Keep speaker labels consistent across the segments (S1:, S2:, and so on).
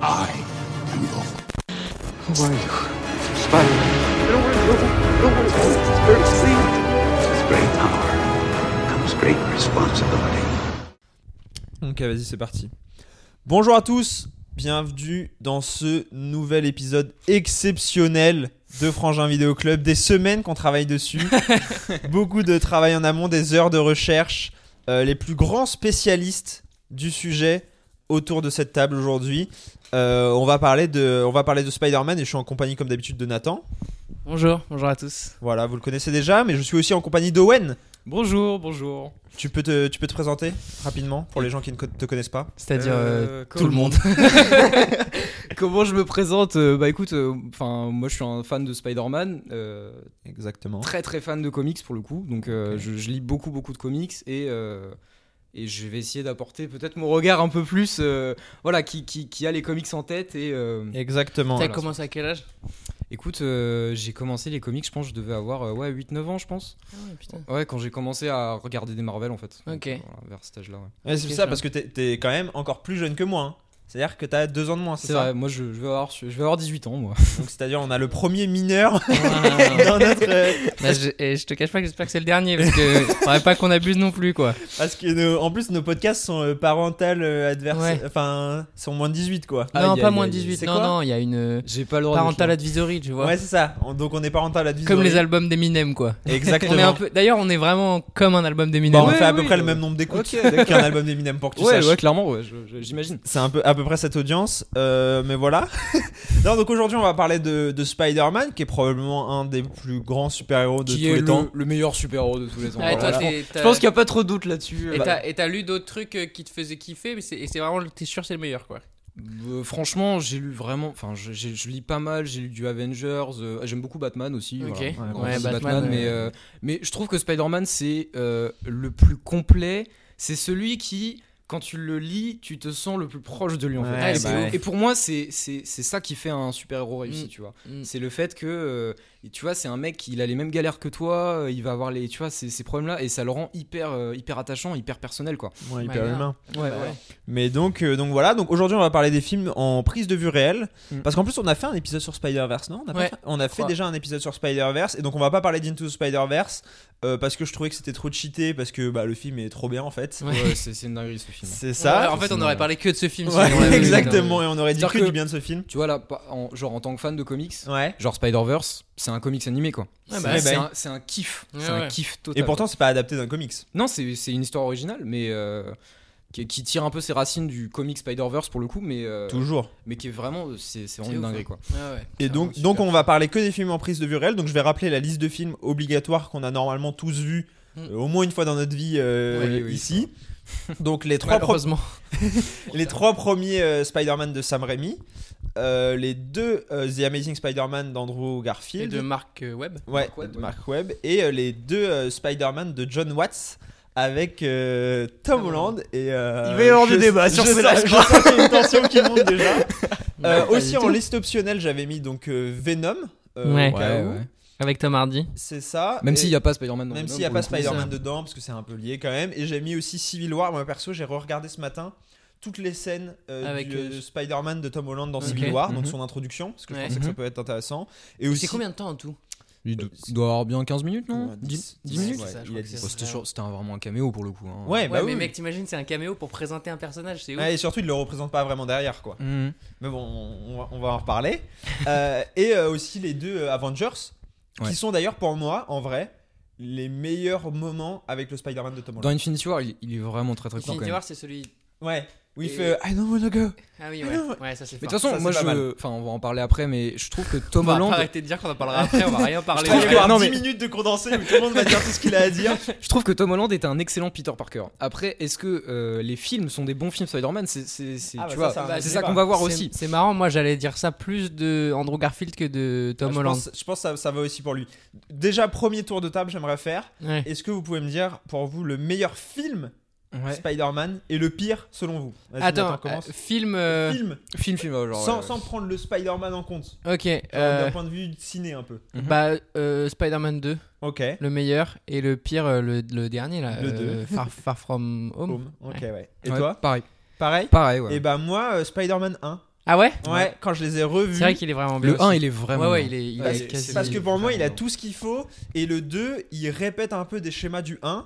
S1: I am your
S2: Who are you? Spider-Man.
S1: with great power comes great responsibility.
S3: Ok, vas-y, c'est parti. Bonjour à tous, bienvenue dans ce nouvel épisode exceptionnel de Frangin Vidéo Club. Des semaines qu'on travaille dessus, beaucoup de travail en amont, des heures de recherche. Euh, les plus grands spécialistes du sujet autour de cette table aujourd'hui. Euh, on va parler de, on va parler de Spider-Man et je suis en compagnie comme d'habitude de Nathan.
S4: Bonjour, bonjour à tous.
S3: Voilà, vous le connaissez déjà, mais je suis aussi en compagnie d'Owen.
S5: Bonjour, bonjour.
S3: Tu peux te, tu peux te présenter rapidement pour les gens qui ne co- te connaissent pas.
S4: C'est-à-dire
S5: Euh,
S4: euh, tout le monde.
S5: Comment je me présente Euh, Bah écoute, euh, enfin moi je suis un fan de Spider-Man, euh,
S3: Exactement.
S5: très très fan de comics pour le coup, donc euh, je, je lis beaucoup beaucoup de comics et euh, et je vais essayer d'apporter peut-être mon regard un peu plus, euh, voilà, qui, qui, qui a les comics en tête et euh,
S3: Exactement.
S4: T'as commencé à quel âge
S5: écoute, euh, j'ai commencé les comics, je pense, je devais avoir euh, ouais 8-9 ans, je pense.
S4: ouais, Ah, putain.
S5: Ouais, quand j'ai commencé à regarder des Marvel en fait.
S4: Ok.
S5: Donc, voilà, vers cet âge-là. ouais.
S3: Ouais, c'est
S4: Ok,
S3: ça,
S4: ça
S3: parce que t'es t'es quand même encore plus jeune que moi. hein. C'est-à-dire que t'as deux ans de moins, c'est
S5: C'est
S3: ça
S5: vrai, moi je, je vais avoir, je vais avoir 18 ans moi.
S3: Donc c'est-à-dire on a le premier mineur
S4: Ah.
S3: dans notre... euh,
S4: Bah, je, et je te cache pas que j'espère que c'est le dernier parce que faudrait pas qu'on abuse non plus quoi.
S3: parce que nos- en plus nos podcasts sont euh, parental euh, adverse...
S4: Ouais.
S3: Enfin, sont moins de 18 quoi.
S5: Aïe,
S4: non,
S5: aïe,
S4: pas
S5: aïe,
S4: moins
S5: aïe.
S4: de 18.
S3: C'est
S4: Non,
S3: quoi
S4: non, il y a une euh,
S5: J'ai pas le droit de
S4: parental advisory, tu vois.
S3: Ouais, c'est ça. On- donc on est parental advisory.
S4: comme les albums d'Eminem quoi.
S3: Exactement.
S4: On est un peu. D'ailleurs, on est vraiment comme un album
S3: Bah,
S4: d'Eminem.
S3: on
S5: Ouais,
S3: fait à peu
S5: oui,
S3: près le
S5: euh,
S3: même nombre d'écoutes
S5: Ok, d'accord.
S3: qu'un album d'Eminem pour que tu
S5: ouais,
S3: saches.
S5: ouais, clairement, ouais, je- je- j'imagine.
S3: C'est un peu, à peu près cette audience, euh, mais voilà. non, donc aujourd'hui on va parler de, de Spider-Man, qui est probablement un des plus grands super-héros de
S5: qui
S3: tous
S5: est
S3: les
S5: le,
S3: temps.
S5: le meilleur super-héros de tous les temps.
S4: Ah, et toi,
S3: Voilà.
S4: t'es- t'as-
S5: Je pense qu'il n'y a pas trop de doute là-dessus.
S4: et
S5: Euh,
S4: t'as- Et t'as lu d'autres trucs euh, qui te faisaient kiffer, mais c'est et c'est vraiment, t'es sûr, c'est le meilleur quoi.
S5: euh, franchement, j'ai lu vraiment. Enfin, je, j'ai- je lis pas mal. J'ai lu du Avengers. euh, J'aime beaucoup Batman aussi.
S4: Ok.
S5: voilà.
S4: Ouais,
S5: Grand
S4: ouais,
S5: fan de
S4: Batman, ouais.
S5: mais, euh, mais je trouve que Spider-Man, c'est euh, le plus complet. C'est celui qui. Quand tu le lis, tu te sens le plus proche de lui en fait.
S3: Ouais,
S5: et,
S3: bah
S5: pour-
S3: ouais.
S5: et pour moi, c'est c'est- c'est ça qui fait un super-héros réussi,
S4: Mm.
S5: tu vois.
S4: Mm.
S5: C'est le fait que, euh, tu vois, c'est un mec, il a les mêmes galères que toi, euh, il va avoir les, tu vois, ces, ces problèmes-là, et ça le rend hyper, euh, hyper attachant, hyper personnel, quoi.
S3: Ouais,
S4: Bah,
S3: hyper
S4: là.
S3: humain.
S5: Ouais,
S4: Bah, ouais.
S3: Mais donc, euh, donc voilà, donc aujourd'hui on va parler des films en prise de vue réelle.
S5: Mm.
S3: Parce qu'en plus on a fait un épisode sur Spider-Verse, non on a, pas
S4: Ouais,
S3: fait, on a fait
S4: crois.
S3: déjà un épisode sur Spider-Verse, et donc on va pas parler d'Into the Spider-Verse, euh, parce que je trouvais que c'était trop cheaté, parce que bah, le film est trop bien en fait.
S4: Ouais.
S5: Ouais, c'est c'est une dinguerie ce film.
S3: C'est
S4: Ouais,
S3: ça.
S4: en fait, on aurait parlé que de ce film.
S3: Ouais,
S4: sinon, on l'avait vu,
S3: exactement, et on aurait dit
S5: C'est-à-dire
S3: que
S5: que-
S3: du bien de ce film.
S5: Tu vois, là, pas- en- genre en tant que fan de comics,
S3: Ouais.
S5: genre Spider-Verse, c'est un comics animé, quoi.
S4: Ouais,
S5: C'est-
S4: bah,
S5: c'est
S3: ouais.
S5: un, c'est un kiff,
S4: Ouais,
S5: c'est un
S4: ouais.
S5: kiff total.
S3: Et pourtant c'est pas adapté d'un comics.
S5: Non, c'est c'est une histoire originale, mais. euh, qui, qui tire un peu ses racines du comic Spider-Verse pour le coup, mais, euh,
S3: Toujours.
S5: mais qui est vraiment, c'est c'est
S4: C'est
S5: vraiment une
S4: ouf,
S5: dinguerie,
S4: hein.
S5: quoi.
S4: Ouais, ouais.
S3: Et donc,
S5: Clairement,
S3: donc on va parler que des films en prise de vue réelle. Donc je vais rappeler la liste de films obligatoires qu'on a normalement tous vus
S4: Mm.
S3: euh, au moins une fois dans notre vie euh,
S5: Oui, oui.
S3: ici. Donc les trois pro-
S4: Malheureusement.
S3: Les trois premiers euh, Spider-Man de Sam Raimi, euh, les deux euh, The Amazing Spider-Man d'Andrew
S4: Et
S3: Garfield,
S4: de Marc euh, Webb.
S3: ouais,
S5: Mark Webb,
S3: de
S5: ouais.
S3: Mark Webb, et euh, les deux euh, Spider-Man de John Watts avec euh, Tom
S4: Tom
S3: Holland et euh,
S5: Il va y avoir
S3: je-
S5: du débat sur
S3: je
S5: celle-là,
S3: sens-
S5: je
S3: je sens qu'il y a une tension qui monte déjà. Euh,
S4: Ouais, pas
S3: aussi
S4: du
S3: en
S4: tout.
S3: liste optionnelle, j'avais mis donc euh, Venom. euh,
S4: Ouais.
S3: au cas où.
S4: Avec Tom Hardy.
S3: C'est ça.
S5: Même
S3: Et-
S5: s'il n'y a pas Spider-Man dans
S3: même
S5: le
S3: s'il n'y a
S5: pour le
S3: pas
S5: coup,
S3: Spider-Man dedans, parce que c'est un peu lié quand même. Et j'ai mis aussi Civil War. Moi, perso, j'ai re-regardé ce matin toutes les scènes euh,
S4: Avec,
S3: du,
S4: euh,
S3: de Spider-Man de Tom Holland dans
S4: Ok.
S3: Civil War, donc
S5: Mhm.
S3: son introduction, parce que je
S4: Ouais.
S3: pensais que ça
S5: Mhm.
S3: peut être intéressant. Et aussi.
S4: C'est combien de temps en tout
S5: Il doit, il doit avoir bien 15 minutes, non
S3: Euh, Ouais,
S5: 10,
S3: 10,
S5: minutes
S3: ouais,
S4: C'est ça, je
S3: il a
S4: crois que
S3: dit
S4: c'est
S3: ça.
S5: Bon, C'était sûr- c'était un- vraiment un caméo pour le coup. hein.
S3: Ouais, bah
S4: ouais,
S3: oui.
S4: mais mec, t'imagines, c'est un caméo pour présenter un personnage, c'est ouf.
S3: Ouais, et surtout, il le représente pas vraiment derrière, quoi.
S5: Mhm.
S3: Mais bon, on va, on va en reparler. Euh, et euh, aussi les deux euh, Avengers,
S5: Ouais.
S3: qui sont d'ailleurs pour moi, en vrai, les meilleurs moments avec le Spider-Man de Tom
S5: Dans
S3: Holland.
S5: Infinity War, il, il est vraiment très très cool. quand
S4: Infinity
S5: même.
S4: War, c'est celui.
S3: Ouais, où il
S4: Et-
S3: fait euh, I don't wanna go.
S4: Ah oui,
S3: Mais
S4: ouais.
S3: non,
S4: Ouais, ça c'est
S5: Mais de
S4: fort.
S5: toute façon,
S3: Ça,
S5: moi
S3: c'est pas
S5: je. Enfin, on va en parler après, mais je trouve que Tom
S4: on va pas
S5: Holland.
S4: arrêter de dire qu'on en parlera après, on va rien parler.
S3: Il va y
S4: après.
S3: avoir
S5: non,
S3: 10
S5: mais-
S3: minutes de condensé où tout le monde va dire tout ce qu'il a à dire.
S5: Je trouve que Tom Holland est un excellent Peter Parker. Après, est-ce que euh, les films sont des bons films Spider-Man C'est c'est- c'est-
S3: Ah, bah,
S5: tu
S3: ça,
S5: vois,
S3: c'est un
S5: c'est
S3: débat.
S5: ça qu'on va voir
S4: C'est-
S5: aussi.
S4: C'est marrant, moi j'allais dire ça plus de Andrew Garfield que de Tom
S3: Ah, je
S4: Holland.
S3: Pense, je pense que ça, ça va aussi pour lui. Déjà, premier tour de table, j'aimerais faire.
S4: Ouais.
S3: Est-ce que vous pouvez me dire, pour vous, le meilleur film
S5: Ouais.
S3: Spider-Man et le pire selon vous Vas-y,
S4: Attends,
S3: Nathan, commence.
S4: euh, film. euh,
S3: film,
S5: Film, film, ouais, genre. euh,
S3: sans,
S5: ouais.
S3: sans prendre le Spider-Man en compte.
S4: Ok,
S3: Genre,
S4: euh,
S3: D'un point de vue de ciné, un peu.
S5: Mhm.
S4: bah euh, Spider-Man 2,
S3: Ok.
S4: le meilleur, et le pire, euh, le, le dernier là.
S3: Le
S4: euh, Far, Far From Home.
S3: Home. Ok, ouais. Et
S5: Ouais,
S3: toi
S5: Pareil.
S3: Pareil
S5: Pareil, ouais.
S3: Et bah, moi, euh, Spider-Man 1.
S4: Ah ouais
S3: Ouais, quand je les ai revus.
S4: C'est vrai qu'il est vraiment bleu.
S5: Le 1, il est vraiment.
S4: Ouais, ouais, il est, il
S5: Parce-
S4: est quasi.
S3: Parce que pour moi, il a
S5: Vraiment.
S3: tout ce qu'il faut. Et le 2, il répète un peu des schémas du 1.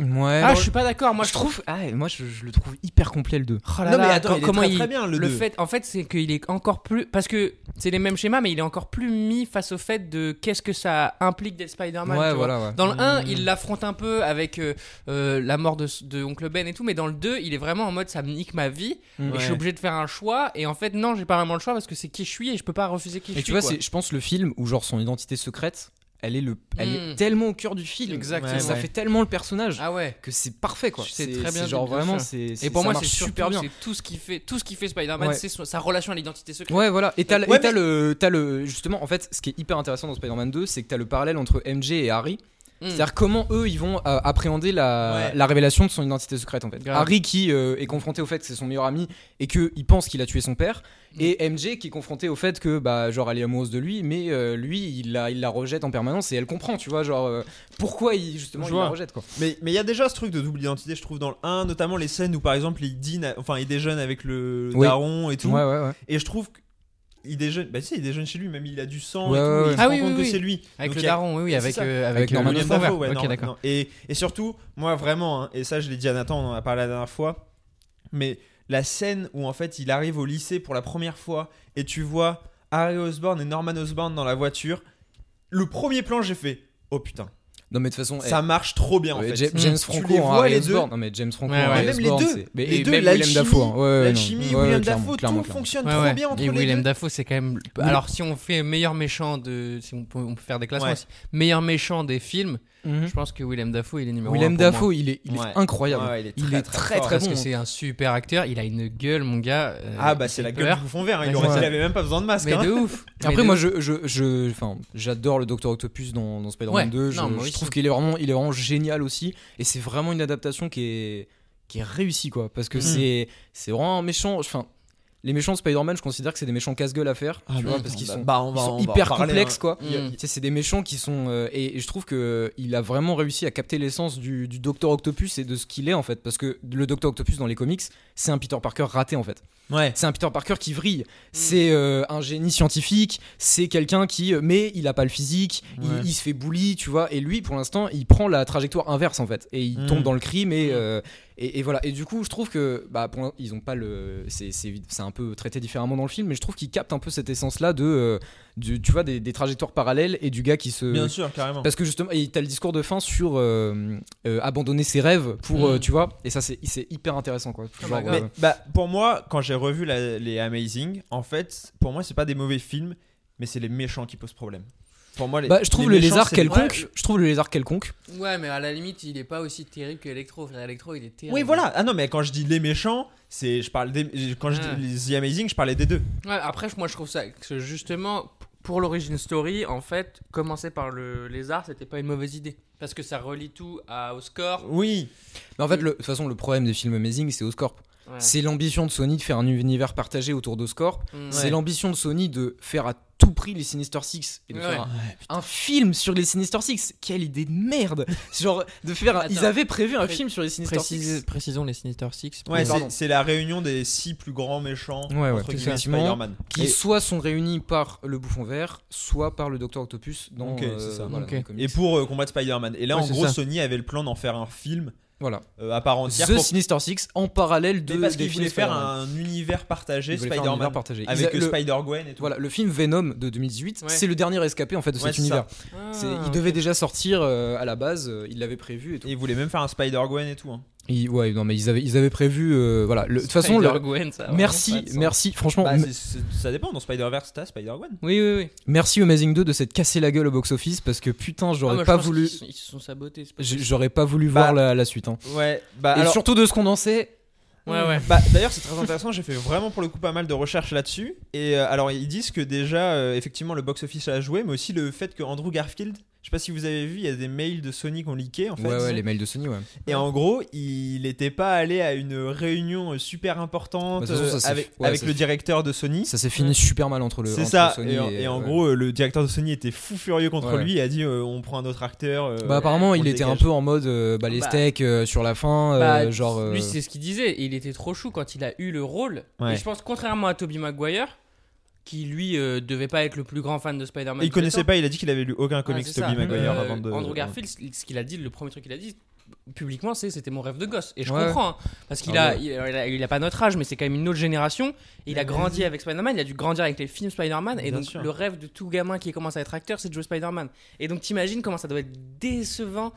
S5: Ouais.
S4: Ah, je suis pas d'accord. Moi,
S5: Moi je trouve, ah, et moi je, je le trouve hyper complet le 2.
S4: Oh là
S3: non, mais
S4: là,
S3: attends,
S4: co-
S3: il est
S4: comment
S3: très,
S4: il-
S3: très bien, le
S4: le,
S3: 2.
S4: fait, en fait, c'est qu'il est encore plus, parce que c'est les mêmes schémas, mais il est encore plus mis face au fait de qu'est-ce que ça implique d'être Spider-Man.
S5: ouais,
S4: tu vois.
S5: voilà, ouais.
S4: Dans le 1,
S3: Mm.
S4: il l'affronte un peu avec euh, euh, la mort de, de Oncle Ben et tout, mais dans le 2, il est vraiment en mode ça me nique ma vie,
S5: Mmh.
S4: et je suis obligé de faire un choix, et en fait, non, j'ai pas vraiment le choix parce que c'est qui je suis et je peux pas refuser qui je
S5: Et
S4: suis.
S5: tu vois,
S4: quoi.
S5: c'est, je pense, le film où genre son identité secrète, elle est, le, elle
S4: Mm.
S5: est tellement au cœur du film.
S4: Exactement.
S5: Et Ça
S3: Ouais.
S5: fait tellement le personnage
S4: Ah ouais.
S5: que c'est parfait quoi.
S4: C'est très bien
S5: genre
S4: dit, bien
S5: vraiment,
S4: sûr.
S5: c'est, c'est-
S4: Et pour
S5: ça
S4: moi, c'est
S5: marche super bien.
S4: C'est tout ce qui fait, tout ce qui fait Spider-Man,
S5: Ouais.
S4: c'est son- sa relation à l'identité secrète.
S5: Ouais, voilà. Et t'as le-
S3: Ouais,
S5: et t'as le, t'as le, justement, en fait, ce qui est hyper intéressant dans Spider-Man 2, c'est que t'as le parallèle entre MJ et Harry.
S4: Mm.
S5: C'est-à-dire comment eux ils vont euh, appréhender la,
S3: Hmm. Ouais.
S5: la révélation de son identité secrète en fait.
S4: Grave.
S5: Harry qui euh, est confronté au fait que c'est son meilleur ami et qu'il pense qu'il a tué son père
S3: Hmm.
S5: et MJ qui est confronté au fait que bah genre elle est amoureuse de lui mais euh, lui il la, il la rejette en permanence et elle comprend tu vois genre euh, pourquoi il justement
S3: Je
S5: il la
S3: vois.
S5: rejette quoi.
S3: Mais mais il y a déjà ce truc de double identité, je trouve, dans le 1, notamment les scènes où par exemple il dîne, à- enfin il déjeune avec le
S5: Oui.
S3: daron et tout.
S5: Ouais ouais ouais.
S3: Et je trouve qu'il déjeune, bah si, il déjeune chez lui, même il a du sang
S5: Ouais,
S3: et tout,
S5: ouais,
S3: et
S5: ouais.
S3: il se
S4: Ah
S3: rend
S4: oui,
S3: compte
S4: oui,
S3: que
S4: oui.
S3: c'est lui.
S4: Avec
S3: Donc,
S4: le
S3: il y a-
S4: daron, oui, oui,
S3: c'est
S4: avec,
S3: ça.
S4: euh,
S5: Avec
S4: avec,
S5: Norman
S4: Norman
S3: William Dafoe, ouais,
S4: ok,
S3: non,
S4: d'accord.
S3: non. Et, et surtout, moi vraiment, hein, et ça je l'ai dit à Nathan, on en a parlé la dernière fois, mais la scène où en fait il arrive au lycée pour la première fois et tu vois Harry Osborn et Norman Osborn dans la voiture, le premier plan j'ai fait, oh putain,
S5: Non mais de toute façon
S3: ça marche trop bien
S5: eh,
S3: en
S5: Ja-
S3: fait.
S5: James
S4: Mm.
S5: Franco
S3: Tu les
S5: en
S3: vois,
S5: Harry
S3: les
S5: Osborn. Non mais James Franco
S4: Ouais,
S5: en
S4: ouais.
S5: Harry
S3: Même les
S5: Osborn,
S3: deux.
S5: c'est- mais-
S3: Les
S5: et
S3: deux,
S5: même William
S3: l'alchimie,
S5: Dafoe. hein. Ouais, ouais,
S3: La
S5: non.
S3: chimie,
S5: Ouais, ouais,
S3: William
S5: clairement,
S3: Dafoe,
S5: clairement,
S3: tout
S5: clairement.
S3: fonctionne
S4: Ouais,
S3: trop
S4: ouais.
S3: bien entre
S4: et
S3: les
S4: Willem
S3: deux. Mm.
S4: Dafoe c'est quand même alors si on fait meilleur méchant de si on peut, on peut faire des classements
S3: Ouais. Mm.
S4: aussi. meilleur méchant des films
S5: Mhm.
S4: je pense que Willem Dafoe il est numéro
S5: Willem
S4: un pour moi.
S5: Dafoe, il est, il est
S3: Ouais.
S5: incroyable.
S3: Ouais, il est
S5: il
S3: très,
S5: est
S3: très
S5: très
S3: fort.
S5: très
S4: parce
S5: bon.
S4: que c'est un super acteur il a une gueule mon gars euh,
S3: Ah bah
S4: il
S3: c'est
S4: fait
S3: la gueule
S4: peur.
S3: du bouffon vert, hein, il,
S4: Ouais,
S3: aurait,
S5: ouais.
S3: il avait même pas besoin de masque.
S4: mais
S3: hein.
S4: de ouf Mais
S5: Après
S4: de
S5: moi
S4: ouf.
S5: je je je enfin j'adore le Docteur Octopus dans, dans Spider-Man
S4: Ouais,
S5: 2, je,
S4: non, moi
S5: je
S4: aussi.
S5: trouve qu'il est vraiment il est vraiment génial aussi et c'est vraiment une adaptation qui est qui est réussie quoi parce que
S3: Mm.
S5: c'est c'est vraiment un méchant enfin les méchants de Spider-Man, je considère que c'est des méchants casse-gueule à faire, tu vois, parce qu'ils sont,
S3: Bah, on
S5: ils
S3: va-
S5: sont
S3: on va en
S5: hyper
S3: parler,
S5: complexes
S3: hein.
S5: quoi.
S4: Mm.
S5: Tu sais, C'est des méchants qui sont euh, et, et je trouve que euh, il a vraiment réussi à capter l'essence du, du Docteur Octopus et de ce qu'il est en fait, parce que le Docteur Octopus dans les comics, c'est un Peter Parker raté en fait.
S3: hein. Ouais.
S5: C'est un Peter Parker qui
S3: Mm.
S5: vrille. C'est euh, un génie scientifique. C'est quelqu'un qui. euh, Mais il a pas le physique. il-
S3: Ouais.
S5: Il, se fait bully, tu vois. Et lui, pour l'instant, il prend la trajectoire inverse, en fait. Et il
S3: Mm.
S5: tombe dans le crime. Et, euh, et, et voilà. Et du coup, je trouve que. Bah, pour l'in- ils ont pas le. C'est c'est- c'est un peu traité différemment dans le film. Mais je trouve qu'ils captent un peu cette essence-là de. euh, du- tu vois, des, des trajectoires parallèles et du gars qui se.
S3: Bien sûr, carrément.
S5: Parce que justement, et t'as le discours de fin sur euh, euh, abandonner ses rêves pour,
S4: Mm.
S5: euh, tu vois, et ça c'est c'est hyper intéressant quoi.
S4: Oh my God.
S5: euh,
S3: Mais, bah, pour moi, quand j'ai revu la- les Amazing, en fait, pour moi, c'est pas des mauvais films, mais c'est les méchants qui posent problème. Pour moi, les,
S5: Bah, je trouve
S3: les
S5: le
S3: méchants,
S5: lézard
S3: c'est les-
S5: quelconque.
S4: Ouais,
S5: Je trouve le lézard quelconque.
S4: ouais mais à la limite il est pas aussi terrible que Electro frère Electro il est terrible
S3: Oui, voilà. Ah non, mais quand je dis les méchants, c'est je parle des quand je
S4: Ah.
S3: dis les Amazing, je parlais des deux.
S4: Ouais, après, moi, je trouve ça que justement, pour l'origin story, en fait, commencer par le lézard, c'était pas une mauvaise idée. Parce que ça relie tout à, au score.
S3: Oui.
S5: Mais en fait, le- de toute façon, le problème des films Amazing, c'est Oscorp.
S4: Ouais.
S5: C'est l'ambition de Sony de faire un univers partagé autour d'Oscorp.
S4: Mm.
S5: C'est l'ambition de Sony de faire à tout prix les Sinister Six et de
S4: Ouais.
S5: faire un, un film sur les Sinister Six. Quelle idée de merde C'est Genre de faire. un-
S4: Attends.
S5: ils avaient prévu un
S4: Pré-
S5: film sur les Sinister
S4: Précise-
S5: Six.
S4: précisons les Sinister Six.
S3: Ouais,
S5: Oui,
S3: c'est-
S5: pardon.
S3: c'est la réunion des six plus grands méchants
S5: Ouais, ouais,
S3: entre guillemets,
S5: effectivement.
S3: Spider-Man.
S5: Qui
S3: Et-
S5: soit sont réunis par le Bouffon Vert, soit par le Docteur Octopus dans,
S3: Ok,
S5: euh,
S3: c'est ça.
S5: voilà,
S4: Ok.
S5: dans les
S3: Et
S5: comics.
S3: pour euh, combattre Spider-Man. Et là,
S5: Ouais,
S3: en
S5: c'est
S3: gros,
S5: ça.
S3: Sony avait le plan d'en faire un film
S5: Voilà.
S3: euh, à part entière.
S5: The
S3: pour-
S5: Sinister Six en parallèle de.
S3: Mais parce
S5: des
S3: qu'ils voulaient
S5: films
S3: faire
S5: Spider-Man.
S3: un univers partagé
S5: Ils voulaient faire un univers
S3: Spider-Man
S5: partagé. Ils a-
S3: avec euh,
S5: le-
S3: Spider-Gwen et tout.
S5: Voilà, le film Venom de 2018,
S4: Ouais.
S5: c'est le dernier escapé en fait de
S3: Ouais,
S5: cet
S3: c'est ça. Ah,
S5: univers.
S4: Ah,
S5: C'est- il devait déjà sortir euh, à la base, euh, il l'avait prévu et tout.
S3: Et ils voulaient même faire un Spider-Gwen et tout. hein.
S5: Il- ouais, non mais ils avaient, ils avaient prévu, euh, voilà. le- De toute façon, le- merci, merci, franchement,
S3: Bah,
S5: me-
S3: c'est- c'est- ça dépend. Dans Spider-Verse, t'as Spider-Gwen.
S4: Oui, oui, oui.
S5: merci Amazing 2 de s'être cassé la gueule au box-office parce que
S3: Ah,
S5: putain,
S4: Ah,
S5: j'aurais pas voulu,
S4: Ils, se sont sabotés. c'est pas-
S5: j'- j'aurais pas voulu
S3: Bah,
S5: voir la, la suite. hein.
S3: Ouais, bah
S5: et
S3: alors.
S5: surtout de ce qu'on en sait.
S4: Ouais, ouais.
S3: Bah, D'ailleurs, c'est très intéressant. J'ai fait vraiment pour le coup pas mal de recherches là-dessus. Et euh, alors, ils disent que déjà, euh, effectivement, le box-office a joué, mais aussi le fait que Andrew Garfield Je sais pas si vous avez vu, il y a des mails de Sony qu'on leakait en fait.
S5: ouais, ouais, les mails de Sony, ouais.
S3: Et en gros, il n'était pas allé à une réunion euh, super importante
S5: Bah, de toute façon,
S3: euh,
S5: ça, c'est-
S3: avec,
S5: ouais,
S3: avec
S5: ça,
S3: le
S5: c'est-
S3: directeur de Sony.
S5: Ça s'est fini super mal entre le.
S3: C'est
S5: entre
S3: ça.
S5: Sony
S3: et, en- et en
S5: ouais.
S3: gros, euh, le directeur de Sony était fou furieux contre
S5: Ouais, ouais.
S3: lui et a dit euh, on prend un autre acteur. euh,
S5: Bah, apparemment,
S3: on
S5: il
S3: le
S5: était un
S3: dégage.
S5: peu en mode euh, bah, les
S4: Bah,
S5: steaks euh, sur la fin, euh,
S4: Bah,
S5: genre. euh,
S4: Lui, c'est ce qu'il disait. Il était trop chou quand il a eu le rôle.
S3: Ouais.
S4: Et je pense, contrairement à Tobey Maguire, qui lui euh, devait pas être le plus grand fan de Spider-Man.
S3: Et il
S4: de tous les
S3: connaissait
S4: temps.
S3: pas, il a dit qu'il avait lu aucun
S4: Ah,
S3: comics
S4: c'est
S3: Tobey
S4: ça.
S3: Maguire
S4: Euh,
S3: avant de.
S4: Andrew Garfield, ce qu'il a dit, le premier truc qu'il a dit publiquement, c'est c'était mon rêve de gosse. Et je
S5: Ouais.
S4: comprends, hein, parce qu'il
S5: Ah
S4: a, il, il a, il a pas notre âge, mais c'est quand même une autre génération. Et il a grandi avec Spider-Man, il a dû grandir avec les films Spider-Man. Et
S3: Bien
S4: donc,
S3: sûr.
S4: le rêve de tout gamin qui commence à être acteur, c'est de jouer Spider-Man. Et donc, t'imagines comment ça doit être décevant.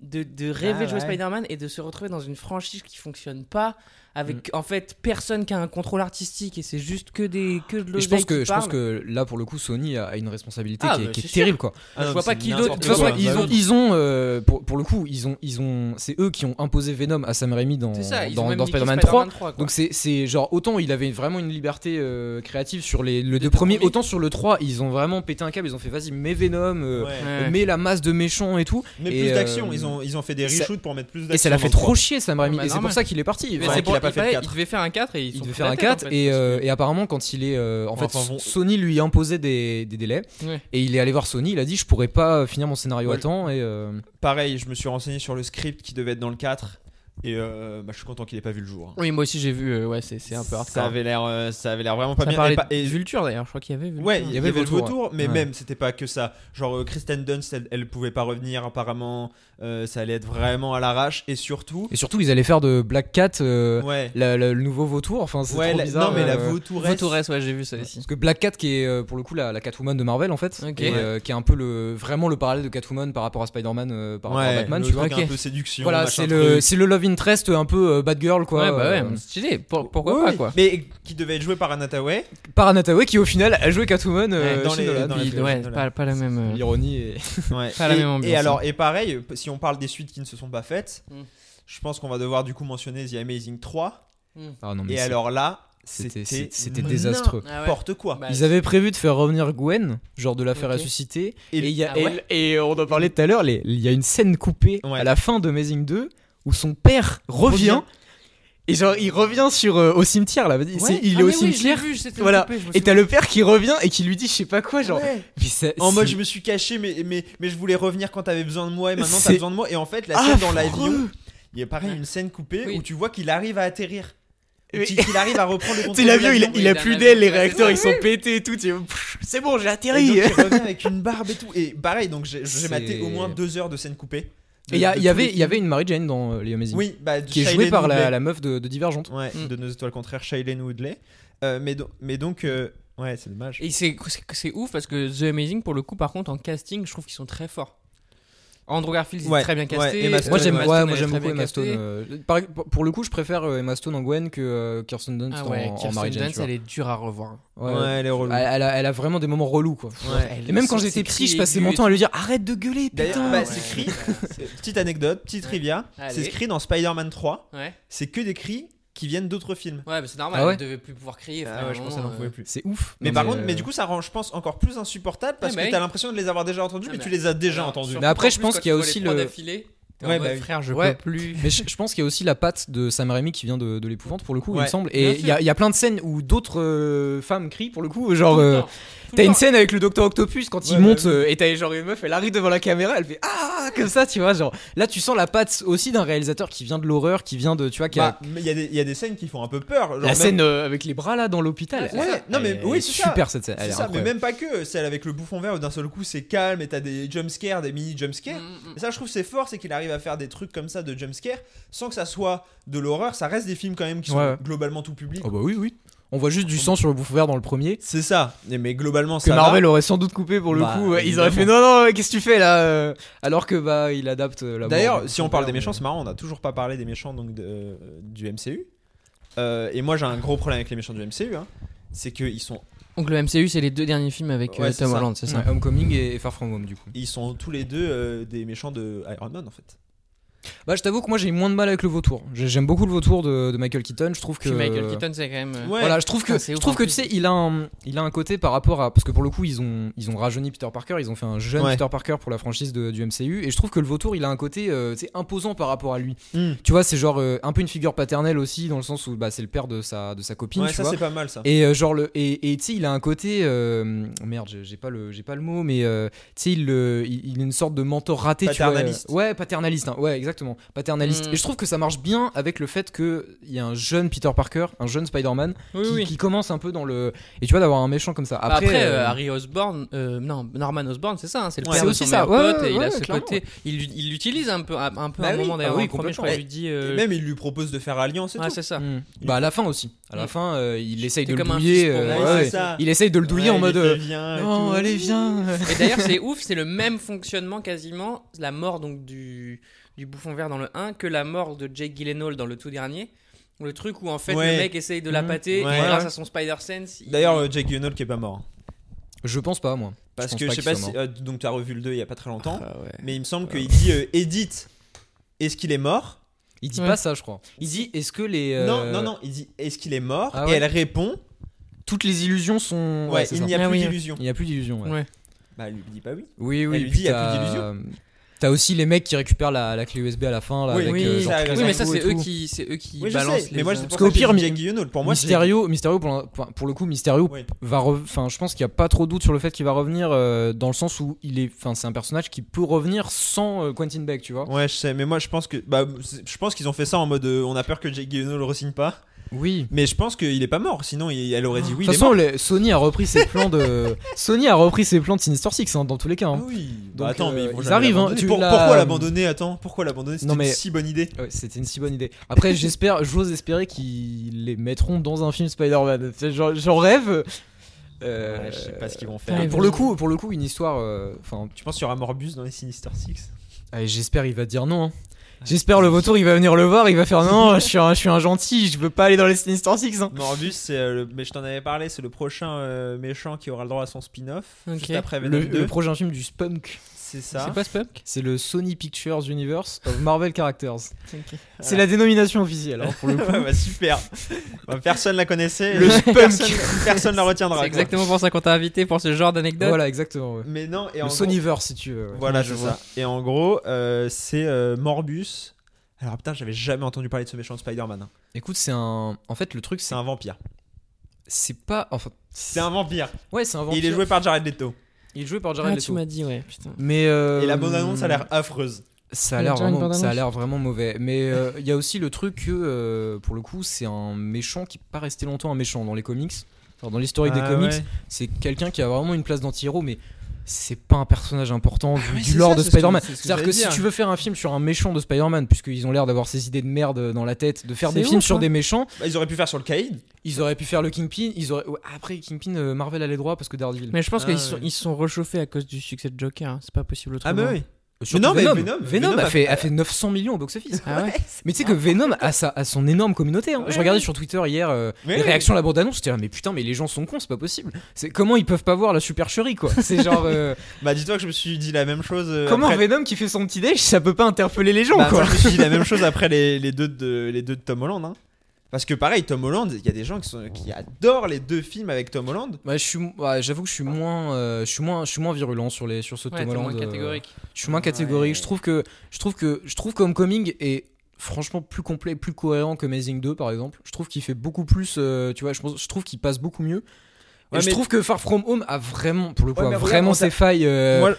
S4: De, de rêver
S3: Ah,
S4: de
S3: ouais.
S4: jouer Spider-Man et de se retrouver dans une franchise qui fonctionne pas,
S5: Mm.
S4: avec en fait personne qui a un contrôle artistique et c'est juste que des que de
S5: et je
S4: l'oseille
S5: pense
S4: qui
S5: que je
S4: parle.
S5: pense que là pour le coup Sony a a une responsabilité
S4: Ah,
S5: qui est,
S4: bah,
S5: qui est
S4: c'est sûr.
S5: terrible quoi.
S3: Ah, non,
S4: je vois
S3: mais
S4: pas
S3: c'est
S4: qui
S3: n'importe
S4: d'autre-
S5: De
S4: de
S5: toute
S3: quoi.
S5: façon,
S4: Ouais,
S5: ils
S4: bah
S5: ont,
S4: oui.
S5: ils ont euh, pour, pour le coup, ils ont, ils ont, c'est eux qui ont imposé Venom à Sam Raimi dans,
S4: C'est ça, ils ont
S5: dans,
S4: même
S5: dans
S4: niqué
S5: Spider-Man 3.
S4: 3 quoi.
S5: Donc c'est- c'est genre autant il avait vraiment une liberté euh, créative sur les le deux,
S4: deux
S5: premiers,
S4: premiers.
S5: autant sur le 3 ils ont vraiment pété un câble, ils ont fait vas-y mets Venom, euh,
S3: Ouais.
S4: Ouais.
S5: mets la masse de méchants et tout.
S3: Mais
S5: Et,
S3: plus
S5: euh,
S3: d'action, ils ont, ils ont fait des
S5: ça-
S3: reshoots pour mettre plus d'action.
S5: Et ça l'a
S3: dans
S5: fait
S3: le
S5: trop
S3: trois.
S5: chier Sam Raimi
S4: Bah,
S5: et c'est pour
S4: normal.
S5: ça qu'il est parti.
S4: Mais
S3: Ouais,
S4: c'est
S3: qu'il
S4: pour-
S3: a pas
S4: il
S3: fait le
S4: fallait-
S3: quatre.
S4: Il devait faire un 4 et ils
S5: Il
S4: sont
S5: devait
S4: pris
S5: faire
S4: la
S5: un
S4: tête, en
S5: 4
S4: fait,
S5: et,
S4: parce que-
S5: euh, et apparemment quand il est euh, en
S3: Enfin,
S5: fait
S3: bon.
S5: Sony lui imposait des, des délais
S4: Ouais.
S5: et il est allé voir Sony il a dit je pourrais pas finir mon scénario
S3: Ouais,
S5: à temps et euh,
S3: Pareil, je me suis renseigné sur le script qui devait être dans le 4 et euh, bah, je suis content qu'il ait pas vu le jour.
S4: Oui, moi aussi j'ai vu, euh, ouais, c'est c'est un peu hardcore.
S3: Ça avait l'air, euh, ça avait l'air vraiment pas
S4: Ça
S3: bien.
S4: parlait
S3: Et pas- et
S4: de Vulture d'ailleurs, je crois qu'il y avait Vulture.
S3: Ouais, il y avait le
S5: Vautour,
S3: vautour, mais
S5: Ouais.
S3: même c'était pas que ça. Genre euh, Kristen Dunst, elle, elle pouvait pas revenir apparemment. euh, ça allait être vraiment à l'arrache et surtout.
S5: et surtout ils allaient faire de Black Cat euh,
S3: Ouais.
S5: la- la- le nouveau vautour enfin c'est
S3: Ouais,
S5: trop
S3: la-
S5: bizarre
S3: non mais la
S5: euh,
S3: vautouresse.
S4: Vautouresse, ouais, j'ai vu ça aussi.
S5: Parce que Black Cat, qui est euh, pour le coup la, la Catwoman de Marvel en fait,
S4: Ok.
S5: et, euh, qui est un peu le vraiment le parallèle de Catwoman par rapport à Spider-Man, euh, par rapport à
S3: ouais,
S5: Batman,
S3: le
S5: tu vois.
S3: truc
S4: ok.
S3: un peu séduction.
S5: Voilà,
S3: machin
S5: c'est le,
S3: truc.
S5: c'est le love interest un peu euh, bad girl quoi.
S4: ouais, bah ouais,
S5: euh,
S4: stylé, pour- pourquoi
S5: oui,
S4: pas
S5: oui.
S4: quoi.
S3: Mais qui devait être joué par Anataway.
S5: Par Anataway qui au final a joué Catwoman euh,
S3: Ouais, dans
S5: chez
S3: les-
S5: Nolan.
S3: dans
S4: Puis,
S3: les films,
S4: ouais,
S3: voilà.
S4: pas, pas la même. euh,
S5: L'ironie est.
S3: Ouais.
S4: Pas la
S3: et,
S4: même ambiance,
S3: et
S5: hein.
S3: alors, et pareil, p- si on parle des suites qui ne se sont pas faites,
S4: Mm.
S3: je pense qu'on va devoir du coup mentionner The Amazing 3.
S5: Ah non, mais
S3: Et
S5: c'est-
S3: alors là,
S5: c'était-
S3: c'était
S5: c'est- c'était désastreux.
S4: Ah ouais.
S3: N'importe quoi.
S4: Bah,
S5: Ils avaient prévu de faire revenir Gwen, genre de la faire
S4: Ok.
S5: ressusciter.
S3: Et-
S5: Et, il y a-
S4: Ah ouais
S5: et- et on en parlait tout à l'heure, les- il y a une scène coupée
S3: Ouais.
S5: à la fin de Amazing 2 où son père revient.
S3: Revient.
S5: Et genre, il revient sur, euh, au cimetière là. C'est- Il
S4: Ah,
S5: est au
S4: mais oui, je l'ai
S5: cimetière.
S4: vu, c'était
S5: Voilà.
S4: coupé, je me
S5: Et t'as
S4: souviens.
S5: le père qui revient et qui lui dit je sais pas quoi genre.
S3: Ouais.
S5: Mais c'est-
S3: En mode,
S5: c'est
S3: je me suis caché, mais, mais, mais je voulais revenir quand t'avais besoin de moi, et maintenant
S5: C'est Ah,
S3: t'as besoin de moi. Et en fait, la scène dans l'avion,
S5: affreux.
S3: il y a pareil
S4: Ouais.
S3: une scène coupée
S4: Oui.
S3: où tu vois qu'il arrive à atterrir.
S5: Oui.
S3: Qu'il qu'il arrive à reprendre le
S5: Tu
S3: contrôle.
S5: sais
S3: de
S5: l'avion il, a-
S3: l'avion.
S5: il a
S4: Oui,
S5: plus
S4: d'un
S5: d'ailes, les
S4: avion, ouais,
S5: réacteurs
S4: c'est
S5: ils sont pétés et tout. tu- pff, C'est bon j'ai
S3: Et donc,
S5: atterri.
S3: il revient avec une barbe et tout. Et pareil, donc j'ai j'ai
S5: C'est-
S3: maté au moins deux heures de scène coupée. De-
S5: Il y, a-
S3: de
S5: il
S3: tous
S5: y avait
S3: les
S5: il y avait une Mary Jane dans euh, les Amazing.
S3: Oui, bah,
S5: Qui est
S3: Shailene
S5: jouée par la,
S3: Woodley.
S5: la meuf de, de Divergente.
S3: Ouais,
S4: Mm.
S3: de nos étoiles contraires, Shailene Woodley. Euh, mais, do- mais donc, euh, ouais, c'est dommage.
S4: Et c'est c'est- c'est ouf parce que The Amazing, pour le coup, par contre, en casting, je trouve qu'ils sont très forts. Andrew Garfield, il
S3: Ouais,
S4: est très bien
S3: ouais,
S4: casté.
S3: Emma
S4: euh,
S3: Stone,
S5: Moi j'aime
S3: ouais,
S5: ouais,
S4: elle
S5: moi
S4: est
S5: j'aime
S4: très
S5: beaucoup
S4: bien
S5: Emma Stone.
S4: castée.
S5: euh, par- pour- pour le coup je préfère euh, Emma Stone en Gwen que euh, Kirsten Dunst
S4: Ah ouais,
S5: en, en
S4: Kirsten
S5: Mary Jane. tu
S4: Dunst,
S5: vois.
S4: elle est dure à revoir. hein.
S3: ouais,
S5: Ouais.
S3: elle est relou.
S5: Elle, elle a, elle a vraiment des moments relous quoi.
S4: Ouais, elle-
S5: Et même quand
S4: c'est-
S5: j'étais
S4: c'est
S5: petit je
S4: crié
S5: passais
S4: aigu
S5: mon
S4: et
S5: temps à lui dire arrête de gueuler
S3: D'ailleurs,
S5: putain.
S3: bah,
S4: Ouais,
S3: c'est
S4: ouais,
S3: écrit.
S4: ouais.
S3: Euh, Petite anecdote, petite
S4: Ouais.
S3: trivia.
S4: Allez.
S3: C'est écrit dans Spider-Man 3.
S4: Ouais,
S3: C'est que des cris qui viennent d'autres films.
S4: ouais, mais c'est normal,
S5: Ah ouais
S4: elle devait plus pouvoir crier.
S3: Ah
S4: enfin,
S3: ouais, je
S4: à un
S3: pense qu'elle
S4: moment,
S3: n'en
S4: euh,
S3: pouvait plus.
S5: C'est ouf.
S3: Mais
S5: Non,
S3: par contre, mais
S5: euh,
S3: du coup, ça rend, je pense, encore plus insupportable parce
S4: Ouais,
S3: que
S4: bah
S3: t'as
S4: oui.
S3: l'impression de les avoir déjà entendus,
S4: Ah,
S3: mais
S4: bah
S3: tu
S4: oui.
S3: les as déjà
S4: Alors,
S3: entendus.
S4: surtout
S5: Mais après,
S4: qu'en
S5: je
S4: plus,
S5: pense
S4: quand
S5: qu'il y a
S4: tu vois
S5: aussi
S4: les trois
S5: le-
S4: d'affilée, t'es en
S3: Ouais,
S4: mode,
S3: bah oui.
S4: frère, je
S5: Ouais.
S4: peux plus.
S5: Mais je, je pense qu'il y a aussi la patte de Sam Raimi qui vient de, de l'épouvante pour le coup, il
S3: Ouais,
S5: me semble.
S4: bien
S5: Et il y, a- il y a plein de scènes où d'autres euh, femmes crient pour le coup. Genre,
S4: Tout le
S5: euh,
S4: temps, tout le
S5: t'as une
S4: temps.
S5: scène avec le docteur Octopus quand
S3: Ouais,
S5: il
S3: bah
S5: monte
S3: oui.
S5: euh, et t'as genre une meuf, elle arrive devant la caméra, elle fait ah comme ça, tu vois. Genre là, tu sens la patte aussi d'un réalisateur qui vient de l'horreur, qui vient de, tu vois, qui a-
S3: Bah, mais il y, a des- il y a des scènes qui font un peu peur. genre
S5: la
S3: même-
S5: scène euh, avec les bras là dans l'hôpital.
S3: Ah, c'est ça. Non, mais
S5: Elle-
S3: oui,
S5: elle est
S3: c'est ça.
S5: super cette scène. elle
S3: C'est
S5: est
S3: ça, mais
S5: incroyable.
S3: même pas que. Celle avec le bouffon vert où d'un seul coup c'est calme et t'as des jumpscares, des mini jumpscares.
S4: Mm, mm.
S3: Et ça, je trouve, c'est fort, c'est qu'il arrive à faire des trucs comme ça de jumpscare sans que ça soit de l'horreur. Ça reste des films quand même qui sont
S5: Ouais, ouais.
S3: globalement tout public.
S5: Oh bah oui, oui. On voit juste du sang sur le bouffon vert dans le premier.
S3: C'est ça. Et- Mais globalement,
S5: Que
S3: ça.
S5: Marvel aurait sans doute coupé pour le
S3: Bah,
S5: coup. ouais, Ils auraient fait non, non, ouais, qu'est-ce que tu fais là euh, Alors que bah il adapte euh, la
S3: va.
S5: mort
S3: D'ailleurs,
S5: de
S3: si on parle des
S5: Bouffon
S3: méchants,
S5: Vert,
S3: c'est marrant, on n'a toujours pas parlé des méchants donc de- euh, du MCU. Euh, et moi, j'ai un gros problème avec les méchants du MCU. hein. C'est qu'ils sont,
S4: Donc le MCU, c'est les deux derniers films avec euh,
S3: Ouais, c'est
S4: Tom
S3: ça.
S4: Holland, c'est
S5: mais-
S4: ça
S5: Ouais, Homecoming et Far From Home du coup.
S3: ils sont tous les deux euh, des méchants de Iron Man en fait.
S5: Bah, je t'avoue que moi j'ai eu moins de mal avec le vautour. J'ai- J'aime beaucoup le vautour de, de Michael Keaton. Je trouve que.
S4: Puis Michael Keaton, c'est quand même. euh,
S3: Ouais.
S5: Voilà, je trouve que,
S4: Putain, c'est
S5: je
S4: ouf,
S5: trouve
S4: en
S5: que tu
S4: plus.
S5: sais, il a, un, il a un côté par rapport à. Parce que pour le coup, ils ont, ils ont rajeuni Peter Parker, ils ont fait un jeune
S3: Ouais.
S5: Peter Parker pour la franchise de- du MCU. Et je trouve que le vautour, il a un côté euh, tu sais, imposant par rapport à lui.
S3: Hmm.
S5: Tu vois, c'est genre euh, un peu une figure paternelle aussi, dans le sens où bah, c'est le père de sa, de sa copine.
S3: Ouais,
S5: tu
S3: ça
S5: vois.
S3: c'est pas mal ça.
S5: Et euh, genre le et et, tu sais il a un côté euh, merde j'ai- j'ai pas le j'ai pas le mot mais euh, tu sais il, le- il il est une sorte de mentor raté tu vois.
S3: Paternaliste. Hmm.
S5: ouais paternaliste hein. ouais exactement paternaliste
S4: Mm.
S5: et je trouve que ça marche bien avec le fait que il y a un jeune Peter Parker un jeune Spider-Man
S4: Oui,
S5: qui,
S4: oui.
S5: qui commence un peu dans le et tu vois d'avoir un méchant comme ça
S4: Bah, Après,
S5: après,
S4: euh,
S5: euh,
S4: Harry Osborn, euh, non Norman Osborn, c'est ça, hein, c'est le
S3: Ouais,
S4: père
S3: c'est
S4: de
S5: aussi
S4: son
S5: ça,
S4: meilleur
S5: ouais,
S4: pote et il
S5: ouais,
S4: a ce
S5: clairement.
S4: côté, il, l'u- il l'utilise un peu, un, un peu
S5: Bah
S4: à un
S5: oui,
S4: moment
S5: bah
S4: d'ailleurs.
S5: oui,
S4: en premier, je crois,
S5: complètement.
S4: on lui dit,
S3: Et
S4: euh,
S3: même il lui propose de faire alliance et
S4: ah,
S3: tout.
S4: c'est ça.
S5: mm. bah à la fin aussi à la
S4: Mm.
S5: fin euh, il essaye
S4: T'es
S5: de le
S4: comme un
S5: douiller
S4: fils pour
S5: euh,
S4: moi,
S5: ouais,
S4: c'est ça.
S5: il essaye de le douiller en mode euh, non
S3: Non,
S5: allez viens
S4: Et d'ailleurs, c'est ouf, c'est le même fonctionnement quasiment, la mort donc du, du bouffon vert dans le 1 que la mort de Jake Gyllenhaal dans le tout dernier. Le truc où en fait
S3: Ouais.
S4: le mec essaye de la
S5: Mhm.
S4: pâter
S3: Ouais.
S4: et grâce à son Spider Sense. il-
S3: D'ailleurs, euh, Jake Gyllenhaal qui est pas mort.
S5: je pense pas moi
S3: Parce
S5: pense
S3: que
S5: pas
S3: je sais
S5: qu'il
S3: pas
S5: soit
S3: si. euh, donc, t'as revu le 2 il y a pas très longtemps.
S4: Ah ouais.
S3: Mais il me semble qu'il dit euh, Edith, est-ce qu'il est mort
S5: il dit
S4: Ouais.
S5: pas ça je crois il dit est-ce que les
S3: Non,
S5: euh,
S3: non, non, il dit est-ce qu'il est mort
S5: Ah
S3: Et
S5: ouais.
S3: elle répond
S5: toutes les illusions sont.
S3: ouais,
S5: Ouais, c'est
S3: il
S5: ça.
S3: n'y a
S4: Ah
S3: plus
S4: oui, oui.
S3: d'illusion.
S5: Il n'y a plus d'illusions. ouais.
S4: Ouais.
S3: Bah, elle lui dit pas oui.
S5: Oui, oui.
S3: Elle lui
S5: puis
S3: dit, il y a
S5: t'as-
S3: plus
S5: T'as aussi les mecs qui récupèrent la, la clé USB à la fin. Là,
S3: Oui,
S5: avec,
S4: oui,
S5: euh, genre
S3: ça,
S5: tous les
S4: Oui, mais
S5: infos
S4: ça,
S5: et
S4: c'est eux
S5: tout.
S4: qui, c'est eux qui
S3: Oui, je
S4: balancent
S3: sais,
S4: les.
S3: mais moi, c'est
S4: euh,
S3: pour ça
S5: Parce qu'au
S3: que j'ai
S5: pire,
S3: dit
S5: mi-
S3: Jake Gyllenhaal. Pour moi, c'est-
S5: Mysterio, Mysterio pour, l'in- pour le coup, Mysterio
S3: Ouais.
S5: va. re- Enfin, je pense qu'il n'y a pas trop de doute sur le fait qu'il va revenir euh, dans le sens où il est. Enfin, c'est un personnage qui peut revenir sans euh, Quentin Beck, tu vois.
S3: Ouais, je sais, mais moi je pense que bah, c'est- je pense qu'ils ont fait ça en mode euh, on a peur que Jake Gyllenhaal le resigne pas,
S5: Oui.
S3: mais je pense qu'il est pas mort, sinon il- elle aurait dit oui.
S5: de
S3: il
S5: toute
S3: est mort.
S5: façon, les- Sony a repris ses plans de Sony a repris ses plans de Sinister Six hein, dans tous les cas. hein.
S3: Ah oui.
S5: Donc,
S3: Bah, attends, mais
S5: euh,
S3: ils, vont
S5: ils
S3: jamais
S5: arrivent, hein,
S3: l'abandonner.
S5: tu
S3: Pour-
S5: l'as-
S3: pourquoi l'abandonner Attends, pourquoi l'abandonner C'était
S5: Non, mais-
S3: une si bonne idée.
S5: Ouais, c'était une si bonne idée. Après, j'espère, j'ose espérer qu'ils les mettront dans un film Spider-Man. Tu sais, J'en j'en rêve. Euh,
S3: Ouais, je sais pas ce qu'ils vont
S5: mais
S3: faire.
S4: Ouais,
S5: pour le coup, pour le coup, une histoire. euh, Enfin,
S3: Tu penses qu'il y aura Morbus dans les Sinister Six
S5: allez, j'espère il va dire non. hein. J'espère le vautour il va venir le voir, il va faire non, je suis un, je suis un gentil, je veux pas aller dans les Sinister Six. hein.
S3: Morbus, c'est euh, le- mais je t'en avais parlé, c'est le prochain euh, méchant qui aura le droit à son spin-off
S4: Ok.
S3: juste après
S5: Le,
S3: Venom 2.
S5: le prochain film du Spunk,
S3: C'est
S4: C'est
S3: ça.
S4: quoi ce punk
S5: c'est le Sony Pictures Universe of Marvel Characters. C'est la dénomination officielle. hein, pour le coup.
S3: Ouais, bah, super. Bah, personne la connaissait.
S5: Le
S3: et
S5: spunk.
S3: Personne, personne la retiendra.
S4: C'est
S3: quoi.
S4: exactement pour ça qu'on t'a invité pour ce genre d'anecdote.
S5: voilà, exactement. ouais.
S3: Mais non, et en
S5: Le
S3: gros-
S5: Sonyverse si tu veux. ouais.
S3: Voilà,
S5: Je
S3: c'est
S5: vois.
S3: ça. Et en gros, euh, c'est euh, Morbus. Alors putain, j'avais jamais entendu parler de ce méchant de Spider-Man. hein.
S5: Écoute, c'est un. En fait, le truc,
S3: C'est
S5: c'est
S3: un vampire.
S5: c'est pas. Enfin,
S3: C'est un vampire.
S5: Ouais, c'est un
S3: Et
S5: vampire.
S3: il est joué par Jared Leto.
S5: Il est joué par Jared
S4: Ah, tu
S5: Leto.
S4: m'as dit, ouais, putain.
S5: Mais euh,
S3: Et la bonne annonce a l'air affreuse.
S5: Ça a l'air
S4: Déjà une
S5: vraiment,
S4: bande-annonce.
S5: ça a l'air vraiment mauvais. Mais euh, il y a aussi le truc que, euh, pour le coup, c'est un méchant qui n'est pas resté longtemps un méchant dans les comics. Enfin, dans l'historique
S3: Ah
S5: des comics,
S3: ouais.
S5: c'est quelqu'un qui a vraiment une place d'anti-héros, mais c'est pas un personnage important vu
S3: ouais,
S5: du
S3: Ah, c'est
S5: lore
S3: ça,
S5: de
S3: c'est ce que-
S5: Spider-Man.
S3: c'est ce que
S5: C'est-à-dire que
S3: j'allais
S5: si
S3: dire.
S5: tu veux faire un film sur un méchant de Spider-Man, puisqu'ils ont l'air d'avoir ces idées de merde dans la tête, de faire
S4: C'est
S5: des films
S4: ouf,
S5: sur
S4: hein.
S5: des méchants,
S3: Bah, ils auraient pu faire sur le Kaïd.
S5: ils auraient pu faire le Kingpin. Ils auraient... ouais, Après, Kingpin, euh, Marvel allait droit parce que Daredevil.
S4: Mais je pense
S3: Ah,
S4: qu'ils sont-
S3: ouais.
S4: ils se sont réchauffés à cause du succès de Joker, hein. c'est pas possible
S3: Ah
S4: autrement.
S3: bah oui.
S5: Euh, Surtout
S3: non, mais
S5: Venom.
S3: Venom-
S5: a,
S3: Venom a-
S5: fait, a fait 900 millions au box-office.
S4: Ah ouais
S5: Mais tu sais que Venom a, sa, a son énorme communauté. hein.
S3: Ouais,
S5: Je regardais
S3: ouais.
S5: sur Twitter hier euh,
S3: Ouais,
S5: les
S3: ouais.
S5: réactions à la bande-annonce. J'étais là, mais putain, mais les gens sont cons, c'est pas possible. C'est comment ils peuvent pas voir la supercherie quoi C'est genre euh,
S3: Bah dis-toi que je me suis dit la même chose. euh,
S5: comment
S3: après...
S5: Venom qui fait son petit déj, ça peut pas interpeller les gens
S3: Bah, moi,
S5: quoi.
S3: je me suis dit la même chose après les, les deux de les deux de Tom Holland. hein. Parce que pareil, Tom Holland, il y a des gens qui, sont, qui adorent les deux films avec Tom Holland.
S5: Ouais, je suis, ouais, j'avoue que je suis moins, euh, je suis moins, je suis moins virulent sur les, sur ce
S4: Ouais,
S5: Tom
S4: t'es
S5: Holland,
S4: moins
S5: euh,
S4: catégorique.
S5: je suis moins catégorique. Je trouve que, je trouve que, je trouve que Homecoming est franchement plus complet, plus cohérent que Amazing 2 par exemple. Je trouve qu'il fait beaucoup plus, euh, tu vois, je, pense- je trouve qu'il passe beaucoup mieux. Et
S3: Ouais,
S5: je
S3: mais-
S5: trouve que Far From Home a vraiment, pour le coup,
S3: Ouais,
S5: a
S3: mais regarde,
S5: vraiment
S3: on
S5: ses
S3: t'a-
S5: failles. euh,
S3: Moi,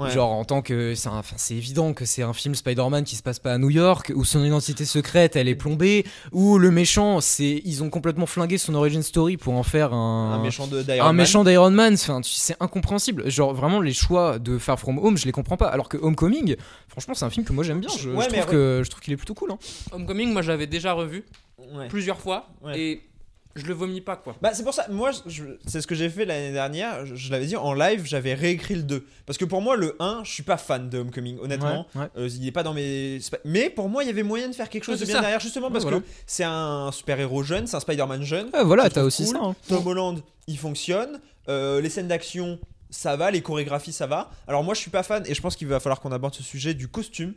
S3: ouais.
S5: Genre en tant que c'est un- enfin, c'est évident que c'est un film Spider-Man qui se passe pas à New York où son identité secrète elle est plombée où le méchant c'est ils ont complètement flingué son origin story pour en faire un,
S3: un méchant de
S5: un
S3: d'Iron Man.
S5: méchant d'Iron Man enfin tu- c'est incompréhensible genre vraiment les choix de Far From Home je les comprends pas alors que Homecoming franchement c'est un film que moi j'aime bien je, je
S3: Ouais, mais
S5: trouve que je trouve qu'il est plutôt cool hein.
S4: Homecoming, moi je l'avais déjà revu
S3: Ouais.
S4: plusieurs fois
S3: Ouais.
S4: et je le vomis pas quoi.
S3: Bah c'est pour ça, moi je- c'est ce que j'ai fait l'année dernière, je, je l'avais dit en live, j'avais réécrit le 2. Parce que pour moi le 1, je suis pas fan de Homecoming, honnêtement.
S5: Ouais, ouais.
S3: Euh, il est pas dans mes... c'est pas- Mais pour moi il y avait moyen de faire quelque chose
S4: Ouais,
S3: de
S4: c'est
S3: bien
S4: ça.
S3: derrière, justement
S5: Ouais,
S3: parce
S5: voilà.
S3: que c'est un super-héros jeune, c'est un Spider-Man jeune.
S5: Ah, voilà
S3: Je
S5: t'as
S3: trouve
S5: aussi
S3: cool.
S5: ça hein.
S3: Tom Holland, il fonctionne. Euh, les scènes d'action, ça va. Les chorégraphies, ça va. Alors moi, je suis pas fan et je pense qu'il va falloir qu'on aborde ce sujet du costume.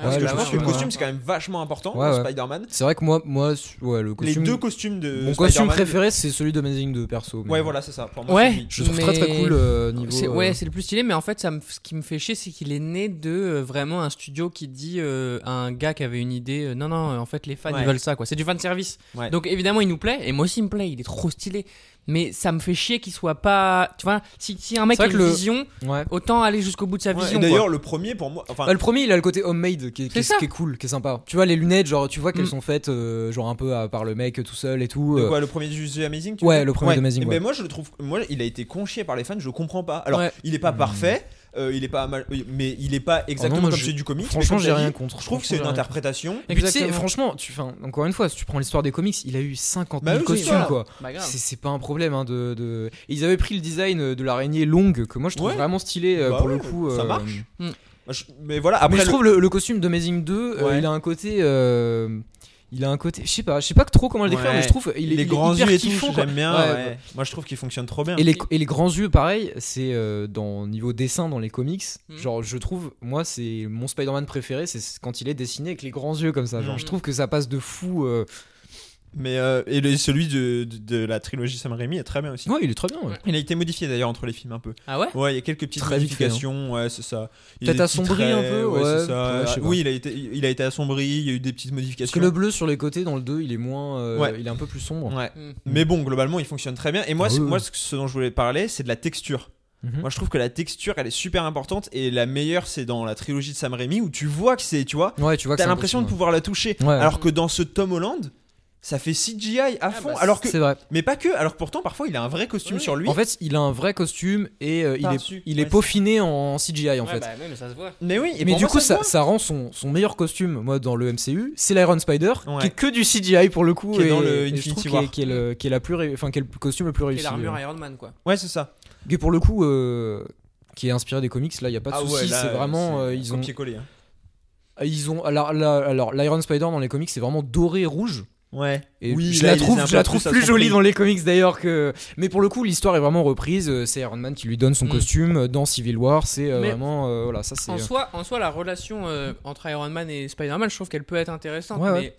S3: Parce
S5: Ouais,
S3: que
S5: la
S3: je pense que
S5: marque,
S3: le
S5: ouais.
S3: costume c'est quand même vachement important
S5: Ouais,
S3: dans
S5: ouais.
S3: Spider-Man.
S5: C'est vrai que moi, moi, su- ouais, le
S3: Les
S5: costume.
S3: deux costumes de
S5: mon costume
S3: Spider-Man-
S5: préféré, c'est celui d'Amazing 2 perso. mais-
S3: Ouais, voilà, c'est ça. Pour moi,
S4: Ouais.
S3: c'est lui.
S5: Je le trouve très très
S4: Mais-
S5: cool euh, niveau.
S4: C'est-
S5: euh,
S4: ouais, c'est le plus stylé, mais en fait, ça me- ce qui me fait chier, c'est qu'il est né de euh, vraiment un studio qui dit euh, à un gars qui avait une idée. euh, non, non, euh, en fait, les fans
S3: Ouais.
S4: ils veulent ça, quoi. C'est du fan service.
S3: Ouais.
S4: Donc évidemment, il nous plaît, et moi aussi, il me plaît. Il est trop stylé, mais ça me fait chier qu'il soit pas. Tu vois, si, si un mec
S5: C'est
S4: a
S5: vrai
S4: une
S5: que le-
S4: vision,
S5: euh, ouais.
S4: autant aller jusqu'au bout de sa
S3: Ouais, et
S4: vision. quoi.
S3: D'ailleurs, le premier pour moi. Enfin,
S5: Bah, le premier, il a le côté homemade qui, est- qui est-
S4: C'est ça.
S5: qui est cool, qui est sympa. Tu vois, les lunettes, genre, tu vois qu'elles
S4: Mm.
S5: sont faites, euh, genre, un peu à- par le mec tout seul et tout.
S3: de
S5: euh,
S3: quoi, le premier du The Amazing tu
S5: Ouais,
S3: veux
S5: le premier d'Amazing,
S3: Et
S5: ouais.
S3: ben moi je le trouve moi il a été conchié par les fans, je comprends pas. Alors,
S4: Ouais.
S3: il est pas
S5: Hmm.
S3: parfait, euh, il est pas mal mais il est pas exactement
S5: Ah non, moi,
S3: comme
S5: je-
S3: celui du comics. mais
S5: franchement,
S3: comme
S5: j'ai
S3: t'as
S5: rien
S3: dit,
S5: contre.
S3: Je trouve que c'est une
S5: Franchement, j'ai rien
S3: interprétation.
S5: contre. Et puis, tu sais,
S4: Exactement.
S5: franchement, tu, enfin, encore une fois, si tu prends l'histoire des comics, il a eu 50
S3: Bah
S5: 000
S3: oui,
S5: costumes,
S3: voilà.
S5: quoi.
S4: Bah, grave.
S5: C'est c'est pas un problème. Hein, de, de- Et Ils avaient pris le design euh, de l'araignée longue, que moi je trouve
S3: Ouais.
S5: vraiment stylé euh,
S3: Bah
S5: pour
S3: ouais,
S5: le coup.
S3: ça
S5: euh,
S3: marche.
S4: Mm.
S3: Je- Mais voilà, après
S5: mais je
S3: le-
S5: trouve le, le costume d'Amazing 2, euh,
S3: Ouais.
S5: il a un côté. euh, Il a un côté, je sais pas, je sais pas trop comment le décrire,
S3: Ouais.
S5: mais je trouve il, est- il
S3: les
S5: est
S3: grands
S5: hyper
S3: yeux et tout,
S5: kiffant, quoi.
S3: j'aime bien.
S5: Ouais,
S3: ouais. Moi je trouve qu'il fonctionne trop bien.
S5: Et les, et les grands yeux, pareil, c'est euh, dans niveau dessin dans les comics.
S4: Mhm.
S5: Genre, je trouve, moi, c'est mon Spider-Man préféré, c'est quand il est dessiné avec les grands yeux comme ça. Genre,
S4: Mhm.
S5: je trouve que ça passe de fou. euh,
S3: Mais euh, et le- celui de, de, de la trilogie Sam Raimi est très bien aussi.
S5: Ouais, il est très bien. ouais.
S4: Ouais.
S3: Il a été modifié d'ailleurs entre les films un peu.
S4: Ah ouais.
S3: Ouais, il y a quelques petites
S5: Très vite fait, hein.
S3: modifications, ouais, c'est ça. Il y a
S5: Peut-être
S3: des
S5: assombri
S3: petits
S5: un
S3: traits,
S5: peu,
S3: ouais,
S5: ouais,
S3: c'est ça.
S5: ouais, je sais
S3: oui, il a été il a été assombri, il y a eu des petites
S5: Parce que
S3: modifications.
S5: le bleu sur les côtés, dans le 2, il est moins. euh,
S3: Ouais.
S5: Il est un peu plus sombre.
S3: Ouais.
S4: Mm.
S3: Mais bon, globalement, il fonctionne très bien. Et moi,
S5: Ah
S3: c'est-
S5: oui,
S3: moi
S5: oui.
S3: ce- ce dont je voulais parler, c'est de la texture.
S5: Mhm.
S3: Moi, je trouve que la texture, elle est super importante. Et la meilleure, c'est dans la trilogie de Sam Raimi, où tu vois que c'est, tu vois,
S5: Ouais, tu vois que
S3: t'as
S5: c'est
S3: l'impression de
S5: impossible,
S3: pouvoir la toucher.
S5: Ouais.
S3: Alors que dans ce Tom Holland, ça fait CGI à fond.
S4: bah,
S3: alors
S5: ouais.
S3: que,
S5: hein. C'est vrai.
S3: mais pas que. Alors que pourtant, parfois, il a un vrai costume
S4: Oui.
S3: sur lui.
S5: En fait, il a un vrai costume et euh, il
S3: Par-dessus.
S5: est, il est
S3: Ouais,
S5: peaufiné en CGI en
S4: Ouais,
S5: fait.
S4: bah, ouais, mais ça se voit.
S3: mais oui. et
S5: mais
S3: pour
S5: du
S3: moi,
S5: coup,
S3: ça,
S5: ça, ça rend son, son meilleur costume, moi, dans le MCU, c'est l'Iron Spider,
S3: Ouais.
S5: qui est que du CGI pour le coup,
S3: Qui est
S5: et,
S3: dans le
S5: et je
S3: Infinity
S5: trouve
S3: War.
S5: Qui est, qui est le, qui est la plus, ré- enfin, qui est le costume le plus
S4: Et
S5: réussi.
S4: l'armure
S5: euh.
S4: Iron Man, quoi.
S3: Ouais, Ah c'est ça.
S5: Qui est pour le coup, euh, qui est inspiré des comics. Ah Là, il y a pas de souci. c'est vraiment, euh, ils ont,
S3: collé
S5: ils ont. Alors, la- alors, l'Iron Spider dans les comics, c'est vraiment doré rouge.
S3: Ouais.
S5: Et
S3: Oui,
S5: je
S3: là,
S5: la
S3: il les a
S5: trouve,
S3: un
S5: je
S3: peu
S5: la trouve
S3: plus à
S5: plus
S3: son
S5: jolie
S3: prix.
S5: dans les comics d'ailleurs que. Mais pour le coup, l'histoire est vraiment reprise. euh, C'est Iron Man qui lui donne son
S4: Mm.
S5: costume euh, dans Civil War. C'est euh,
S4: Mais-
S5: vraiment, euh, voilà, ça c'est.
S4: En soi, en soi, la relation euh, entre Iron Man et Spider-Man, je trouve qu'elle peut être intéressante.
S5: Ouais, ouais.
S4: mais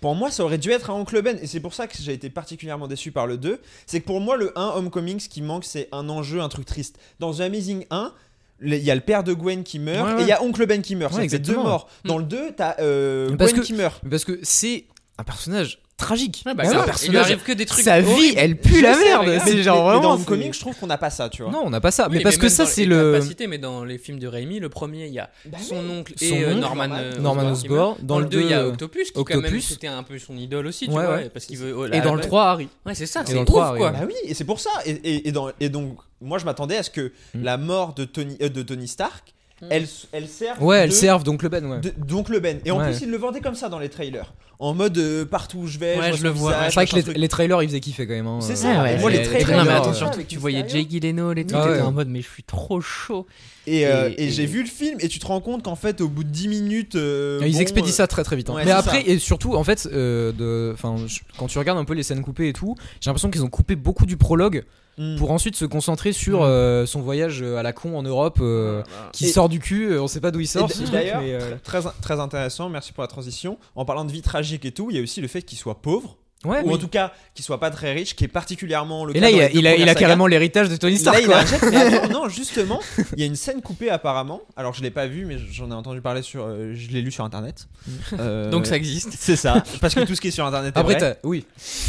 S3: Pour moi, ça aurait dû être un Oncle Ben, et c'est pour ça que j'ai été particulièrement déçu par le 2. C'est que pour moi, le 1 Homecoming, ce qui manque, c'est un enjeu, un truc triste. Dans The Amazing 1, le- il y a le père de Gwen qui meurt,
S5: Ouais,
S3: et
S5: ouais.
S3: il y a Oncle Ben qui meurt.
S5: Ouais,
S3: ça fait
S5: exactement.
S3: deux morts. Dans le 2, t'as euh,
S5: Mais parce
S3: Gwen
S5: que-
S3: qui meurt.
S5: Parce que c'est un personnage tragique.
S4: Ouais, bah,
S5: c'est
S4: grave,
S5: un
S4: il lui
S5: personnage.
S4: arrive que des trucs.
S5: Sa
S4: horribles.
S5: vie, elle pue la
S4: Je sais,
S5: merde.
S4: regarde.
S5: C'est
S3: Mais-
S5: genre
S3: mais
S5: vraiment.
S3: dans
S5: c'est-
S3: Homecoming, je trouve qu'on n'a pas ça, tu vois.
S5: Non, on n'a pas ça.
S4: Oui,
S5: mais parce que
S4: même
S5: ça,
S4: dans les-
S5: c'est
S4: t'as
S5: le.
S4: pas cité, mais dans les films de Raimi, le premier, il y a Ah son oncle
S5: Son
S4: et euh,
S5: oncle,
S4: Norman,
S3: Norman-
S4: euh,
S5: Norman
S4: qui meurt.
S5: Osborn.
S4: Dans le 2, il y a
S5: euh,
S4: Octopus, qui quand même
S5: Octopus.
S4: c'était un peu son idole aussi, tu
S5: Ouais,
S4: vois,
S5: ouais.
S4: parce qu'il veut.
S5: Et dans le 3, Harry.
S4: Ouais, c'est ça,
S5: Et
S4: c'est
S5: dans
S4: ouf,
S5: le 3,
S4: quoi.
S5: oui,
S3: Bah oui, et c'est pour ça. Et, et- et dans- et donc, moi, je m'attendais à ce que
S5: Mm.
S3: la mort de Tony, euh, de Tony Stark,
S4: Mm.
S3: elle, elle serve.
S5: Ouais, elles
S3: de-
S5: servent donc le Ben, ouais.
S3: de- donc le Ben. Et en
S5: Ouais.
S3: plus, il le vendait comme ça dans les trailers. En mode euh, partout où je vais,
S4: Ouais,
S3: je,
S4: je le vois,
S5: C'est
S3: visage,
S5: vrai
S3: machin,
S5: que les,
S3: truc.
S5: les trailers, ils faisaient kiffer quand même. hein.
S3: C'est
S5: Euh,
S3: ça,
S4: ouais,
S3: et moi, les trailers,
S4: Non, mais
S3: euh,
S4: attention,
S3: avec
S4: tu
S3: Mysterio.
S4: voyais Jay Gyllenhaal et tout,
S5: Ah ouais.
S4: t'étais en mode, mais je suis trop chaud.
S3: Et, euh,
S4: Et-
S3: et j'ai
S4: et-
S3: vu le film et tu te rends compte qu'en fait au bout de 10 minutes... euh,
S5: ils
S3: bon,
S5: expédient
S3: euh,
S5: ça très très vite. hein.
S3: ouais,
S5: mais
S3: c'est
S5: après,
S3: ça.
S5: et surtout, en fait, euh, de, 'fin, je- quand tu regardes un peu les scènes coupées et tout, j'ai l'impression qu'ils ont coupé beaucoup du prologue
S3: hmm.
S5: pour ensuite se concentrer sur
S4: Mm.
S5: euh, son voyage euh, à la con en Europe
S3: mm.
S5: euh, qui
S3: Et-
S5: sort du cul. euh, On sait pas d'où il sort.
S3: Et
S5: ce truc,
S3: d'ailleurs,
S5: mais, euh,
S3: Très, très intéressant, merci pour la transition. En parlant de vie tragique et tout, il y a aussi le fait qu'il soit pauvre,
S5: ouais,
S3: ou en
S5: oui.
S3: tout cas qu'il soit pas très riche, qui est particulièrement le cas
S5: Et là,
S3: dans
S5: il a,
S3: les deux
S5: il a- il a
S3: premières sagas.
S5: carrément l'héritage de Tony Stark.
S3: Là, il
S5: quoi.
S3: achète, mais attends, non, justement, il y a une scène coupée apparemment. Alors je l'ai pas vue, mais j'en ai entendu parler sur, euh, je l'ai lu sur internet.
S5: Mm.
S3: Euh,
S4: Donc ça existe.
S3: c'est ça, parce que tout ce qui est sur internet. est
S5: Ah, Après,
S3: vrai.
S5: t'as- oui.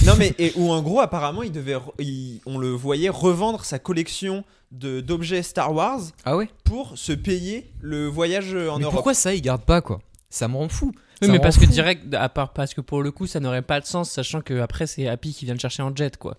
S3: Non mais et où en gros apparemment il devait re- il- on le voyait revendre sa collection de d'objets Star Wars
S5: Ah ouais.
S3: pour se payer le voyage euh, en
S5: mais
S3: Europe.
S5: pourquoi ça, il garde pas quoi Ça me rend fou.
S4: Oui,
S5: Ça
S4: mais
S5: me
S4: parce
S5: rend
S4: que
S5: fou.
S4: direct, à part parce que pour le coup, ça n'aurait pas de sens, sachant que après c'est Happy qui vient le chercher en jet, quoi.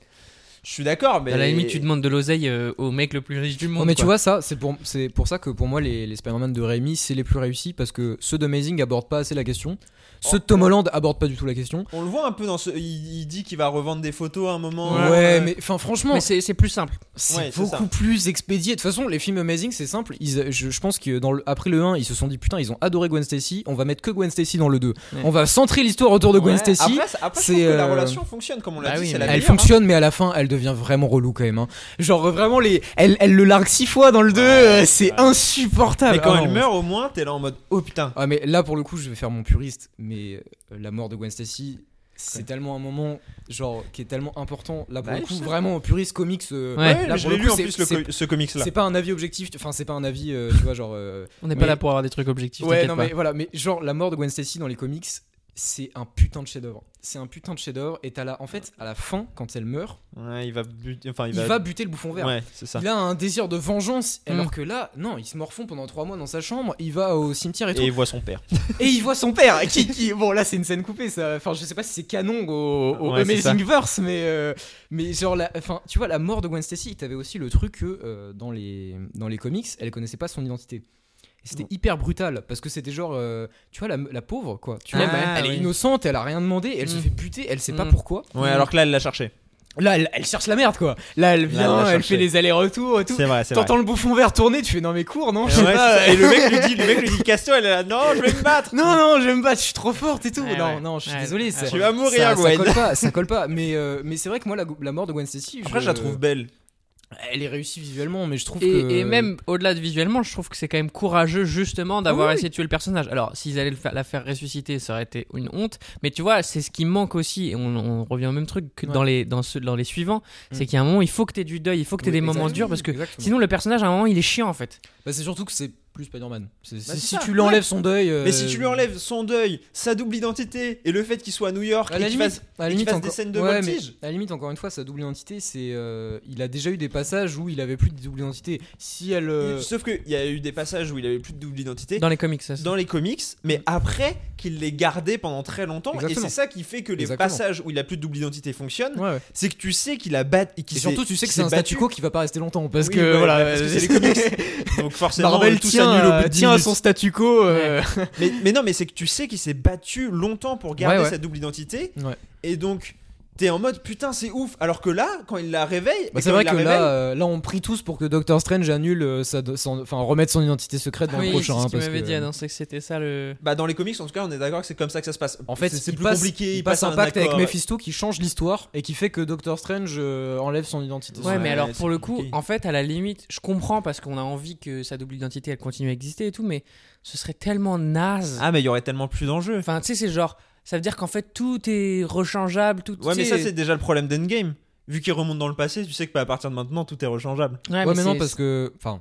S3: Je suis d'accord, mais
S4: À la limite, tu demandes de l'oseille euh, au mec le plus riche du
S5: Non,
S4: monde.
S5: Oh, mais tu
S4: quoi.
S5: vois, ça, c'est pour, c'est pour ça que pour moi, les, les Spider-Man de Raimi, c'est les plus réussis parce que ceux d'Amazing abordent pas assez la question. Ceux de
S3: Oh.
S5: Tom Holland abordent pas du tout la question.
S3: on le voit un peu dans ce. Il, il dit qu'il va revendre des photos à un moment.
S5: Ouais,
S3: Euh,
S5: mais enfin, franchement,
S4: Mais c'est c'est plus simple.
S5: c'est
S3: ouais, c'est
S5: beaucoup
S3: ça.
S5: plus expédié. De toute façon, les films Amazing, c'est simple. Ils, je, je pense que dans le, après le 1, ils se sont dit putain, ils ont adoré Gwen Stacy, on va mettre que Gwen Stacy dans le 2.
S4: Ouais.
S5: On va centrer l'histoire autour de Gwen
S3: ouais.
S5: Stacy.
S3: Après, c'est- après, je
S5: c'est,
S3: trouve que la
S5: euh,
S3: relation fonctionne comme on l'a
S4: bah
S3: dit.
S4: oui,
S3: c'est
S4: mais
S3: la
S5: Elle
S3: meilleure, hein.
S5: fonctionne, mais à la fin, elle devient vraiment relou quand même. hein. Genre vraiment, les... elle, elle le largue six fois dans le 2, c'est insupportable.
S3: Mais quand
S5: Ah
S3: elle
S5: non.
S3: meurt, au moins, t'es là en mode oh putain.
S5: Ah mais là pour le coup je vais faire mon puriste, mais euh, la mort de Gwen Stacy c'est tellement un moment genre qui est tellement important là pour
S3: Bah,
S5: le
S3: je
S5: coup
S3: sais.
S5: vraiment puriste comics euh,
S4: Ouais.
S3: mais
S5: là,
S3: je
S5: pour
S3: l'ai
S5: le
S3: lu
S5: coup,
S3: en
S5: c'est-
S3: plus le
S5: c'est-
S3: co- ce comics là.
S5: c'est pas un avis objectif enfin c'est pas un avis euh, tu vois genre euh,
S4: On n'est
S5: Mais-
S4: pas là pour avoir des trucs objectifs.
S5: ouais
S4: t'inquiète
S5: non
S4: pas.
S5: mais voilà mais genre la mort de Gwen Stacy dans les comics c'est un putain de chef d'œuvre c'est un putain de chef d'œuvre et t'as là en fait à la fin quand elle meurt
S3: Ouais, il va buter- enfin il
S5: il
S3: va.
S5: va, buter le bouffon vert
S3: ouais, c'est ça.
S5: il a un désir de vengeance
S4: Mm.
S5: alors que là non il se morfond pendant trois mois dans sa chambre il va au cimetière et tout
S3: Et il voit son père.
S5: Et il voit son père, qui, qui- bon là c'est une scène coupée, ça. Enfin je sais pas si c'est canon au, au
S3: Ouais, c'est ça.
S5: Amazing Verse, mais euh, mais genre la, enfin tu vois la mort de Gwen Stacy, t'avais aussi le truc que euh, dans les dans les comics, elle connaissait pas son identité. Et C'était hyper brutal parce que c'était genre, euh, tu vois, la, la pauvre quoi. Tu vois,
S4: Ah,
S5: bah, elle est
S4: oui.
S5: innocente, elle a rien demandé, elle se
S4: Mm.
S5: fait buter, elle sait pas
S4: Mm.
S5: pourquoi.
S3: Ouais, alors que là elle l'a cherché.
S5: Là, elle, elle cherche la merde quoi. Là, elle vient,
S3: elle l'a
S5: elle
S3: cherché.
S5: fait les allers-retours et tout.
S3: C'est vrai, c'est vrai.
S5: T'entends le bouffon vert tourner, tu fais non mais cours, non,
S3: Ouais,
S5: je
S3: c'est
S5: sais pas.
S3: ça. Et le mec lui dit, le mec lui dit casse-toi, elle est là, non, je vais me battre.
S5: Non, non, je vais me battre, je suis trop forte et tout.
S4: Ouais,
S5: non,
S4: ouais.
S5: non, je suis
S4: Ouais,
S5: désolé.
S4: ouais.
S5: ça-
S3: Tu vas mourir,
S5: ça, ça
S3: Gwen.
S5: colle pas, ça colle pas. Mais, euh, mais c'est vrai que moi, la, la mort de Gwen Stacy,
S3: Après, je la trouve belle.
S5: Elle est réussie visuellement, mais je trouve
S4: Et,
S5: que. euh,
S4: et même au-delà de visuellement, je trouve que c'est quand même courageux justement d'avoir
S5: Oui, oui.
S4: essayé de tuer le personnage. Alors, s'ils allaient le faire- la faire ressusciter, ça aurait été une honte. Mais tu vois, c'est ce qui manque aussi, et on, on revient au même truc que
S5: Ouais.
S4: dans, les, dans, ceux- dans les suivants,
S5: Mm.
S4: c'est qu'il y a un moment, il faut que t'aies du deuil, il faut que t'aies
S5: Oui,
S4: des moments
S5: exactement,
S4: durs, parce que
S5: exactement.
S4: sinon le personnage, à un moment, il est chiant en fait.
S5: Bah, c'est surtout que c'est plus Spider-Man. C'est- c'est-
S3: Bah, c'est
S5: si
S3: ça,
S5: tu lui enlèves son deuil.
S3: Mais si tu
S5: Euh.
S3: lui enlèves son deuil, sa double identité et le fait qu'il soit à New York
S5: euh, À
S3: et
S5: la
S3: qu'il
S5: limite,
S3: fasse
S5: à la
S3: et qu'il
S5: limite,
S3: fasse
S5: encore-
S3: des scènes de
S5: ouais,
S3: voltige.
S5: mais à la limite, encore une fois, sa double identité, c'est. euh, il a déjà eu des passages où il avait plus de double identité. Si elle. euh,
S3: Sauf qu'il y a eu des passages où il avait plus de double identité
S4: Dans les comics, ça. c'est-
S3: dans les comics, mais après qu'il les gardait pendant très longtemps.
S5: Mm. Exactement.
S3: Et c'est ça qui fait que les
S5: Exactement.
S3: passages où il a plus de double identité fonctionnent.
S5: ouais, ouais.
S3: C'est que tu sais qu'il a battu.
S5: Et surtout, tu sais que c'est un statu
S3: battu.
S5: quo qui va pas rester longtemps. Parce
S3: Oui,
S5: que
S3: bah,
S5: voilà. euh,
S3: parce que c'est les comics. Donc forcément, euh,
S5: Marvel
S3: tout
S5: tient,
S3: s'annule au
S5: à-
S3: bout de dix
S5: tient à
S3: minutes.
S5: son statu quo. euh,
S3: Mais, mais non, mais c'est que tu sais qu'il s'est battu longtemps pour garder
S5: Ouais, ouais.
S3: sa double identité.
S5: Ouais.
S3: Et donc, t'es en mode putain, c'est ouf. Alors que là, quand il la réveille,
S5: Bah,
S3: et
S5: c'est
S3: quand
S5: vrai
S3: il la
S5: que
S3: réveille,
S5: là, euh, là, on prie tous pour que Doctor Strange annule, euh, sa do- son- enfin remette son identité secrète dans
S4: oui,
S5: le prochain.
S4: c'est
S5: hein,
S4: ce qu'il
S5: parce
S4: m'avait
S5: que-
S4: dit, ah non, c'est que c'était ça le.
S3: bah, dans les comics, en tout cas, on est d'accord que c'est comme ça que ça se passe.
S5: En fait,
S3: c'est c'est
S5: il
S3: plus
S5: passe-
S3: compliqué.
S5: Il passe un pacte avec
S3: accord, ouais.
S5: Mephisto qui change l'histoire et qui fait que Doctor Strange euh, enlève son identité.
S4: Ouais, mais
S3: Ouais,
S4: alors
S3: c'est
S4: pour le coup,
S3: compliqué.
S4: en fait, à la limite, je comprends parce qu'on a envie que sa double identité elle continue à exister et tout, mais ce serait tellement naze.
S3: Ah, mais il y aurait tellement plus d'enjeux.
S4: Enfin, tu sais, c'est genre, ça veut dire qu'en fait tout est rechangeable, tout.
S3: Ouais,
S4: tu
S3: mais
S4: sais-
S3: ça, c'est déjà le problème d'Endgame. Vu qu'il remonte dans le passé, tu sais que bah, à partir de maintenant, tout est rechangeable.
S4: Ouais,
S5: Ouais, mais non,
S4: c'est-
S5: parce que. Enfin.